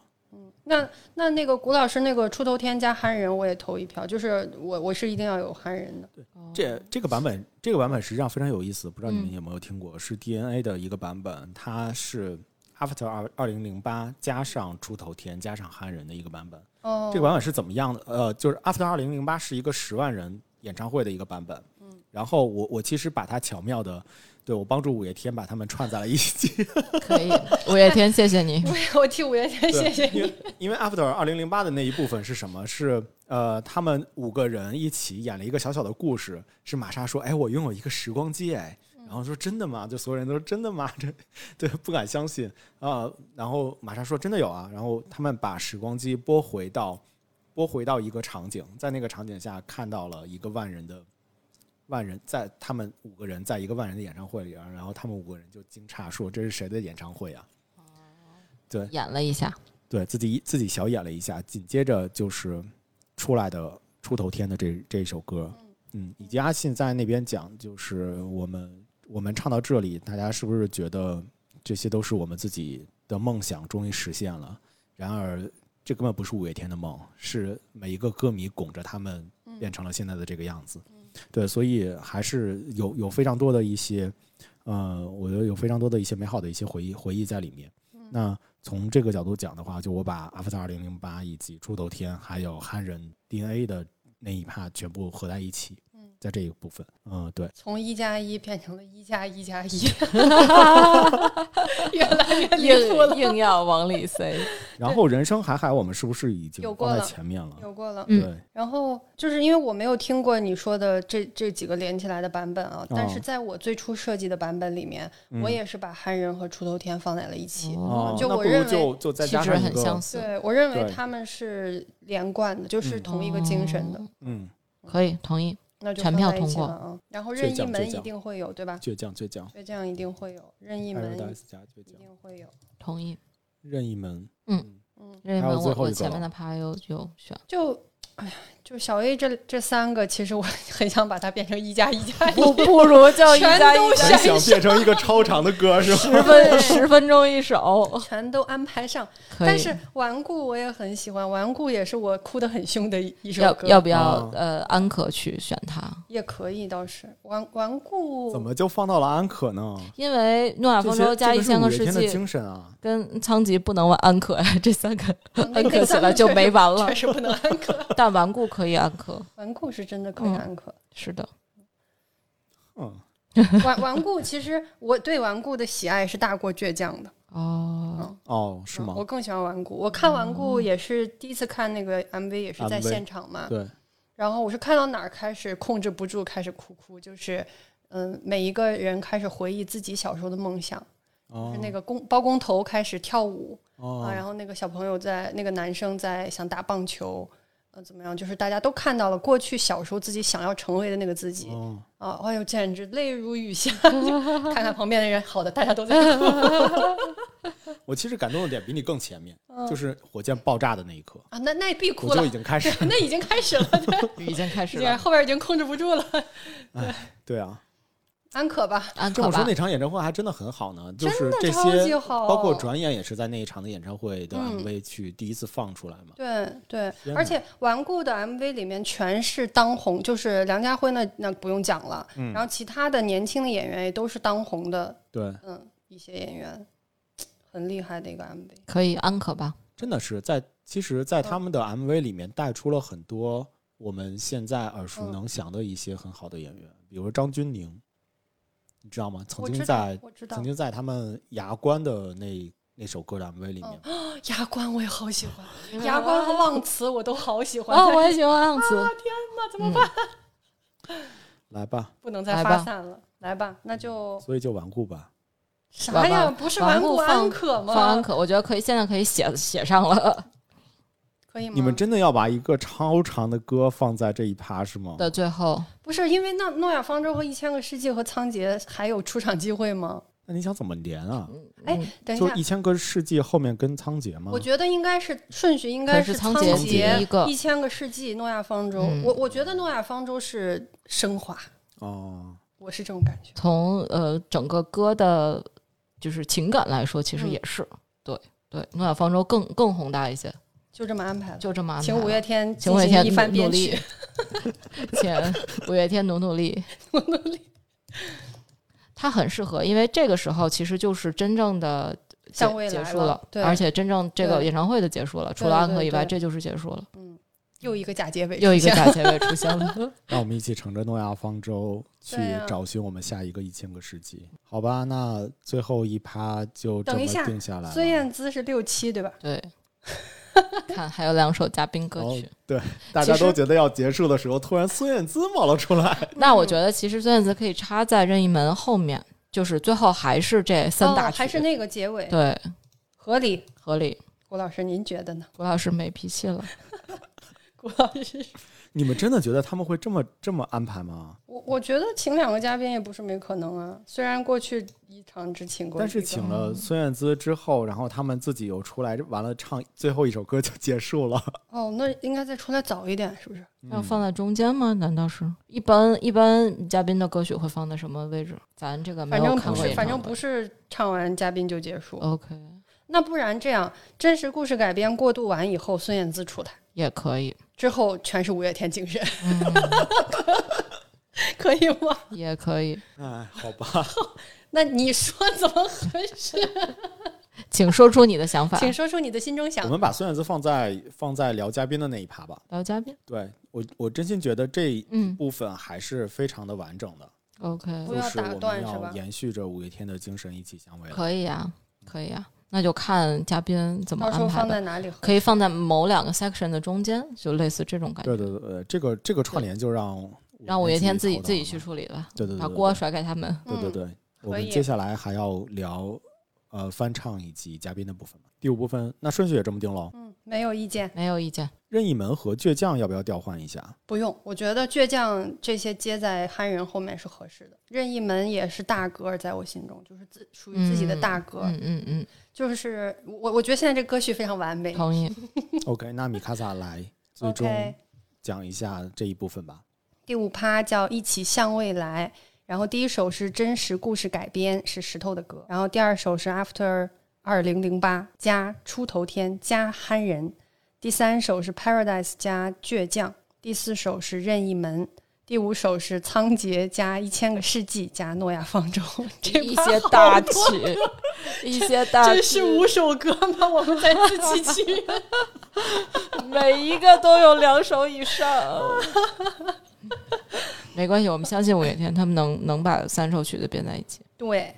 那那那个谷老师那个出头天加憨人，我也投一票，就是我我是一定要有憨人的。
这这个版本，这个版本实际上非常有意思，不知道你们
嗯
有没有听过？是 DNA 的一个版本，它是 After 二二零零八加上出头天加上憨人的一个版本。
哦，嗯
这个版本是怎么样的？呃，就是 After 二零零八是一个十万人演唱会的一个版本，然后我我其实把它巧妙的，对我帮助五月天把他们串在了一起。
[laughs] 可以，五月天，谢谢你。
[laughs] 我我替五月天谢谢
因
你。
为因为 After 二零零八的那一部分是什么？是呃，他们五个人一起演了一个小小的故事，是玛莎说：“哎，我拥有一个时光机。”哎，
嗯
然后说：“真的吗？”就所有人都说：“真的吗？” [laughs] 这对不敢相信啊、然后玛莎说：“真的有啊。”然后他们把时光机拨回到拨回到一个场景，在那个场景下看到了一个万人的。万人在他们五个人在一个万人的演唱会里边，然后他们五个人就惊诧说：“这是谁的演唱会啊？”
演了一下， [laughs]
对自己自己小演了一下，紧接着就是出来的出头天的这这一首歌，嗯，以及阿信在那边讲，就是我们我们唱到这里，大家是不是觉得这些都是我们自己的梦想终于实现了？然而，这根本不是五月天的梦，是每一个歌迷拱着他们
嗯
变成了现在的这个样子。对，所以还是有有非常多的一些，呃，我觉得有非常多的一些美好的一些回忆回忆在里面。
嗯
那从这个角度讲的话，就我把《阿凡达二零零八》以及《出头天》还有汉人 DNA 的那一趴全部合在一起，在这一部分，嗯，对，
从一加一变成了一加一
[laughs]
加一，越来越离谱
硬
了。
硬要往里塞。
然后人生海海，我们是不是已经
有过
放在
了
前面了？
有过了，
嗯
对，
然后就是因为我没有听过你说的这这几个连起来的版本啊，但
哦
是在我最初设计的版本里面，我也是把汉人和出头天放在了一起。
嗯哦，
就
那
我
不如
认为
就就再
气
加
质
上一
很相
个，
似，
对我认为
对
他们是连贯的，就是同一个精神的，
嗯，
可以同意。
那就
哦全
放
票
在一
通
起
过
了啊。然后任
倔
意
强
门
倔
一
强
定会有，对吧？
倔强倔强，
倔强一定会有，任意
艾瑞
门
达斯加倔
一
强，
定会有。嗯
同意，
任意门，
任意
还有
门
最
我
后一
我
个
前
了
面的趴有有选，
就哎呀，就小 A 这这三个，其实我 [laughs] 很想把它变成一加一加一，
不如就
一加一加
很想变成一个超长的歌是吧？
十分十分钟一首，
全都安排上。
可以。
但是顽固我也很喜欢，顽固也是我哭得很凶的一一首
要
歌，
要不要
啊
呃安可去选它？
也可以倒是顽顽固
怎么就放到了安可呢？
因为诺亚
这
方
些
舟加
这
一
个是
千
五
个
月
世
天的
纪
精神啊！
跟仓颉不能玩安可呀，这 [laughs] 三个安
那
可
个
起来就没完了
确。实不能
[laughs]
安可，
但顽固可以安可，
顽固是真的可以
嗯
安可。
是的，
嗯，
顽顽固其实我对顽固的喜爱是大过倔强的，
哦，
哦，是吗
嗯我？更喜欢顽固。我看顽固
嗯
也是第一次看那个 MV，也是在
MV
现场嘛。
对，
然后我是看到哪儿开始控制不住，开始哭哭，就是嗯，每一个人开始回忆自己小时候的梦想，
哦
是，那个公包工头开始跳舞啊，
哦，
然后那个小朋友在那个男生在想打棒球，呃，怎么样？就是大家都看到了过去小时候自己想要成为的那个自己
哦，
啊，哎呦，简直泪如雨下！ [laughs] 就看看旁边的人，好的，大家都在哭
我其实感动的点比你更前面，就是火箭爆炸的那一刻，
啊，那那必嗯哭
我就
了
已，经开
[laughs]
始。
那已经开始了，
已经开
[laughs]
始
已经
了。
后边已经控制不住了，
对
[laughs]
啊，
安可吧，
安
这
可
么说
吧
那，场演唱会还真的很好呢，就是这
真的超级
些，
好，
包括转眼也是在那一场的演唱会的
嗯
MV 去第一次放出来嘛。
对对
天，
而
哪
且顽固的 MV 里面全是当红，就是梁家辉那那不用讲了，
嗯
然后其他的年轻的演员也都是当红的，
对，
嗯，一些演员很厉害的一个 MV。
可以安可吧？
真的是在，其实，在他们
嗯
的 MV 里面带出了很多我们现在耳熟
嗯
能详的一些很好的演员，比如张钧甯，你知道吗？曾
我
经
知道
在，
我知道
曾，经在他们牙关的那那首歌的 MV 里面
哦，牙关我也好喜欢，牙关和忘词我都好喜欢。
啊，嗯我也喜欢嗯安可。
那怎么办？
来吧，
不能再
来吧
发散了，来吧，那就
所以就顽固吧。
啥
完
呀？
了
不是
完
顽
了
固
放
安可吗？
放安可，我觉得可以，现在可以写写上了
可以吗？
你们真的要把一个超长的歌放在这一趴是吗？
的最后。
不是因为那诺亚方舟和一千个世纪和仓颉还有出场机会吗？
那你想怎么连啊？
哎，等一
就
下
是，一千个世纪后面跟仓颉吗
我？觉得应该是顺序，应该
可是
仓
仓颉
第
一个
一千个世纪，诺亚方舟。
嗯
我我觉得诺亚方舟是升华，
哦，
我是这种感觉。
从呃整个歌的，就是情感来说，其实
嗯
也是、对对。诺亚方舟更更宏大一些，
就这么安排了。
就这么安排
请
了。
五月天
请
进
五月
行
天
一番
努
编
努力
曲，，
[laughs] 请五月天努努力。
努努力，
它很适合，因为这个时候其实就是真正的结
向未来
结束
了
了，
对
而且真正这个
对
演唱会的结束了，除
对
了安
对
可以
对
外，这就是结束了。
嗯，又一个假结尾，
又一个假结尾出现了。
[laughs]
让我们一起乘着诺亚方舟去
对啊
找寻我们下一个一千个世纪，好吧？那最后一趴就这
等
么
一下
定下来了。
孙燕姿是六七对吧？
对，看还有两首嘉宾歌曲
哦。对，大家
其实
都觉得要结束的时候，突然孙燕姿冒了出来。 [laughs]
嗯
那我觉得其实孙燕姿可以插在任意门后面，就是最后还是这三大
哦、
曲，
还是那个结尾
对
合理。
合理。
郭老师，您觉得呢？
郭老师没脾气了，
郭老师，
你们真的觉得他们会这么这么安排吗？
我我觉得请两个嘉宾也不是没可能啊。虽然过去一场只请过一个，
但是请了孙燕姿之后，然后他们自己又出来，完了唱最后一首歌就结束了。
哦，那应该再出来早一点，是不是？
要放在中间吗？难道是一般一般嘉宾的歌曲会放在什么位置？咱这个没
反
有
正
看
不
过哦
是，
演唱会，
反正不是唱完嘉宾就结束。
OK
那不然这样，真实故事改编过渡完以后，孙燕姿出来
也可以，
之后，全是五月天精神，
嗯，
[laughs] 可以吗？
也可
[laughs]
以，
哎，好吧，
那你说怎么合
[laughs]
适？
请说出你的想法。
请说出你的心中想
我。们把孙燕姿放在放在聊嘉宾的那一趴吧。
聊嘉宾，
对我，我真心觉得这一
嗯
部分还是非常的完整的，
，OK，
不
就
要
是
打
我们
断是
要
吧
延续着五月天的精神一起相为了。
可以啊，可以啊，那就看嘉宾怎么
到时候
安排
放
吧。
在哪里合适？
可以放在某两个 section 的中间，就类似这种感
对
觉。
对对对，这个这个串联就让
让五月天自己
操刀
自己
了
去处理吧，
对对对
把
对
锅
对
甩给他们。
对对
嗯
对，我
可
们
以
接下来还要聊呃翻唱以及嘉宾的部分嘛。第五部分，那顺序也这么定喽。
嗯，没有意见，
没有意见，
任意门和倔强要不要调换一
[laughs]
下？
不用。我觉得倔强这些接在憨人后面是合适的。任意门也是大哥，在我心中就是自属于自己的大哥，
嗯嗯嗯，
就是我我觉得现在这歌序非常完美。
同意。
OK，那米卡萨来最终
OK，
讲一下这一部分吧。
第五趴叫一起向未来，然后第一首是真实故事改编，是石头的歌，然后第二首是 After 二零零八加出头天加憨人，第三首是 Paradise 加倔强，第四首是任意门。第五首是《仓颉》加一千个世纪加诺亚方舟， [laughs] 这
一
趴
些
好
大曲
多，
一些大曲，
真是五首歌吗？我们再自己去。
每一个都有两首以上。 [laughs] 没关系，我们相信五月天，他们能能把三首曲子编在一起。
[laughs] 对，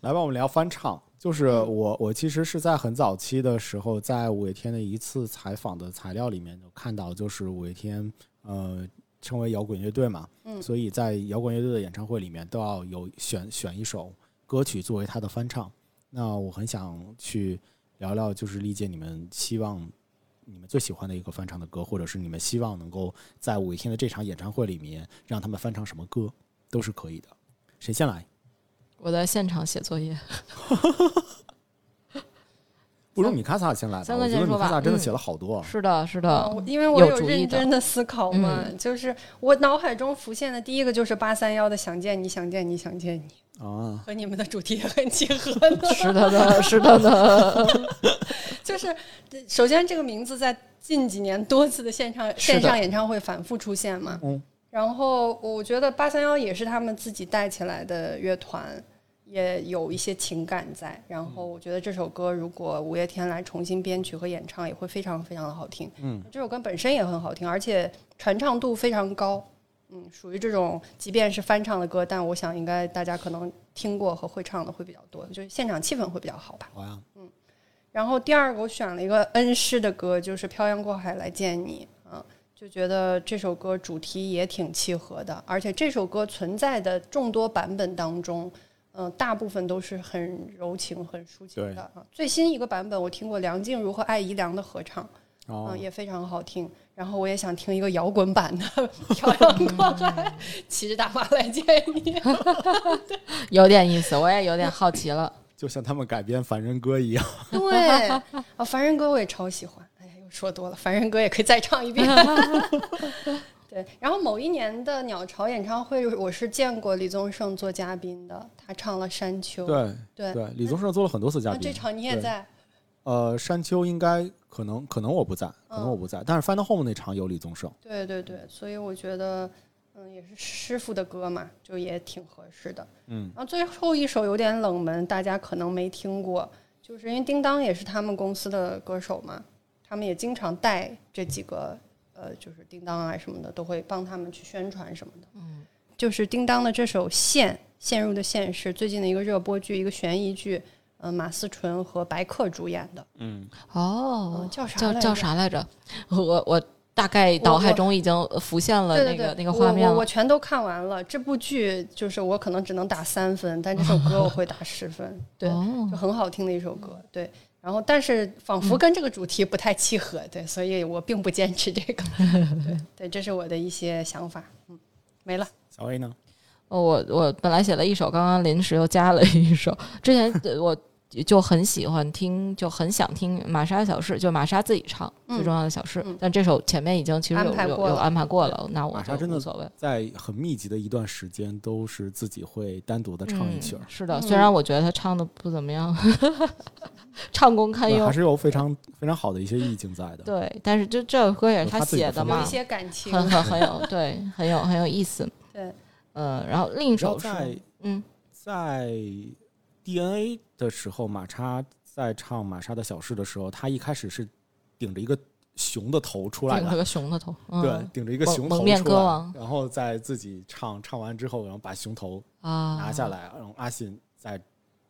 来吧，我们聊翻唱。就是我，我其实是在很早期的时候，在五月天的一次采访的材料里面有看到，就是五月天呃称为摇滚乐队嘛，
嗯
所以在摇滚乐队的演唱会里面都要有选选一首歌曲作为他的翻唱。那我很想去聊聊，就是丽姐，你们希望你们最喜欢的一个翻唱的歌，或者是你们希望能够在五月天的这场演唱会里面让他们翻唱什么歌，都是可以的。谁先来？
我在现场写作业，
不如米卡萨先来吧，
三
我
哥
觉得
先
米
说吧
卡萨真的
嗯
写了好多啊。
是的，是的，
哦因为我
呃有
有
主意
认
的嗯
真的思考嘛，就是我脑海中浮现的第一个就是八三幺的《想见你，想见你，想见你》，
啊，
和你们的主题也很结合呢。
是的 [laughs] 呢，是的呢，
就是首先这个名字在近几年多次的现场
是的
线上演唱会反复出现嘛，
嗯
然后我觉得八三幺也是他们自己带起来的乐团。也有一些情感在，然后我觉得这首歌如果五月天来重新编曲和演唱，也会非常非常的好听。
嗯，
这首歌本身也很好听，而且传唱度非常高。嗯，属于这种，即便是翻唱的歌，但我想应该大家可能听过和会唱的会比较多，就是现场气氛会比较好吧。
好呀，
然后第二个我选了一个恩师的歌，就是《漂洋过海来见你》啊，就觉得这首歌主题也挺契合的，而且这首歌存在的众多版本当中，嗯、大部分都是很柔情、很抒情
对
的啊。最新一个版本我听过梁静茹和艾怡良的合唱，
哦
嗯，，也非常好听。然后我也想听一个摇滚版的 [laughs] 《漂洋过海》，骑着大马来见你。
有点意思，我也有点好奇了。
就像他们改编《凡人歌》一样。
对，啊、凡人歌我也超喜欢。哎呀，又说多了，凡人歌也可以再唱一遍。对，然后某一年的鸟巢演唱会，我是见过李宗盛做嘉宾的，他唱了《山丘》。
对
对
对，李宗盛做了很多次嘉
那
宾。
这场你也
对？
在，
呃，山丘应该可能可能我不在，可能
嗯
我不在，但是 Final Home 那场有李宗盛。
对对对，所以我觉得，嗯，也是师傅的歌嘛，就也挺合适的。
嗯，
然后最后一首有点冷门，大家可能没听过，就是因为叮当也是他们公司的歌手嘛，他们也经常带这几个呃，就是叮当啊什么的，都会帮他们去宣传什么的。
嗯，
就是叮当的这首《陷》，陷入的陷是最近的一个热播剧，一个悬疑剧，嗯、马思纯和白客主演的。
嗯，
哦
嗯，叫啥
叫
来
叫
着
啥来着？我我大概脑海中已经浮现了
对
那
对
个
对，
那个画面
我我
了
我。全都看完了。这部剧就是我可能只能打三分，但这首歌我
[laughs]
会打十分。对，
哦
就很好听的一首歌。对，然后但是仿
嗯
佛跟这个主题不太契合，对，所以我并不坚持这
[laughs]
个。对，对，这是我的一些想法。嗯，没了。
小 A 呢？
我我本来写了一首，刚刚临时又加了一首。之前呃我就很喜欢听，就很想听玛莎小事，就玛莎自己唱
嗯
最重要的小事
嗯。
但这首前面已经其实
安
有
排
有
过
有
了
安排过了，那我
玛莎
就
真的
无所谓。
在很密集的一段时间，都是自己会单独的唱一曲儿
嗯，是的，
嗯
虽然我觉得他唱的不怎么样， [laughs] 唱功堪
对
忧
还。是有非常非常好的一些意境在的。
哎对，但是这这首歌也
有
是他
他自己
写
的
的
风格
嘛，
有一些感情，
很很很有对，很有很有意思。
对，
呃，然后另一
你知道
首是
在
嗯
在 DNA 的时候，玛莎在唱玛莎的小事的时候，她一开始是顶着一个熊的头出来
顶了
的。
个熊的头，嗯、
对，顶着一个
蒙
熊
蒙
头
面
出
歌
来
王
然后再自己唱，唱完之后，然后把熊头
啊，
拿下来，然后阿信再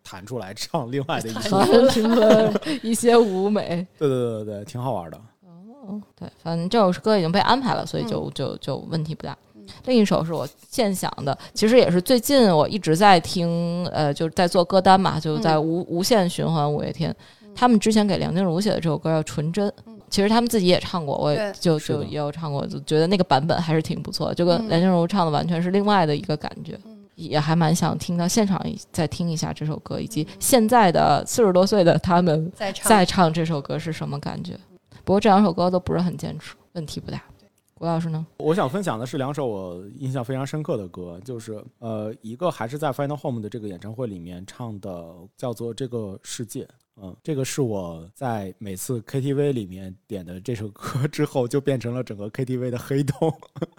弹出来唱另外的
[laughs]
嗯
一首。
来，一些舞美。
对对对对，挺好玩的。
哦，对，反正这首歌已经被安排了，所以就、就就问题不大。另一首是我现想的，其实也是最近我一直在听，呃，就是在做歌单嘛，就在
嗯
无、无限循环五月天。他们之前给梁静茹写的这首歌叫《纯真》，其实他们自己也唱过，我也
嗯对
就是就
的
也有唱过，就觉得那个版本还是挺不错的，就跟
嗯
梁静茹唱的完全是另外的一个感觉。
嗯
也还蛮想听到现场一再听一下这首歌，以
嗯
及现在的四十多岁的他们
在唱
再唱这首歌是什么感觉。不过这两首歌都不是很坚持，问题不大。谷老师呢？
我想分享的是两首我印象非常深刻的歌，就是呃，一个还是在 Final Home 的这个演唱会里面唱的，叫做《这个世界》。嗯，这个是我在每次 KTV 里面点的这首歌之后，就变成了整个 KTV 的黑洞， [laughs]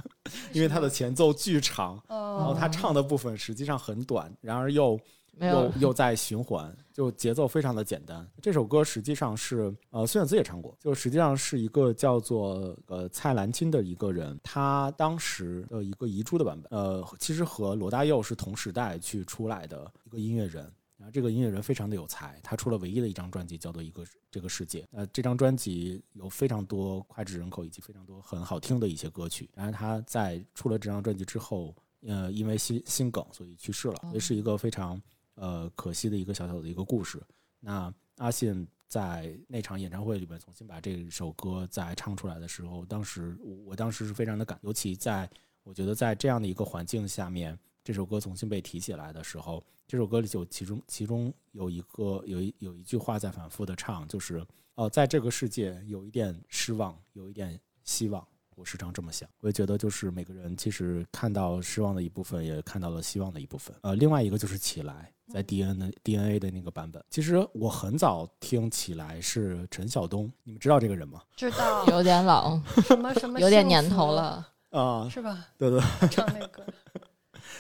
因为它的前奏巨长，然后
哦，
它唱的部分实际上很短，然而又
没有
又，又在循环，就节奏非常的简单。这首歌实际上是呃孙燕姿也唱过，就实际上是一个叫做呃蔡澜钦的一个人，他当时的一个遗珠的版本，呃，其实和罗大佑是同时代去出来的一个音乐人。然后这个音乐人非常的有才，他出了唯一的一张专辑，叫做《一个这个世界》。呃，这张专辑有非常多脍炙人口以及非常多很好听的一些歌曲。然而他在出了这张专辑之后，呃，因为心心梗，所以去世了，所以是一个非常呃可惜的一个小小的一个故事。那阿信在那场演唱会里面重新把这首歌再唱出来的时候，当时我我当时是非常的感，尤其在我觉得在这样的一个环境下面，这首歌重新被提起来的时候，这首歌里就其中其中有一个有一有一句话在反复的唱，就是呃，在这个世界有一点失望，有一点希望。我时常这么想，我也觉得就是每个人其实看到失望的一部分，也看到了希望的一部分。呃，另外一个就是起来，在 DNA 的 DNA 的那个版本，其实我很早听起来是陈晓东，你们知道这个人吗？
知道
有点
[laughs]
老，
什么什么，
有点年头，了。
啊、
是吧？
对对
唱那个，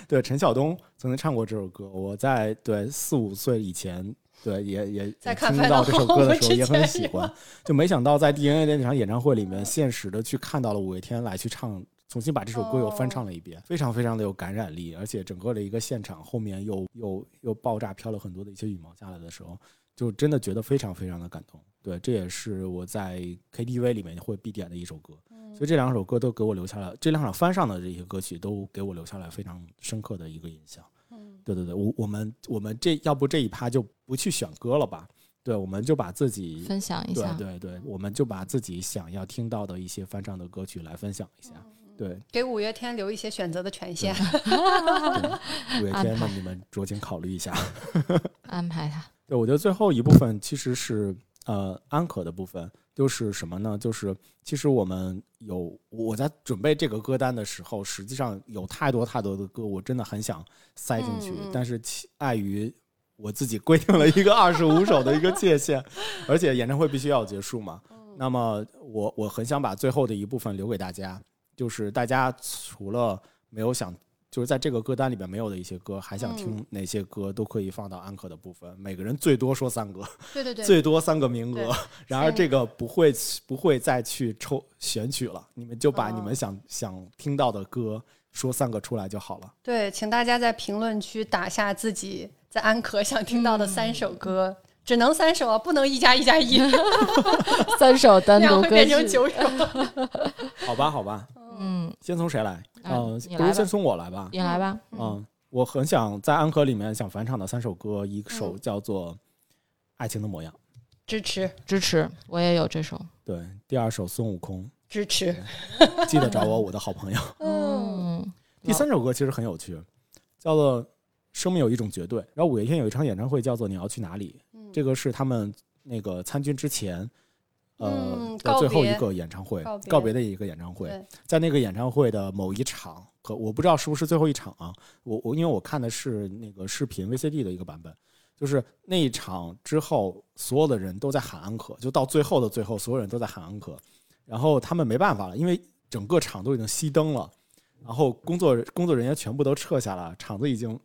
对，陈晓东曾经唱过这首歌，我在对四五岁以前，对也也
在
也
看
听
翻
到
到
这首歌的时候
红
也很
之
喜
前
欢，就没想到在 DNA 的那场演唱会里面，现实的去看到了五月天来去唱。重新把这首歌又翻唱了一遍，
哦
非常非常的有感染力，而且整个的一个现场后面又又又爆炸飘了很多的一些羽毛下来的时候，就真的觉得非常非常的感动。对，这也是我在 KTV 里面会必点的一首歌。 [laughs] 所以这两首歌都给我留下了，这两首翻唱的这些歌曲都给我留下了非常深刻的一个印象。
嗯
对对对，我我们我们这要不这一趴就不去选歌了吧？对，我们就把自己
分享一
对
下，
对对，我们就把自己想要听到的一些翻唱的歌曲来分享一下。
[laughs]
对，
嗯给五月天留一些选择的权限。
五月
安
天的
排
你们酌情考虑一下。
[laughs] 安排他。
对，我觉得最后一部分其实是呃安可的部分，就是什么呢？就是其实我们有我在准备这个歌单的时候，实际上有太多太多的歌，我真的很想塞进去，
嗯嗯
但是其碍于。我自己规定了一个二十五首的一个界限，而且演唱会必须要结束嘛。那么我我很想把最后的一部分留给大家，就是大家除了没有想就是在这个歌单里边没有的一些歌，还想听哪些歌都可以放到安可的部分。每个人最多说三个，
对对
[laughs]
对，
最多三个名
对
额。 [laughs] 然而
三
这个不会不会再去抽选取了，你们就把
哦
你们想、想听到的歌说三个出来就好了。
对，请大家在评论区打下自己在安可想听到的三
嗯
首歌，只能三首啊，不能一加一加一，
三首单
这样
独
会
歌
变成
曲， [laughs]
九首。
好吧，好吧，
嗯，
先从谁来？
啊
嗯、
你
不
来
如
吧
先从我来吧。
你来吧，
嗯，我很想在安可里面想返场的三首歌，一
嗯
首叫做《爱情的模样》，
支持
支持，我也有这首，
对，第二首孙悟空，
支持，
记得
[laughs]
找我，我的好朋友。 [laughs]
嗯，
嗯，
第三首歌其实很有趣，叫做《生命有一种绝对》。然后五月天有一场演唱会叫做《你要去哪里》，
嗯
这个是他们那个参军之前，呃、
嗯
的最
告
后
别
一个演唱会，告
告
别
别
的一个演唱会
对，
在那个演唱会的某一场，可我不知道是不是最后一场啊。我我因为我看的是那个视频 VCD 的一个版本。就是那一场之后，所有的人都在喊安可，就到最后的最后，所有人都在喊安可，然后他们没办法了，因为整个场都已经熄灯了，然后工作工作人员全部都撤下了，场子已经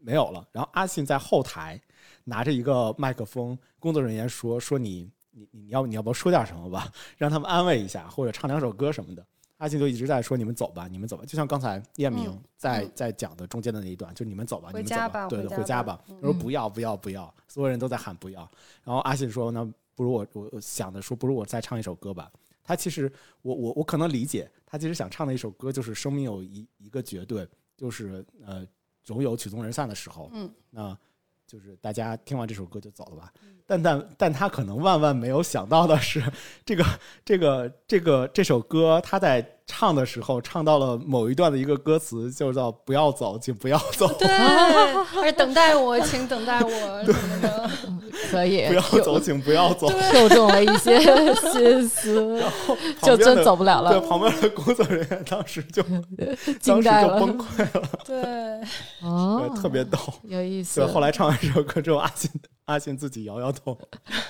没有了。然后阿信在后台拿着一个麦克风，工作人员说说你你你要你要不要说点什么吧，让他们安慰一下，或者唱两首歌什么的。阿信就一直在说你们走吧，你们走吧，就像刚才燕明
嗯
在、
嗯
在讲的中间的那一段，就你们走啊吧，你
回
们走
家吧
对对，
回
回
家
吧
吧。嗯
他说不要不要不要，所有人都在喊不要。然后阿信说那不如我我我想着说不如我再唱一首歌吧。他其实我我我可能理解，他其实想唱的一首歌就是《生命有一一个绝对》，就是呃总有曲终人散的时候，
嗯，
那就是大家听完这首歌就走了吧。但但但他可能万万没有想到的是，这个这个这个这首歌他在唱的时候唱到了某一段的一个歌词，就叫“不要走，请不要走”，
对，而等待我，请等待我什么的，
可以，
不要
又
走，请不要走。
又中了一些
[laughs]
心思，
旁
就
边
真
的
走不了了
对，，旁边的工作人员当时就当
惊
时
呆
就
了，
崩溃了，
对，
哦
对，特别逗。
有意思
对，。后来唱完这首歌之后，阿信阿信自己摇摇头，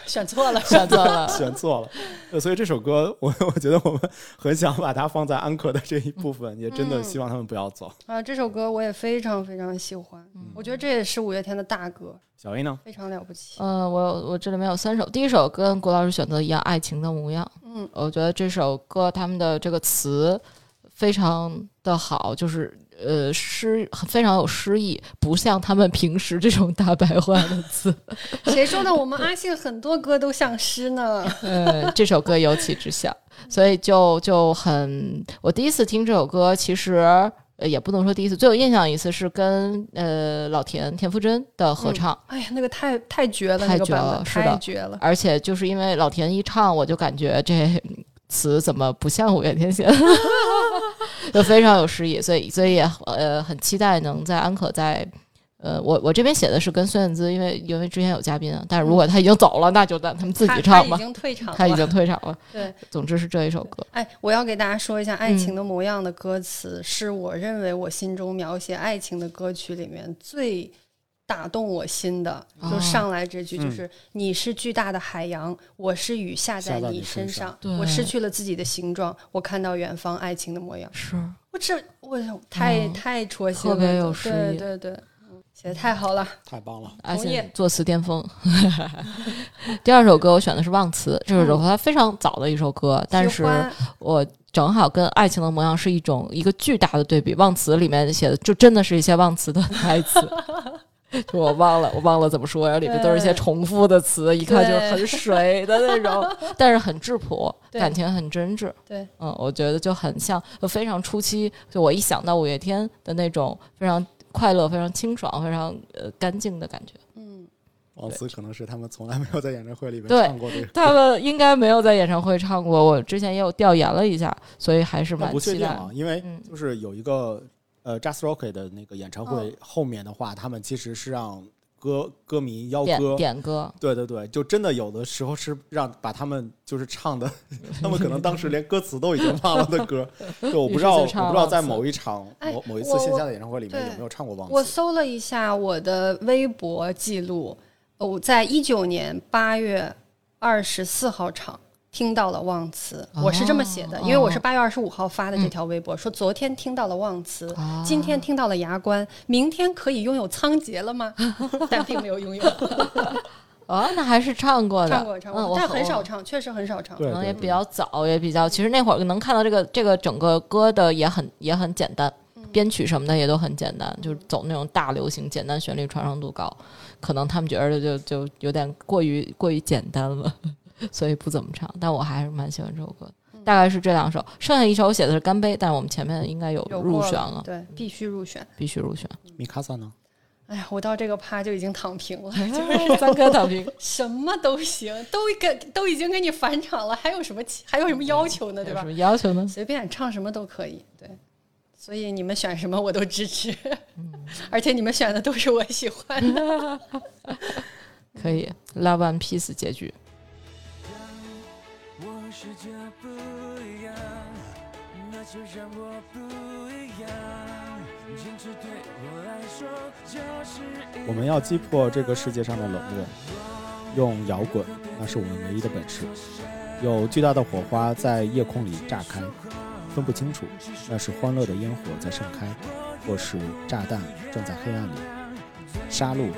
选错了，
选择
[laughs]
了，
选错了。呃所以这首歌，我我觉得我们很想把它放在安可的这一部分，也
嗯
真的希望他们不要走。
啊，这首歌我也非常非常喜欢，
嗯
我觉得这也是五月天的大歌，
小 A 呢？
非常了不起。
嗯，我有我这里面有三首，第一首跟郭老师选择一样，《爱情的模样》。
嗯，
我觉得这首歌他们的这个词非常的好，就是呃诗非常有诗意，不像他们平时这种大白话的 [laughs] 词。
嗯谁说的？我们阿信很多歌都像诗呢。
呃，这首歌尤其之像，所以就就很，我第一次听这首歌，其实。呃也不能说第一次，最有印象一次是跟呃老田田馥甄的合唱，
哎呀，那个太太绝了，
太
那个
绝
版
了
本
是
太
的
绝了。
而且就是因为老田一唱，我就感觉这词怎么不像五月天写
[laughs]
的， [laughs] 就非常有诗意，所以所以也呃很期待能在安可在。呃，我我这边写的是跟孙燕姿，因为因为之前有嘉宾啊，但是如果他已经走了，那就让他们自
嗯他
己唱
他
吧
已。经退场了。
他已经退场了。
对，
总之是这一首歌。
[laughs] 哎，我要给大家说一下《爱
嗯
情的模样》的歌词，是我认为我心中描写爱情的歌曲里面最打动我心的。就
哦
上来这句就是：“你是巨大的海洋，我是雨下
下
在
在你
你
身
身
上
上，
对
我失去了自己的形状，我看到远方爱情的模样。
是，”
我这我太、
嗯
太戳心
特
了，
别有诗
对
意
对对，嗯写的太好了。
太棒了！
而
同意
且作词巅峰。 [laughs] 第二首歌我选的是《忘词》，这
嗯
首歌它非常早的一首歌，但
菊
是
花
我正好跟《爱情的模样》是一种一个巨大的对比，《忘词》里面写的就真的是一些忘词的台
[laughs]
词，就我忘了，我忘了怎么说，然后里面都是一些
对
重复的词，一看就是
对
很水的那种，但是很质朴，
对
感情很真挚。
对，
嗯，我觉得就很像，就非常初期，就我一想到五月天的那种非常快乐、非常清爽、非常呃干净的感觉。
嗯，
王思可能是他们从来没有在演唱会里面
对
唱过这个，
他们应该没有在演唱会唱过，我之前也有调研了一下，所以还是
那
蛮
不确
期
定
待
啊
的。，
因为
嗯
就是有一个呃 Just Rocket 的那个演唱
嗯
会后面的话，他们其实是让歌歌迷邀
点
歌，
点歌，
对对对，就真的有的时候是让把他们就是唱的， [laughs] 他们可能当时连歌词都已经忘了的歌。就我不知道，我
于
不
是就
知
唱了
道在某一场
哎
某某一次
我
线下的演唱会里面
对
有没有唱过忘
我
词。
搜了一下我的微哦博记录，我在一九年八月二十四号场听到了忘词，我是这么写
哦
的，因为我是八月二十五号发的这条微博，说昨天听到了忘词，
嗯啊
今天听到了牙关，明天可以拥有仓颉了吗？ [laughs] 但并没有拥有，
啊，那还是唱过的，
唱过唱
嗯
过，
我
但很少
我
唱，确实很少唱。
对
可能
对
也
对
比较早，也比较，其实那会儿能看到这个这个整个歌的也很也很简单，
嗯
编曲什么的也都很简单，就是走那种大流行，简单旋律传唱度高，可能他们觉得就就有点过于过于简单了， [laughs] 所以不怎么唱。但我还是蛮喜欢这首歌的，
嗯
大概是这两首，剩下一首我写的是《干杯》，但是我们前面应该有
有
入
过
选了，
对，必须入选。
必须入选。
米卡萨呢？
哎呀，我到这个趴 [laughs] 就已经躺平了， [laughs]
[laughs] 三哥躺平，
什么都行，都跟都已经给你返场了，还有什么期还有什么要求呢？对
有
吧嗯
什？么要求呢？
随便唱什么都可以，对。所以你们选什么我都支持， [laughs] 而且你们选的都是我喜欢的。
可以，Love and Peace 结局。
我是这不一样，那就让我不一样。坚持对我来说就是
我们要击破这个世界上的冷漠，用摇滚，那是我们唯一的本事。有巨大的火花在夜空里炸开，分不清楚那是欢乐的烟火在盛开，或是炸弹正在黑暗里。杀戮，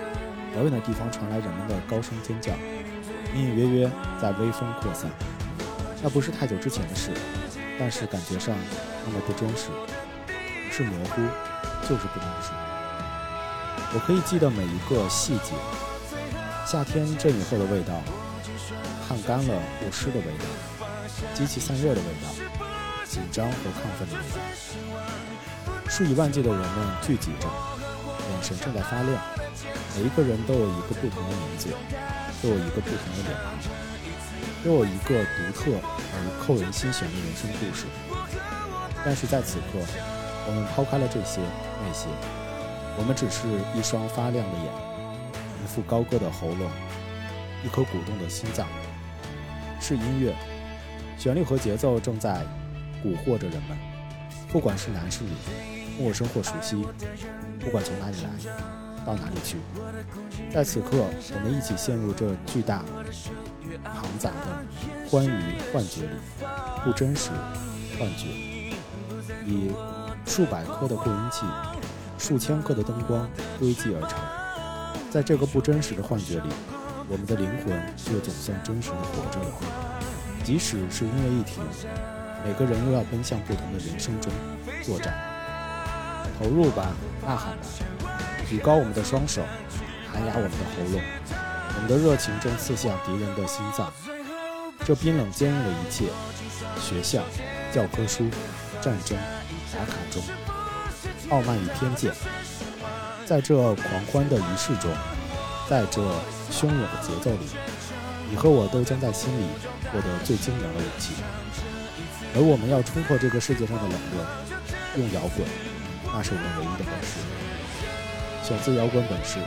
遥远的地方传来人们的高声尖叫，隐隐约约在微风扩散。那不是太久之前的事，但是感觉上那么不真实，不是模糊，就是不真实。我可以记得每一个细节，夏天阵雨后的味道，汗干了落湿的味道，机器散热的味道，紧张和亢奋的味道。数以万计的人们聚集着，眼神正在发亮，每一个人都有一个不同的名字，都有一个不同的脸庞，都有一个独特而扣人心弦的人生故事。但是在此刻，我们抛开了这些那些。我们只是一双发亮的眼，一副高歌的喉咙，一颗鼓动的心脏。是音乐，旋律和节奏正在蛊惑着人们。不管是男是女，陌生或熟悉，不管从哪里来，到哪里去，在此刻，我们一起陷入这巨大、庞杂的欢愉幻觉里，不真实幻觉，以数百颗的扩音器数千克的灯光堆积而成。在这个不真实的幻觉里，我们的灵魂又总算真实的活着了。即使是因为一体，每个人又要奔向不同的人生中作战。投入吧，呐喊吧，举高我们的双手，喊哑我们的喉咙。我们的热情正刺向敌人的心脏。这冰冷坚硬的一切，学校、教科书、战争、打卡中。傲慢与偏见，在这狂欢的仪式中，在这汹涌的节奏里，你和我都将在心里获得最精良的武器。而我们要冲破这个世界上的冷漠，用摇滚，那是我们唯一的本事。选自《摇滚本事》，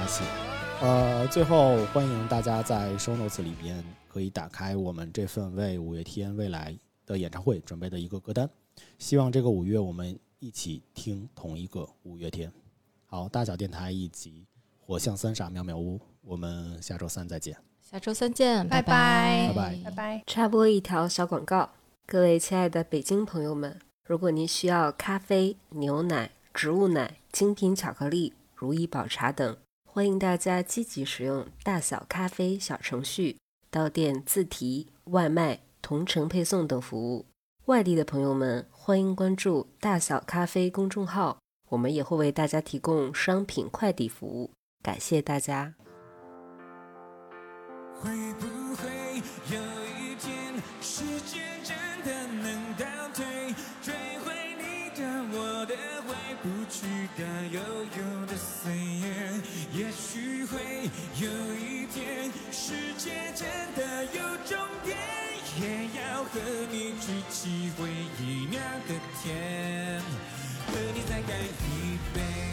阿信。呃，最后欢迎大家在 show notes 里边可以打开我们这份为五月天未来的演唱会准备的一个歌单。希望这个五月我们一起听同一个五月天。好，大小电台以及火象三傻妙妙屋，我们下周三再见。
下周三见，
拜
拜
拜
拜
拜拜。
插播一条小广告，各位亲爱的北京朋友们，如果您需要咖啡、牛奶、植物奶、精品巧克力、如意宝茶等，欢迎大家积极使用大小咖啡小程序，到店自提、外卖、同城配送等服务。外地的朋友们，欢迎关注大小咖啡公众号，我们也会为大家提供商品快递服务。感谢大家。
会不会有一天，时间真的能倒退，追回你的我的回不去的悠悠的岁月？也许会有一天，世界真的有终点，也要和你去体会一秒的甜，和你再干一杯。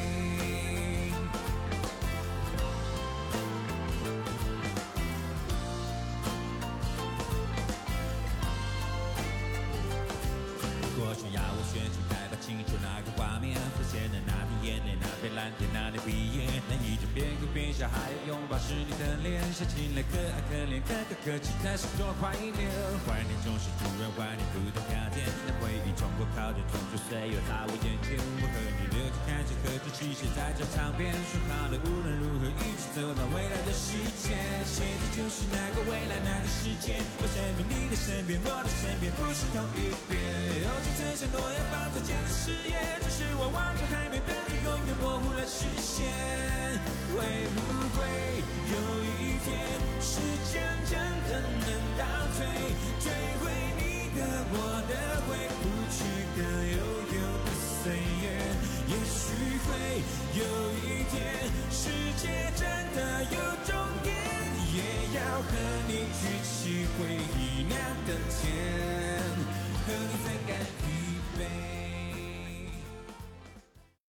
过去要我选出来吧，清楚那个画面，浮现的那滴眼泪，那片蓝天，那年毕业，那一张边哭边笑，还有拥抱是你的脸，想起来可爱可怜，可歌可泣，开始多怀念。怀念总是突然，怀念不懂改变，那回忆冲破考卷，冲出岁月在我眼前。我和你流着看着和着气息在这场边，说好了无论如何一起走到未来的世界。现在就是那个未来那个世界，我身边你的身边，我的身边不是同一边。哦，就曾想诺言放在前的誓言，只是我望着海面，等你永远模糊了视线。会不会有一天，时间真的能倒退，追回你的我的回不去的悠悠的岁月？也许会有一天，世界真的有终点，也要和你举起回忆酿的甜。